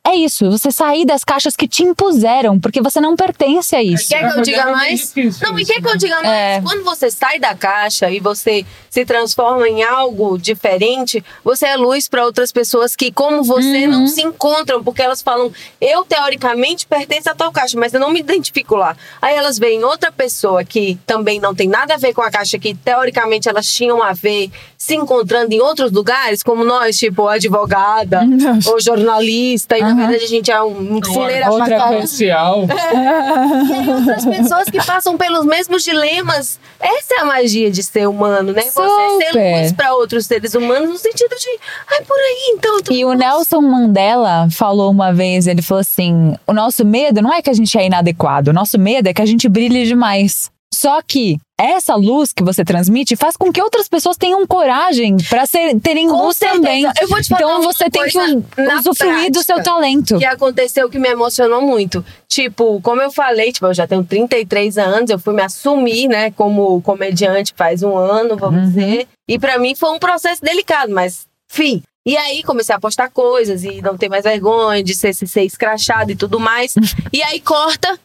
Speaker 7: É isso, você sair das caixas que te impuseram, porque você não pertence a isso.
Speaker 3: Quer que eu diga
Speaker 8: Pra mulher é meio
Speaker 3: mais?
Speaker 8: difícil
Speaker 3: Não, e
Speaker 8: isso,
Speaker 3: quer que eu
Speaker 8: né?
Speaker 3: diga mais?
Speaker 7: É.
Speaker 3: Quando você sai da caixa e você se transforma em algo diferente, você é luz para outras pessoas que, como você,
Speaker 7: Uhum.
Speaker 3: não se encontram, porque elas falam, eu teoricamente pertenço a tal caixa, mas eu não me identifico lá. Aí elas veem outra pessoa que também não tem nada a ver com a caixa, que teoricamente elas tinham a ver, se encontrando em outros lugares, como nós, tipo
Speaker 7: (laughs)
Speaker 3: advogada ou jornalista, e na
Speaker 7: Aham.
Speaker 3: verdade a gente é um fileira pra
Speaker 7: outra
Speaker 3: caralho.
Speaker 8: Social.
Speaker 3: E aí outras pessoas que passam pelos mesmos dilemas. Essa é a magia de ser humano, né? Você ser
Speaker 7: Super.
Speaker 3: luz para outros seres humanos no sentido de, ai, por aí, então. tu-
Speaker 7: E o Nelson Mandela falou uma vez, ele falou assim: o nosso medo não é que a gente é inadequado, o nosso medo é que a gente brilhe demais. Só que essa luz que você transmite faz com que outras pessoas tenham coragem pra ser- terem
Speaker 3: Com
Speaker 7: luz
Speaker 3: certeza.
Speaker 7: também.
Speaker 3: Eu vou te falar
Speaker 7: Então
Speaker 3: uma
Speaker 7: você tem que
Speaker 3: coisa na
Speaker 7: usufruir do seu
Speaker 3: prática.
Speaker 7: talento.
Speaker 3: que aconteceu que me emocionou muito. Tipo, como eu falei, tipo, eu já tenho 33 anos, eu fui me assumir, né, como comediante faz um ano,
Speaker 7: Uhum.
Speaker 3: vamos dizer. E pra mim foi um processo delicado, mas fim. E aí comecei a postar coisas e não ter mais vergonha de ser, ser escrachado e tudo
Speaker 7: (laughs)
Speaker 3: mais. e aí corta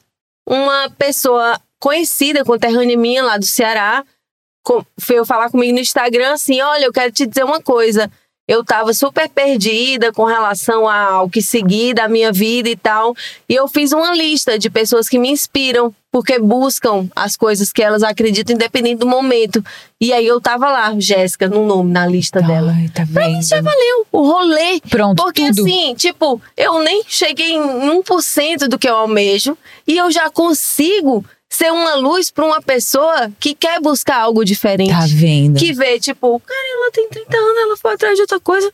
Speaker 3: uma pessoa conhecida, conterrânea minha lá do Ceará, com- veio falar comigo no Instagram assim: olha, eu quero te dizer uma coisa. Eu tava super perdida com relação ao que seguir da minha vida e tal. E eu fiz uma lista de pessoas que me inspiram, porque buscam as coisas que elas acreditam, independente do momento. E aí eu tava lá, Jéssica, no nome, na lista é dela.
Speaker 7: Ai, tá vendo?
Speaker 3: Eu, o rolê.
Speaker 7: Pronto,
Speaker 3: Porque
Speaker 7: tudo.
Speaker 3: assim, tipo, eu nem cheguei em 1% do que eu almejo e eu já consigo ser uma luz pra uma pessoa que quer buscar algo diferente.
Speaker 7: Tá vendo?
Speaker 3: que vê, tipo, cara, ela tem 30 anos, ela foi atrás de outra coisa.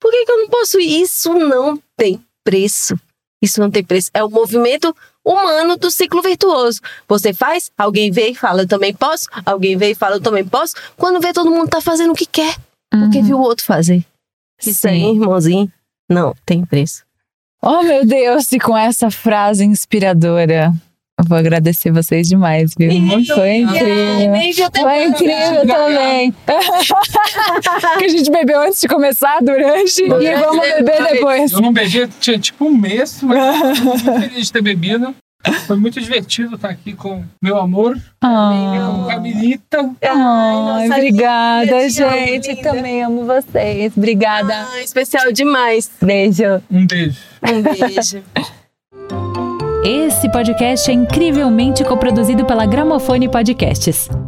Speaker 3: Por que, que eu não posso ir? Isso não tem preço. Isso não tem preço. É o movimento humano do ciclo virtuoso. Você faz, alguém vê e fala, eu também posso. Alguém vê e fala, eu também posso. Quando vê, todo mundo tá fazendo o que quer, porque
Speaker 7: Uhum.
Speaker 3: viu o outro fazer. Isso aí,
Speaker 7: Sim.
Speaker 3: irmãozinho, não tem preço.
Speaker 7: Oh, meu Deus, e com essa frase inspiradora. eu Vou agradecer vocês demais, viu? Foi incrível. Foi incrível também. (laughs) que a gente bebeu antes de começar, durante, e
Speaker 3: Durante,
Speaker 7: vamos beber depois.
Speaker 8: Eu não bebi, tinha tipo um
Speaker 3: (laughs)
Speaker 8: mês, mas eu tô muito feliz de ter bebido. Foi muito divertido estar aqui com meu amor, com
Speaker 7: Ah,
Speaker 8: Camilita.
Speaker 7: Ai,
Speaker 3: nossa,
Speaker 7: obrigada,
Speaker 3: linda, te amo,
Speaker 7: gente.
Speaker 3: linda.
Speaker 7: Também amo vocês. Obrigada.
Speaker 3: Ah, especial demais.
Speaker 7: Beijo.
Speaker 8: Um beijo.
Speaker 3: Um
Speaker 7: (laughs)
Speaker 3: beijo.
Speaker 7: Esse podcast é incrivelmente coproduzido pela Gramofone Podcasts.